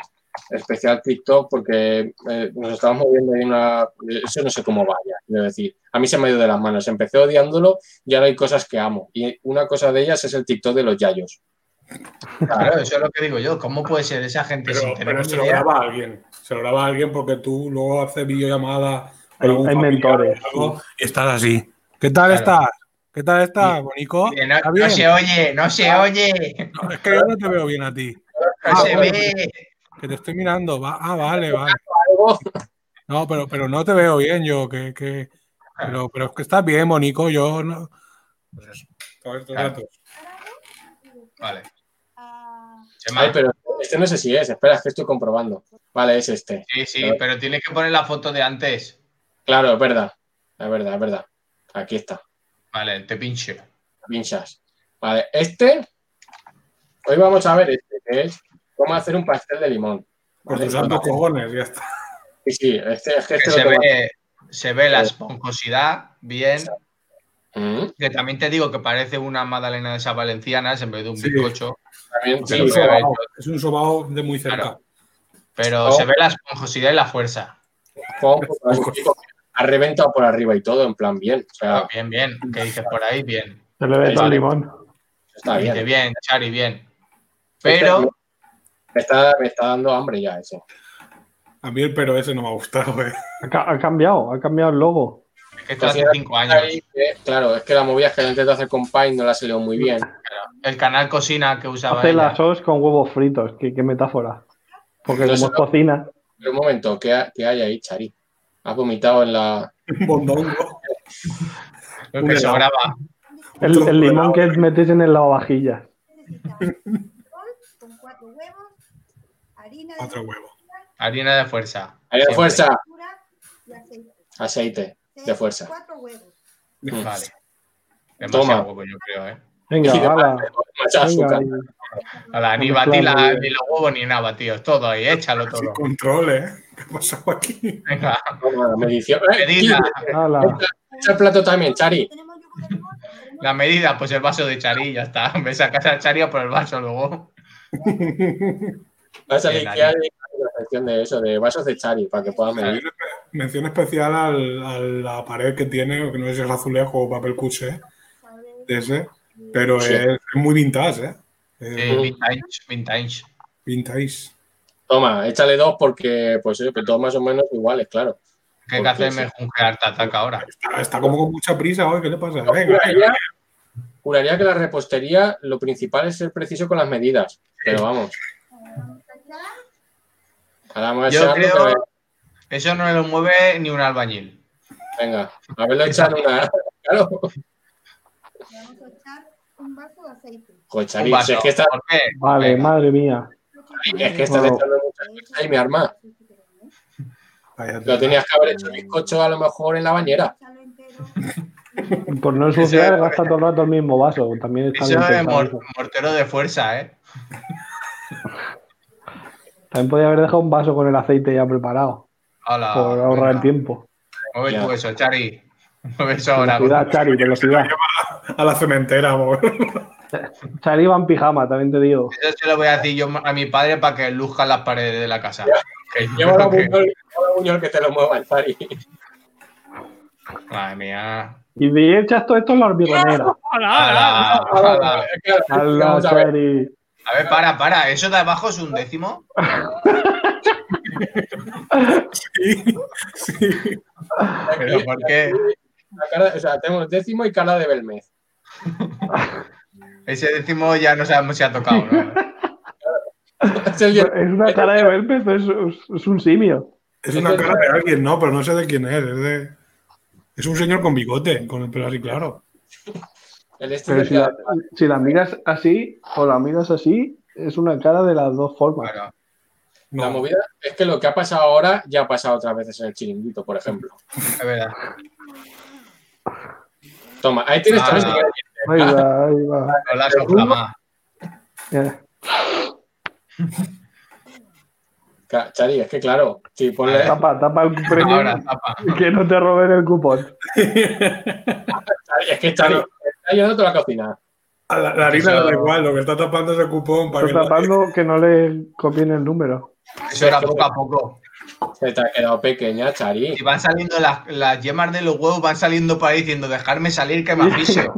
Speaker 2: especial TikTok porque eh, nos estamos moviendo en una... Eso no sé cómo vaya, quiero decir. A mí se me ha ido de las manos. Empecé odiándolo y ahora hay cosas que amo. Y una cosa de ellas es el TikTok de los yayos.
Speaker 3: Claro, eso es lo que digo yo. ¿Cómo puede ser esa gente
Speaker 1: Pero,
Speaker 3: sin tener
Speaker 1: pero
Speaker 3: ni
Speaker 1: se lo
Speaker 3: idea?
Speaker 1: graba a alguien. Se lo graba a alguien porque tú luego haces videollamadas
Speaker 4: Hay-
Speaker 1: algún
Speaker 4: hay
Speaker 1: familiar
Speaker 4: mentores,
Speaker 1: o algo Y estás así. ¿Qué tal
Speaker 3: Claro.
Speaker 1: estás? ¿Qué tal estás, Bonico?
Speaker 3: Oye, No,
Speaker 1: ¿Está
Speaker 3: no
Speaker 1: bien? Ah.
Speaker 3: se oye, no se oye,
Speaker 1: No, es que yo no te veo bien a ti.
Speaker 3: no
Speaker 1: Ah,
Speaker 3: se ve.
Speaker 1: Que te estoy mirando. Va- ah, vale, vale. No, pero, pero no te veo bien yo. Que, que- pero, pero es que estás bien, Bonico. Yo no. Pues eso, todo esto,
Speaker 3: Claro.
Speaker 1: todo esto.
Speaker 3: Vale. Chema,
Speaker 2: Ay, pero este no sé si es. Espera, es que estoy comprobando. Vale, es este.
Speaker 3: Sí, sí, pero tienes que poner la foto de antes.
Speaker 2: Claro, es verdad. Es verdad, es verdad. Aquí está.
Speaker 3: Vale, te pinche.
Speaker 2: Pinchas. Vale, este... Hoy vamos a ver este, que es cómo hacer un pastel de limón.
Speaker 1: Por
Speaker 2: Vale,
Speaker 1: tus santos
Speaker 2: vale.
Speaker 1: cojones, ya está.
Speaker 2: Sí, sí, este, es que
Speaker 3: Que
Speaker 2: este
Speaker 3: se
Speaker 2: lo tengo-
Speaker 3: ve, se ve la esponjosidad bien.
Speaker 2: Mm,
Speaker 3: Que también te digo que parece una magdalena de esas valencianas en vez de un
Speaker 1: Sí.
Speaker 3: bizcocho.
Speaker 2: También,
Speaker 1: Es
Speaker 2: sí,
Speaker 1: un
Speaker 3: se ve.
Speaker 1: sobao, es un sobao de muy cerca.
Speaker 3: Claro. Pero
Speaker 2: Oh.
Speaker 3: se ve la esponjosidad y la fuerza.
Speaker 2: con- ha reventado por arriba y todo, en plan bien. O sea,
Speaker 3: Ah, Bien, bien. ¿Qué dices por ahí? Bien.
Speaker 4: Se le ve
Speaker 2: Ahí
Speaker 4: todo el
Speaker 2: sale.
Speaker 4: limón.
Speaker 2: está
Speaker 3: Dice
Speaker 2: bien. Este
Speaker 3: bien, Chari, bien. Pero
Speaker 2: Me está, me está dando hambre ya ese.
Speaker 1: A mí el pero ese no me ha gustado. eh.
Speaker 4: Ha, ca- ha cambiado, ha cambiado el logo.
Speaker 3: es que esto hace cinco años.
Speaker 2: Ahí, eh, Claro, es que la movida es que lo intento hacer con Pine no la ha salido muy bien.
Speaker 3: El canal Cocina que usaba.
Speaker 4: Hace la
Speaker 3: ella.
Speaker 4: sos con huevos fritos, qué, qué metáfora. Porque
Speaker 2: No
Speaker 4: como
Speaker 2: se
Speaker 4: es cocina,
Speaker 2: Pero un momento, ¿qué, ha- qué hay ahí, Chari? Has vomitado en la.
Speaker 1: Un bondongo.
Speaker 3: Lo que sobraba.
Speaker 4: el, el limón que metes en el lavavajillas.
Speaker 9: con cuatro huevos, harina de
Speaker 1: Otro huevo.
Speaker 3: Harina de fuerza.
Speaker 2: Ahí de
Speaker 3: Siempre.
Speaker 2: fuerza,
Speaker 9: pura y aceite.
Speaker 2: aceite. De fuerza.
Speaker 9: Cuatro huevos.
Speaker 3: Vale. Demasiado
Speaker 2: Toma.
Speaker 3: huevo, yo creo, ¿eh?
Speaker 4: Venga,
Speaker 2: Y de-
Speaker 4: hala,
Speaker 2: Mucha
Speaker 4: venga,
Speaker 2: azúcar.
Speaker 4: y-
Speaker 3: Ala, ni
Speaker 4: Mezclado
Speaker 3: batila,
Speaker 4: muy
Speaker 2: eh.
Speaker 4: bien.
Speaker 3: ni los huevos, ni nada, tío. Todo ahí, échalo
Speaker 1: Sin
Speaker 3: todo.
Speaker 1: control, ¿eh? ¿Qué ha pasado aquí?
Speaker 3: Venga,
Speaker 2: Toma, la medición. Eh,
Speaker 3: medida.
Speaker 4: hala.
Speaker 2: Echa el plato también, Chari.
Speaker 9: Tenemos yogur de limón, tenemos
Speaker 3: La medida, pues el vaso de Chari, ya está. Me sacas a Chari a por el vaso luego.
Speaker 2: Vas a
Speaker 3: Bien,
Speaker 2: liquear la sección de eso, de vasos de Chari, para que puedas medir.
Speaker 1: Mención especial al- a la pared que tiene, que no sé si es azulejo o papel cuché, de ese, pero
Speaker 2: Sí.
Speaker 1: es, es muy vintage, ¿eh?
Speaker 3: Sí,
Speaker 1: Eh,
Speaker 3: vintage, vintage.
Speaker 1: Vintage.
Speaker 2: Toma, échale dos porque, pues, eh, pues todos más o menos iguales, claro.
Speaker 3: ¿Qué hay que hacerme jungear tataca ahora?
Speaker 1: Está, está como con mucha prisa hoy, ¿qué le pasa? Venga,
Speaker 2: Juraría, juraría que la repostería lo principal es ser preciso con las medidas, pero vamos. Ahora vamos a
Speaker 3: Yo
Speaker 2: echar
Speaker 3: creo-
Speaker 2: otra vez.
Speaker 3: Eso no lo mueve ni un albañil.
Speaker 2: Venga, a verlo echar una. Claro,
Speaker 9: le vamos a echar un vaso de aceite.
Speaker 2: Joder, Chari,
Speaker 3: Un vaso.
Speaker 2: si pues, es que estás,
Speaker 3: ¿Por qué?
Speaker 4: Vale,
Speaker 3: Venga.
Speaker 4: madre mía.
Speaker 2: es que estás
Speaker 4: Wow.
Speaker 2: echando muchas cosas ahí, mi arma.
Speaker 1: Vaya
Speaker 2: Lo tenías que haber hecho bizcocho a lo mejor en la bañera.
Speaker 9: Echalo entero.
Speaker 4: Por no
Speaker 3: Eso
Speaker 4: ensuciar,
Speaker 3: es-
Speaker 4: gasta todo el rato el mismo vaso. También está
Speaker 3: Eso
Speaker 4: bien
Speaker 3: es
Speaker 4: pensado.
Speaker 3: mor-
Speaker 4: eso.
Speaker 3: mortero de fuerza, ¿eh?
Speaker 4: También podía haber dejado un vaso con el aceite ya preparado.
Speaker 3: Hola.
Speaker 4: por ahorrar el tiempo.
Speaker 3: Mueve
Speaker 2: Ya.
Speaker 3: tú eso, Chari. Mueve eso ahora.
Speaker 4: Velocidad, Chari, velocidad.
Speaker 1: a la cementera, amor.
Speaker 4: Chari va en pijama, también te digo.
Speaker 3: Eso se lo voy a decir yo a mi padre para que luzcan las paredes de la casa. Que yo
Speaker 2: Lleva la
Speaker 3: creo que-
Speaker 2: buñol, lleva la buñol que te lo mueva, Chari.
Speaker 3: Madre mía.
Speaker 4: Y de echas todo esto en la hormigonera.
Speaker 2: Ah,
Speaker 5: ¡Hala, hala!
Speaker 3: Ala, ala.
Speaker 2: Claro,
Speaker 4: Hala,
Speaker 2: vamos a ver.
Speaker 4: Chari.
Speaker 3: A ver, para, para. ¿Eso de abajo es un décimo?
Speaker 1: Sí, sí.
Speaker 3: Pero ¿por qué?
Speaker 2: La cara- o sea, tenemos décimo y cara de Belmez.
Speaker 3: Ese décimo ya no sabemos si ha tocado, ¿no?
Speaker 2: Es el guion-
Speaker 4: Es una cara de Belpez, es, es- es un simio.
Speaker 1: Es una cara de alguien, ¿no? Pero no sé de quién es. Es, de- es un señor con bigote, con el pelo así claro.
Speaker 2: el este
Speaker 4: Pero
Speaker 2: del
Speaker 4: si la,
Speaker 2: que-
Speaker 4: si la miras así o la miras así, es una cara de las dos formas.
Speaker 3: Claro.
Speaker 1: No.
Speaker 2: La movida es que lo que ha pasado ahora ya ha pasado otras veces en el chiringuito, por ejemplo.
Speaker 3: Es verdad.
Speaker 2: Toma, ahí tienes
Speaker 3: Ah.
Speaker 2: tres de Guardian.
Speaker 4: Ahí va, ahí va. Eh,
Speaker 3: No la sopla más.
Speaker 4: Ya.
Speaker 2: Ca- Chari, es que claro, si ponle,
Speaker 4: Tapa, tapa el premio
Speaker 3: Ahora, tapa.
Speaker 4: que no te roben el cupón.
Speaker 2: Chari, es que Chari está ayudando a la cocina.
Speaker 1: A la, la harina le da igual, lo que está tapando es el cupón para que
Speaker 4: Está tapando que no le copien el número.
Speaker 3: Eso era poco a poco.
Speaker 2: Se te ha quedado pequeña, Chari.
Speaker 3: Y van saliendo las, las yemas de los huevos, van saliendo para ahí diciendo, dejarme salir que me aficio.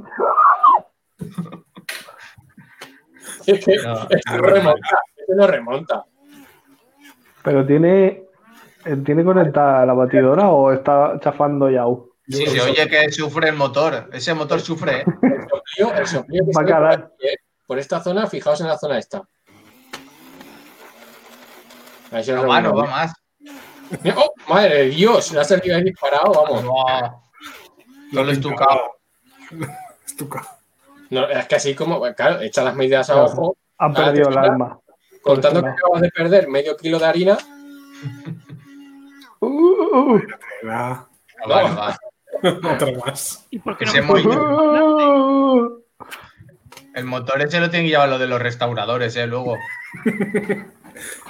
Speaker 2: Es que
Speaker 3: No,
Speaker 2: es que
Speaker 4: Ah,
Speaker 2: no remonta, es que no remonta.
Speaker 4: Pero tiene. eh, ¿Tiene conectada la batidora o está chafando Yahoo?
Speaker 3: Si se oye que sufre el motor, ese motor sufre. ¿eh?
Speaker 2: El soplío, el soplío que
Speaker 4: Va
Speaker 2: sale por
Speaker 4: a cagar.
Speaker 2: aquí, ¿eh? por esta zona, fijaos en la zona esta. Ahí se
Speaker 3: No
Speaker 2: lo
Speaker 3: va, no
Speaker 2: remonta.
Speaker 3: va más.
Speaker 2: Mira, ¡Oh, madre de Dios! La salido ahí disparado, vamos.
Speaker 3: No. Solo estucado.
Speaker 1: Estucado.
Speaker 2: No, es que así como, eh, claro, echa las medidas a
Speaker 4: Claro.
Speaker 2: ojo,
Speaker 4: Han
Speaker 2: Ah,
Speaker 4: perdido el
Speaker 2: claro.
Speaker 4: alma.
Speaker 2: contando que
Speaker 4: no.
Speaker 2: acabas de perder medio kilo de harina,
Speaker 4: Uh, uh, uh,
Speaker 1: Era
Speaker 3: No va, no va.
Speaker 1: otra más.
Speaker 5: ¿Y por qué no?
Speaker 3: Ese
Speaker 5: me-
Speaker 3: muy-
Speaker 4: uh.
Speaker 3: El motor ese lo tienen que llevar lo de los restauradores, ¿eh? Luego.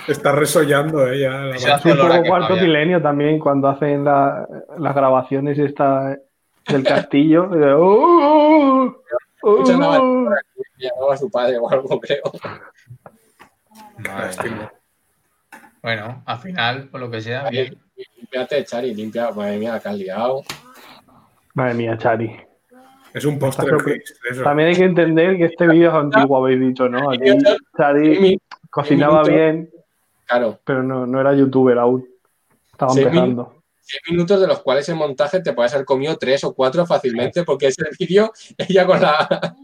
Speaker 1: Está resollando eh, ella.
Speaker 3: Eso hace
Speaker 4: Es un
Speaker 3: olor a
Speaker 4: poco
Speaker 3: que
Speaker 4: cuarto
Speaker 3: Fabián.
Speaker 4: milenio también cuando hacen la- las grabaciones esta del castillo. de, uh, uh, uh,
Speaker 2: Escucha la
Speaker 4: uh.
Speaker 2: llamaba a su padre o algo, creo.
Speaker 3: Madre mía. Bueno, al final, por lo que sea, Ah, bien.
Speaker 2: Límpiate, Chari, limpia. Madre mía, la que has liado.
Speaker 4: Madre mía, Chari.
Speaker 1: Es un postre
Speaker 4: Está
Speaker 1: face, eso.
Speaker 4: También hay que entender que este vídeo es antiguo, habéis dicho, ¿no? Aquí Chari
Speaker 2: Mimi,
Speaker 4: cocinaba bien,
Speaker 2: Claro,
Speaker 4: pero no, no era youtuber aún. Estaba
Speaker 2: Sí,
Speaker 4: empezando.
Speaker 2: 10 minutos de los cuales el montaje te puede haber comido 3 o 4 fácilmente, porque ese vídeo, ella con la.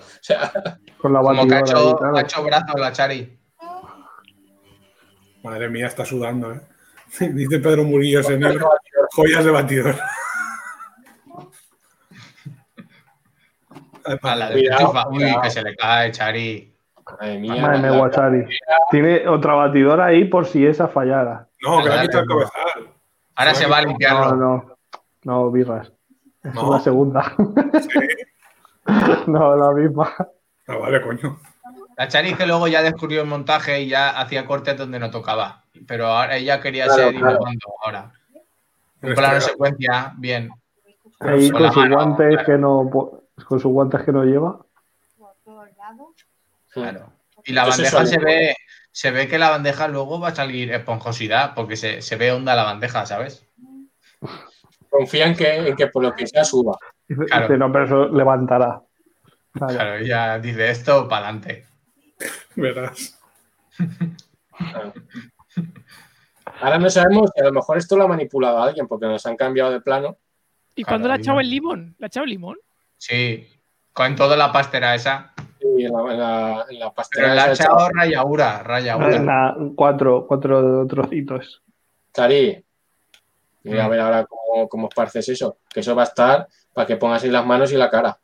Speaker 2: O sea,
Speaker 4: Con la
Speaker 3: Como
Speaker 4: batidora. ahí,
Speaker 3: cacho,
Speaker 4: claro.
Speaker 3: cacho brazos la Chari.
Speaker 1: Madre mía, está sudando, ¿eh? Dice Pedro Murillo, señor.
Speaker 2: no, tío,
Speaker 1: Joyas de batidor.
Speaker 3: A Ah, la de
Speaker 2: Cuidado,
Speaker 3: Tifa. Uy,
Speaker 2: cuidado.
Speaker 3: que se le cae, Chari.
Speaker 2: madre mía.
Speaker 4: Madre mía,
Speaker 2: la-
Speaker 4: Guachari. Tiene otra batidora ahí por si esa fallara.
Speaker 1: No, que le ha
Speaker 3: Dale,
Speaker 1: quitado el
Speaker 3: no.
Speaker 1: cabezal.
Speaker 3: Ahora se va a
Speaker 4: No,
Speaker 3: limpiarlo.
Speaker 4: no. No, birras. Es
Speaker 1: No.
Speaker 4: la segunda. no, la misma.
Speaker 1: No, ah, vale, coño.
Speaker 3: La Chari que luego ya descubrió el montaje y ya hacía cortes donde no tocaba. Pero ahora ella quería
Speaker 2: Claro,
Speaker 3: ser
Speaker 2: claro. Pues
Speaker 3: innovando ahora. Un plano secuencia, bien.
Speaker 1: pues
Speaker 4: Ahí
Speaker 3: Con
Speaker 4: con
Speaker 3: la
Speaker 4: sus
Speaker 3: mano,
Speaker 4: guantes
Speaker 3: claro.
Speaker 4: que no po- con sus guantes que no lleva.
Speaker 3: Claro. Y la
Speaker 2: Entonces,
Speaker 3: bandeja
Speaker 2: eso,
Speaker 3: se ve, se ve que la bandeja luego va a salir esponjosidad, porque se, se ve onda la bandeja, ¿sabes?
Speaker 2: Confía en que, en que por lo que sea suba.
Speaker 4: Dice,
Speaker 3: Claro.
Speaker 4: dice, no, pero eso levantará. Claro.
Speaker 3: Claro, ella dice esto para adelante.
Speaker 4: pues,
Speaker 1: Verás.
Speaker 2: Ahora no sabemos que a lo mejor esto lo ha manipulado alguien porque nos han cambiado de plano.
Speaker 5: ¿Y cuándo la ha
Speaker 3: Carolina.
Speaker 5: echado el limón? ¿La ha echado el limón?
Speaker 3: Sí, con toda la pastera esa.
Speaker 2: Y en la, en la, en la pastera
Speaker 3: Pero la ha
Speaker 2: esa echado-
Speaker 3: echado rayaura, rayaura.
Speaker 4: Na- cuatro, cuatro trocitos.
Speaker 2: Cari, mira a
Speaker 3: Mm.
Speaker 2: ver ahora cómo, cómo esparces eso. Que eso va a estar para que pongas ahí las manos y la cara.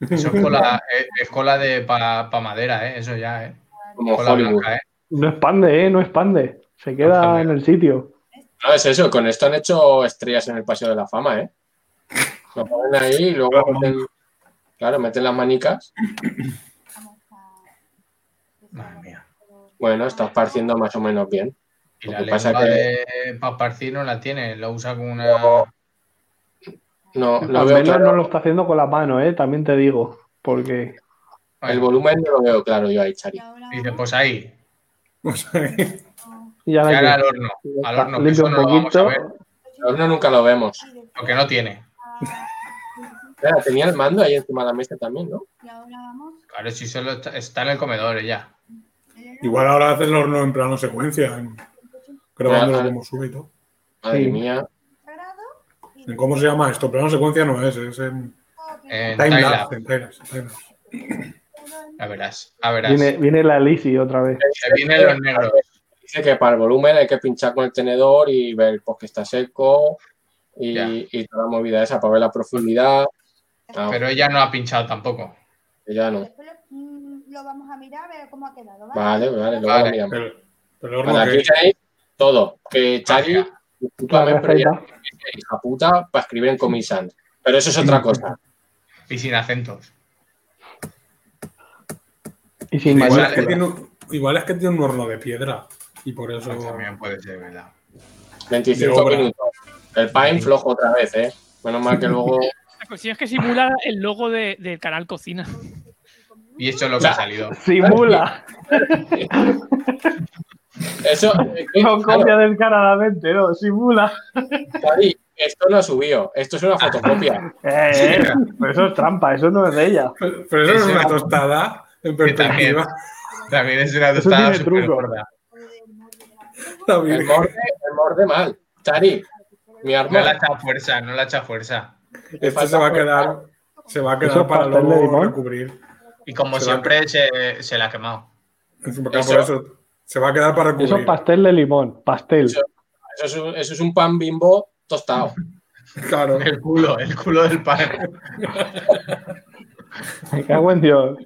Speaker 3: Eso es cola, es, es cola de pa, pa madera, ¿eh? Eso ya, ¿eh?
Speaker 2: Como
Speaker 3: Cola
Speaker 2: Hollywood.
Speaker 3: blanca, ¿eh?
Speaker 4: No expande, eh, no expande. Se queda
Speaker 3: Ojalá.
Speaker 4: en el sitio.
Speaker 2: No es eso, con esto han hecho estrellas en el Paseo de la Fama, ¿eh? Lo ponen ahí y luego meten, claro, meten las manicas.
Speaker 3: Madre mía.
Speaker 2: Bueno, está esparciendo más o menos bien.
Speaker 3: Y la
Speaker 2: Lo que pasa
Speaker 3: lengua
Speaker 2: que-
Speaker 3: de Paparcí no la tiene, la usa con una...
Speaker 2: No, no
Speaker 4: Al
Speaker 2: veo
Speaker 4: menos no
Speaker 2: claro.
Speaker 4: lo está haciendo con la mano, eh, también te digo. Porque
Speaker 2: El volumen no lo veo claro yo ahí, Chari.
Speaker 3: Dice, pues ahí,
Speaker 1: O sea, que-
Speaker 4: ya
Speaker 3: que
Speaker 4: la
Speaker 3: ahora
Speaker 4: que-
Speaker 3: al horno, al horno, que
Speaker 4: limpia
Speaker 3: eso
Speaker 4: un
Speaker 3: no lo vamos a
Speaker 4: poquito.
Speaker 3: ver,
Speaker 2: El horno nunca lo vemos.
Speaker 3: porque no tiene.
Speaker 2: Espera, tenía el mando ahí encima de la mesa también, ¿no?
Speaker 3: Claro, si solo está, está en el comedor ella.
Speaker 1: Igual ahora haces el horno en plano secuencia, en- grabándolo como súbito.
Speaker 2: Madre
Speaker 4: Sí.
Speaker 2: mía.
Speaker 1: ¿En ¿Cómo se llama esto? Plano secuencia no es, es en
Speaker 3: En
Speaker 2: Eh,
Speaker 1: timelapse.
Speaker 3: Tailandia.
Speaker 1: en timelapse, en timelapse.
Speaker 3: A verás, a verás. Eh,
Speaker 4: Viene, viene la Lisi otra vez.
Speaker 3: Se vienen los negros.
Speaker 2: Dice que para el volumen hay que pinchar con el tenedor y ver pues, que está seco y,
Speaker 3: Ya.
Speaker 2: y toda la movida esa para ver la profundidad. Ah,
Speaker 3: Pero ella no ha pinchado tampoco.
Speaker 2: ya no.
Speaker 9: Después lo, mm, lo vamos a mirar a ver cómo ha quedado. ¿vale?
Speaker 2: Vale, vale, luego
Speaker 3: Vale.
Speaker 2: miramos.
Speaker 1: Pero, pero
Speaker 2: Bueno,
Speaker 1: Orno,
Speaker 2: aquí
Speaker 1: que,
Speaker 2: tenéis todo. Que Chari,
Speaker 3: Venga.
Speaker 2: discúlpame,
Speaker 4: La
Speaker 2: pero ya
Speaker 4: receta.
Speaker 2: es hija puta para escribir en Comic Sans. Pero eso es otra cosa.
Speaker 3: Y sin acentos.
Speaker 4: Y sin
Speaker 1: igual,
Speaker 4: mayúsculas.
Speaker 1: es que tiene un, igual es que tiene un horno de piedra y por eso...
Speaker 3: Pues también puede ser, ¿verdad?
Speaker 2: 25
Speaker 1: De obra.
Speaker 2: minutos. El Pine flojo otra vez, ¿eh? Menos mal que luego.
Speaker 5: La cuestión es que simula el logo de- del canal Cocina.
Speaker 3: Y eso es lo que
Speaker 2: Ya.
Speaker 3: ha salido.
Speaker 4: Simula.
Speaker 2: Eso. eh,
Speaker 4: No
Speaker 2: claro,
Speaker 4: copia descaradamente, no, simula.
Speaker 2: Chari, esto no ha subido. Esto es una fotocopia.
Speaker 4: Eh, eh, pero eso es trampa, eso no es de ella.
Speaker 1: Pero pero eso no es
Speaker 3: Ese-
Speaker 1: una tostada en perspectiva.
Speaker 3: También es una
Speaker 4: Eso
Speaker 3: tostada
Speaker 4: tiene
Speaker 3: súper
Speaker 4: truco.
Speaker 3: gorda.
Speaker 1: La
Speaker 2: El
Speaker 1: Virgen.
Speaker 2: morde, el morde mal. Chari, mi
Speaker 3: No la
Speaker 2: arma.
Speaker 3: echa fuerza, no la echa fuerza.
Speaker 1: Esto se va a quedar, se va a
Speaker 4: ¿Eso
Speaker 1: quedar
Speaker 4: es
Speaker 1: para
Speaker 4: pastel de
Speaker 1: luego
Speaker 4: limón?
Speaker 1: recubrir.
Speaker 3: Y como
Speaker 1: Se va.
Speaker 3: siempre se, se la ha quemado.
Speaker 1: Es- porque por eso se va a quedar para
Speaker 4: Eso es
Speaker 1: recubrir.
Speaker 4: pastel de limón, pastel.
Speaker 2: Eso- Eso es un, eso es un pan bimbo tostado.
Speaker 1: Claro.
Speaker 3: El culo, el culo del pan.
Speaker 4: Me cago en Dios.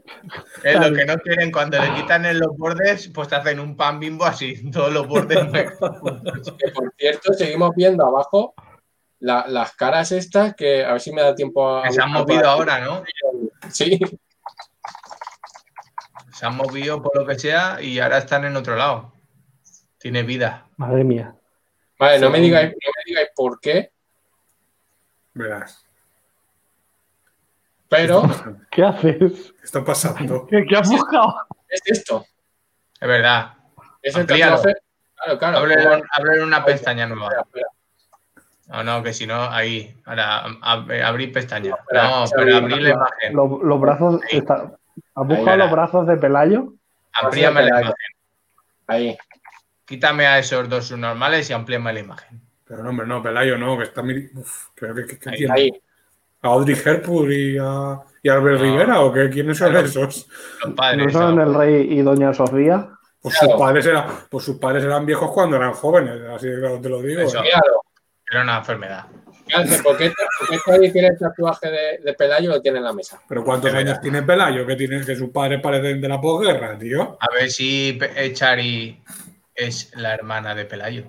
Speaker 3: Es lo
Speaker 4: Claro.
Speaker 3: que no quieren cuando le quitan en los bordes, pues te hacen un pan bimbo así, todos los bordes.
Speaker 2: Que por cierto, seguimos viendo abajo la- las caras estas que a ver si me da tiempo a.
Speaker 3: Que se han
Speaker 2: a-
Speaker 3: movido ahora, ¿no?
Speaker 2: Sí,
Speaker 3: Se han movido por lo que sea y ahora están en otro lado. Tiene vida.
Speaker 4: Madre mía.
Speaker 2: vale, no me digáis, no me digáis por qué,
Speaker 1: Verás.
Speaker 2: pero
Speaker 4: ¿Qué haces?
Speaker 1: ¿Qué está pasando?
Speaker 4: ¿Qué, qué has buscado?
Speaker 2: es esto.
Speaker 3: Es verdad.
Speaker 2: Es el
Speaker 3: Amplíalo.
Speaker 2: tatuaje. Claro, claro.
Speaker 3: Ábrele, ábrele una pestaña nueva.
Speaker 2: Espera, espera.
Speaker 3: No, no, que si no, ahí. Ahora, ab- abrir pestaña.
Speaker 2: espera,
Speaker 3: No,
Speaker 2: se
Speaker 3: pero
Speaker 2: abre.
Speaker 3: abrir la imagen.
Speaker 4: Los, los brazos. está- ¿Has buscado
Speaker 3: verá.
Speaker 4: los brazos de Pelayo?
Speaker 3: Amplíame la imagen.
Speaker 2: Ahí.
Speaker 3: Quítame a esos dos subnormales y amplíame la imagen.
Speaker 1: Pero no, hombre, no, Pelayo no, que está miri- Uf, pero ¿qué, qué- qué
Speaker 3: Ahí,
Speaker 1: tiene?
Speaker 2: Ahí.
Speaker 1: ¿A Audrey Hepburn y a, y a Albert
Speaker 3: No.
Speaker 1: Rivera o qué? ¿Quiénes son
Speaker 3: Claro.
Speaker 1: esos?
Speaker 3: Los padres.
Speaker 4: ¿No son
Speaker 3: ¿no?
Speaker 4: el rey y doña Sofía?
Speaker 1: Pues,
Speaker 2: Claro.
Speaker 1: sus padres eran, pues sus padres eran viejos cuando eran jóvenes, así de claro te lo digo. ¿eh?
Speaker 3: Eso.
Speaker 2: Míralo.
Speaker 3: Era una enfermedad.
Speaker 2: Fíjate, ¿Por qué, por qué nadie tiene el tatuaje de, de Pelayo y lo tiene en la mesa?
Speaker 1: Pero ¿cuántos
Speaker 3: De verdad.
Speaker 1: años tiene Pelayo? Que, tiene, que sus padres parecen de la posguerra, tío.
Speaker 3: A ver si Pe- eh, Chari es la hermana de Pelayo.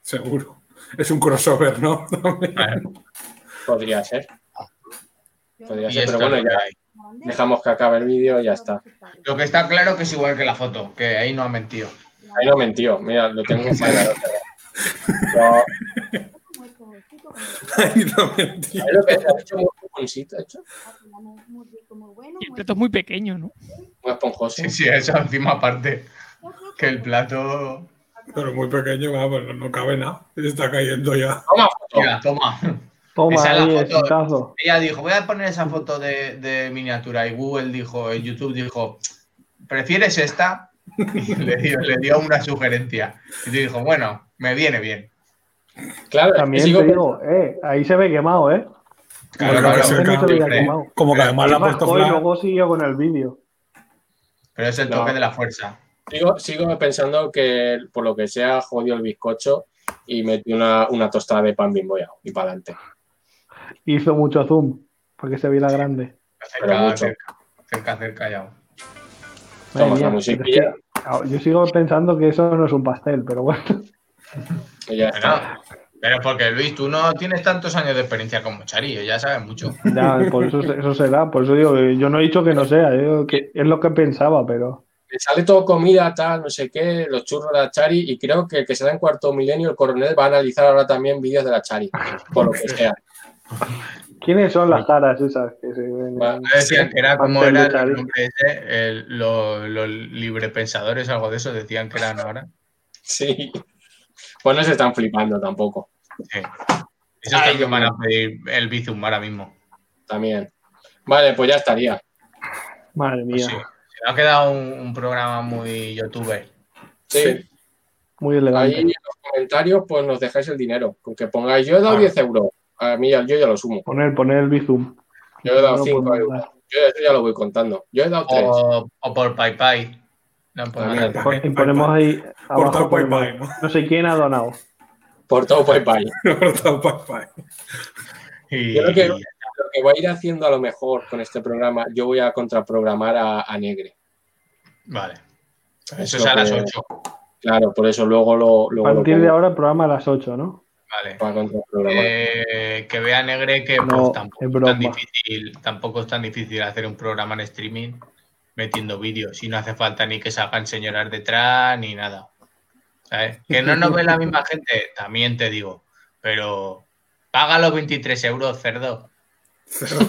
Speaker 1: Seguro. Es un crossover, ¿no?
Speaker 2: Podría ser. Podría
Speaker 3: Y
Speaker 2: ser,
Speaker 3: esto
Speaker 2: pero bueno,
Speaker 3: es lo que
Speaker 2: ya
Speaker 3: hay.
Speaker 2: dejamos que acabe el vídeo y ya está.
Speaker 3: Lo que está claro que es igual que la foto, que ahí no ha mentido.
Speaker 2: Ahí no mentió. Mira, lo tengo en No,
Speaker 1: Ay, no, mentira.
Speaker 2: es lo que se ha hecho muy esponjosito, ha hecho?
Speaker 5: Y el plato es muy pequeño, ¿no?
Speaker 2: Muy esponjoso.
Speaker 3: Sí, sí, eso encima aparte. Que el plato.
Speaker 1: Pero muy pequeño, vamos, no- no cabe nada. Está cayendo ya.
Speaker 2: Toma foto.
Speaker 3: Mira, toma.
Speaker 4: Toma
Speaker 3: Esa es la
Speaker 4: ahí,
Speaker 3: foto.
Speaker 4: exitazo.
Speaker 3: Ella dijo, voy a poner esa foto de, de miniatura. Y Google dijo, y YouTube dijo, ¿prefieres esta? Y le dio, le dio una sugerencia. Y dijo, bueno, me viene bien.
Speaker 2: Claro, es que
Speaker 4: También
Speaker 2: sigo
Speaker 4: te digo, eh, ahí se ve quemado, ¿eh?
Speaker 1: Claro,
Speaker 3: Pero
Speaker 1: que
Speaker 4: Antes
Speaker 1: se
Speaker 3: claro,
Speaker 1: ve
Speaker 4: no se
Speaker 1: que-
Speaker 4: veía
Speaker 3: siempre.
Speaker 4: quemado.
Speaker 1: Como que además la ha puesto
Speaker 4: Bajó y
Speaker 1: flash.
Speaker 4: luego siguió con el vídeo.
Speaker 3: Pero es el
Speaker 2: No.
Speaker 3: toque de la fuerza.
Speaker 2: Sigo, sigo pensando que por lo que sea jodió el bizcocho y metí una, una tostada de pan bimbo ya, y para adelante.
Speaker 4: Hizo mucho zoom, porque se viera grande.
Speaker 2: Pero
Speaker 3: Cerca,
Speaker 2: mucho.
Speaker 3: cerca, cerca, cerca, ya.
Speaker 4: Madre
Speaker 2: Somos la
Speaker 4: mía,
Speaker 2: musiquilla.
Speaker 4: pero es que, ah, Yo sigo pensando que eso no es un pastel, pero bueno.
Speaker 2: Y ya está.
Speaker 3: Pero, pero porque Luis, tú no tienes tantos años de experiencia como Charillo, ya sabes mucho.
Speaker 4: Ya, por eso, eso será, por eso digo, que yo no he dicho que no sea, yo- que es lo que pensaba, pero
Speaker 2: Le sale todo comida, tal, no sé qué, los churros de la Chari, y creo que el que será en cuarto milenio, el coronel va a analizar ahora también vídeos de la Chari, por lo que sea.
Speaker 4: ¿quiénes son las caras esas que se ven?
Speaker 2: Va-
Speaker 3: Decían que era como
Speaker 4: Pastel de
Speaker 3: era el
Speaker 4: Charillo.
Speaker 3: nombre ese, el- lo- los librepensadores, algo de eso, decían que eran ahora.
Speaker 2: Sí. Pues no se están flipando tampoco,
Speaker 3: Sí. Eso
Speaker 2: Ay,
Speaker 3: también
Speaker 2: Dios
Speaker 3: van a
Speaker 2: mío.
Speaker 3: pedir el Bizum ahora mismo.
Speaker 2: también. Vale, pues ya estaría.
Speaker 4: Madre
Speaker 3: Pues
Speaker 4: mía,
Speaker 3: sí. Se nos ha quedado un, un programa muy youtuber.
Speaker 2: Sí.
Speaker 4: muy
Speaker 2: Ahí en
Speaker 4: elegante.
Speaker 2: los comentarios, pues nos dejáis el dinero. Con que pongáis, yo he dado
Speaker 3: Ah.
Speaker 2: 10 euros. A mí ya- yo ya lo sumo.
Speaker 4: Poner, poner el bizum.
Speaker 2: Yo he dado
Speaker 4: No lo
Speaker 2: 5
Speaker 4: puedo
Speaker 2: euros.
Speaker 4: dar.
Speaker 2: Yo eso ya lo voy contando. Yo he dado tres.
Speaker 3: O, o por Pai Pai. No, pues por-
Speaker 2: También.
Speaker 1: Pai
Speaker 4: Pon-
Speaker 1: Pai.
Speaker 4: Y ponemos ahí.
Speaker 1: Por
Speaker 4: abajo
Speaker 1: todo Pai
Speaker 4: ponemos,
Speaker 1: Pai, ¿no?
Speaker 4: No sé quién ha donado.
Speaker 2: Por todo Pai Pai.
Speaker 1: Por todo Pai Pai.
Speaker 3: y-
Speaker 2: Yo lo que, lo que voy a ir haciendo a lo mejor con este programa, yo voy a contraprogramar a, a Negre.
Speaker 3: Vale. Pues
Speaker 2: Es
Speaker 3: Eso
Speaker 2: lo
Speaker 3: es a las
Speaker 2: que-
Speaker 3: 8.
Speaker 2: Claro, por eso luego lo.
Speaker 4: A
Speaker 2: Luego
Speaker 4: partir
Speaker 2: lo
Speaker 4: de
Speaker 2: pongo
Speaker 4: ahora, el programa a las 8, ¿no?
Speaker 3: Vale.
Speaker 2: para contraprogramar.
Speaker 3: Eh, que vea Negre que
Speaker 4: No,
Speaker 3: pues,
Speaker 4: es
Speaker 3: tampoco, es
Speaker 4: broma.
Speaker 3: tan difícil, tampoco es tan difícil hacer un programa en streaming metiendo vídeos y no hace falta ni que salgan señoras detrás ni nada. ¿Sabes? Que no nos ve la misma gente, también te digo, pero paga los 23 euros, cerdo.
Speaker 1: Cero.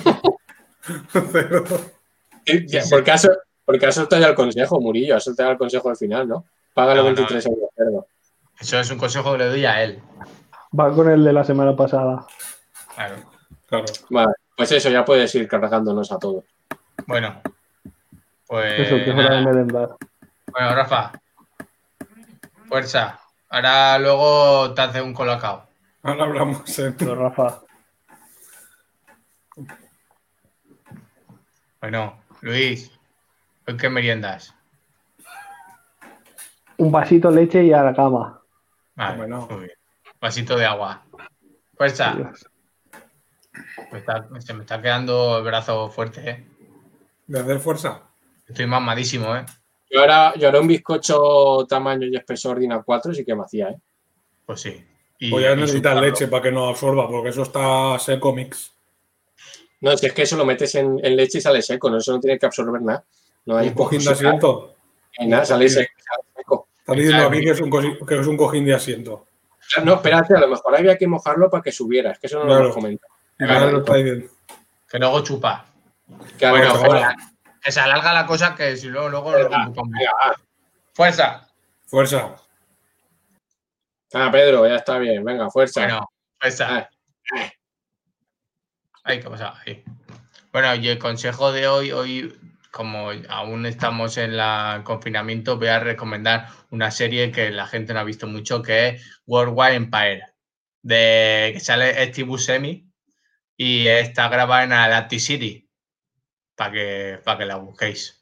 Speaker 1: Cero.
Speaker 2: Eh, ya, Por caso, porque has soltado ya el consejo, Murillo. Has soltado ya el consejo al final, ¿no? Paga los
Speaker 3: No, no.
Speaker 2: 23 euros, cerdo.
Speaker 3: Eso es un consejo que le doy a él.
Speaker 4: Va con el de la semana pasada.
Speaker 3: Claro.
Speaker 1: Claro.
Speaker 2: Vale, pues eso, ya puedes ir cargándonos a todos.
Speaker 3: Bueno, pues
Speaker 2: Eh,
Speaker 4: Eso, que es hora de
Speaker 3: nada.
Speaker 4: merendar.
Speaker 3: bueno, Rafa, fuerza. Ahora luego te hace un colocado.
Speaker 1: Ahora hablamos. eh.
Speaker 4: Pero, Rafa,
Speaker 3: Bueno, Luis, ¿hoy qué meriendas?
Speaker 4: un vasito de leche y a la cama.
Speaker 3: Vale,
Speaker 1: Bueno.
Speaker 3: muy bien. Vasito de agua.
Speaker 2: Ah.
Speaker 3: Fuerza.
Speaker 4: Dios.
Speaker 3: Me está- se me está quedando el brazo fuerte, ¿eh?
Speaker 1: De hacer fuerza.
Speaker 3: Estoy mamadísimo, ¿eh?
Speaker 2: Yo ahora, yo haré un bizcocho tamaño y espesor Dina 4, sí que me hacía, ¿eh?
Speaker 3: Pues sí. Y,
Speaker 1: Voy a
Speaker 3: y
Speaker 1: necesitar
Speaker 3: chuparlo.
Speaker 1: leche para que no absorba, porque eso está seco mix.
Speaker 2: No, si es que eso lo metes en, en leche y sale seco, no, eso no tiene que absorber nada. No hay
Speaker 1: Un cojín de
Speaker 2: esponjosidad,
Speaker 1: asiento.
Speaker 2: ni nada, sale seco. sale seco.
Speaker 1: Está diciendo
Speaker 3: Claro.
Speaker 1: aquí que es, un cosi- que es un cojín de asiento.
Speaker 2: Claro, No, espérate, a lo mejor había que mojarlo para que subiera, es que eso no lo
Speaker 1: Claro.
Speaker 2: hemos comentado.
Speaker 1: Ahora lo está diciendo.
Speaker 3: Que luego chupa.
Speaker 2: Que a lo
Speaker 3: Bueno,
Speaker 2: mejor-
Speaker 1: ahora.
Speaker 3: Que se alarga la cosa que si luego, luego lo
Speaker 2: Venga,
Speaker 3: ocupamos.
Speaker 2: venga, va.
Speaker 3: Fuerza.
Speaker 1: Fuerza.
Speaker 2: Ah, Pedro, ya está bien, venga, fuerza.
Speaker 3: Bueno, fuerza. Ay, ¿qué pasa? Ahí. Bueno, y el consejo de hoy, hoy, como aún estamos en la- el confinamiento, voy a recomendar una serie que la gente no ha visto mucho, que es Worldwide Empire, de que sale Steve Buscemi y está grabada en Atlantic City, para que, para que la busquéis.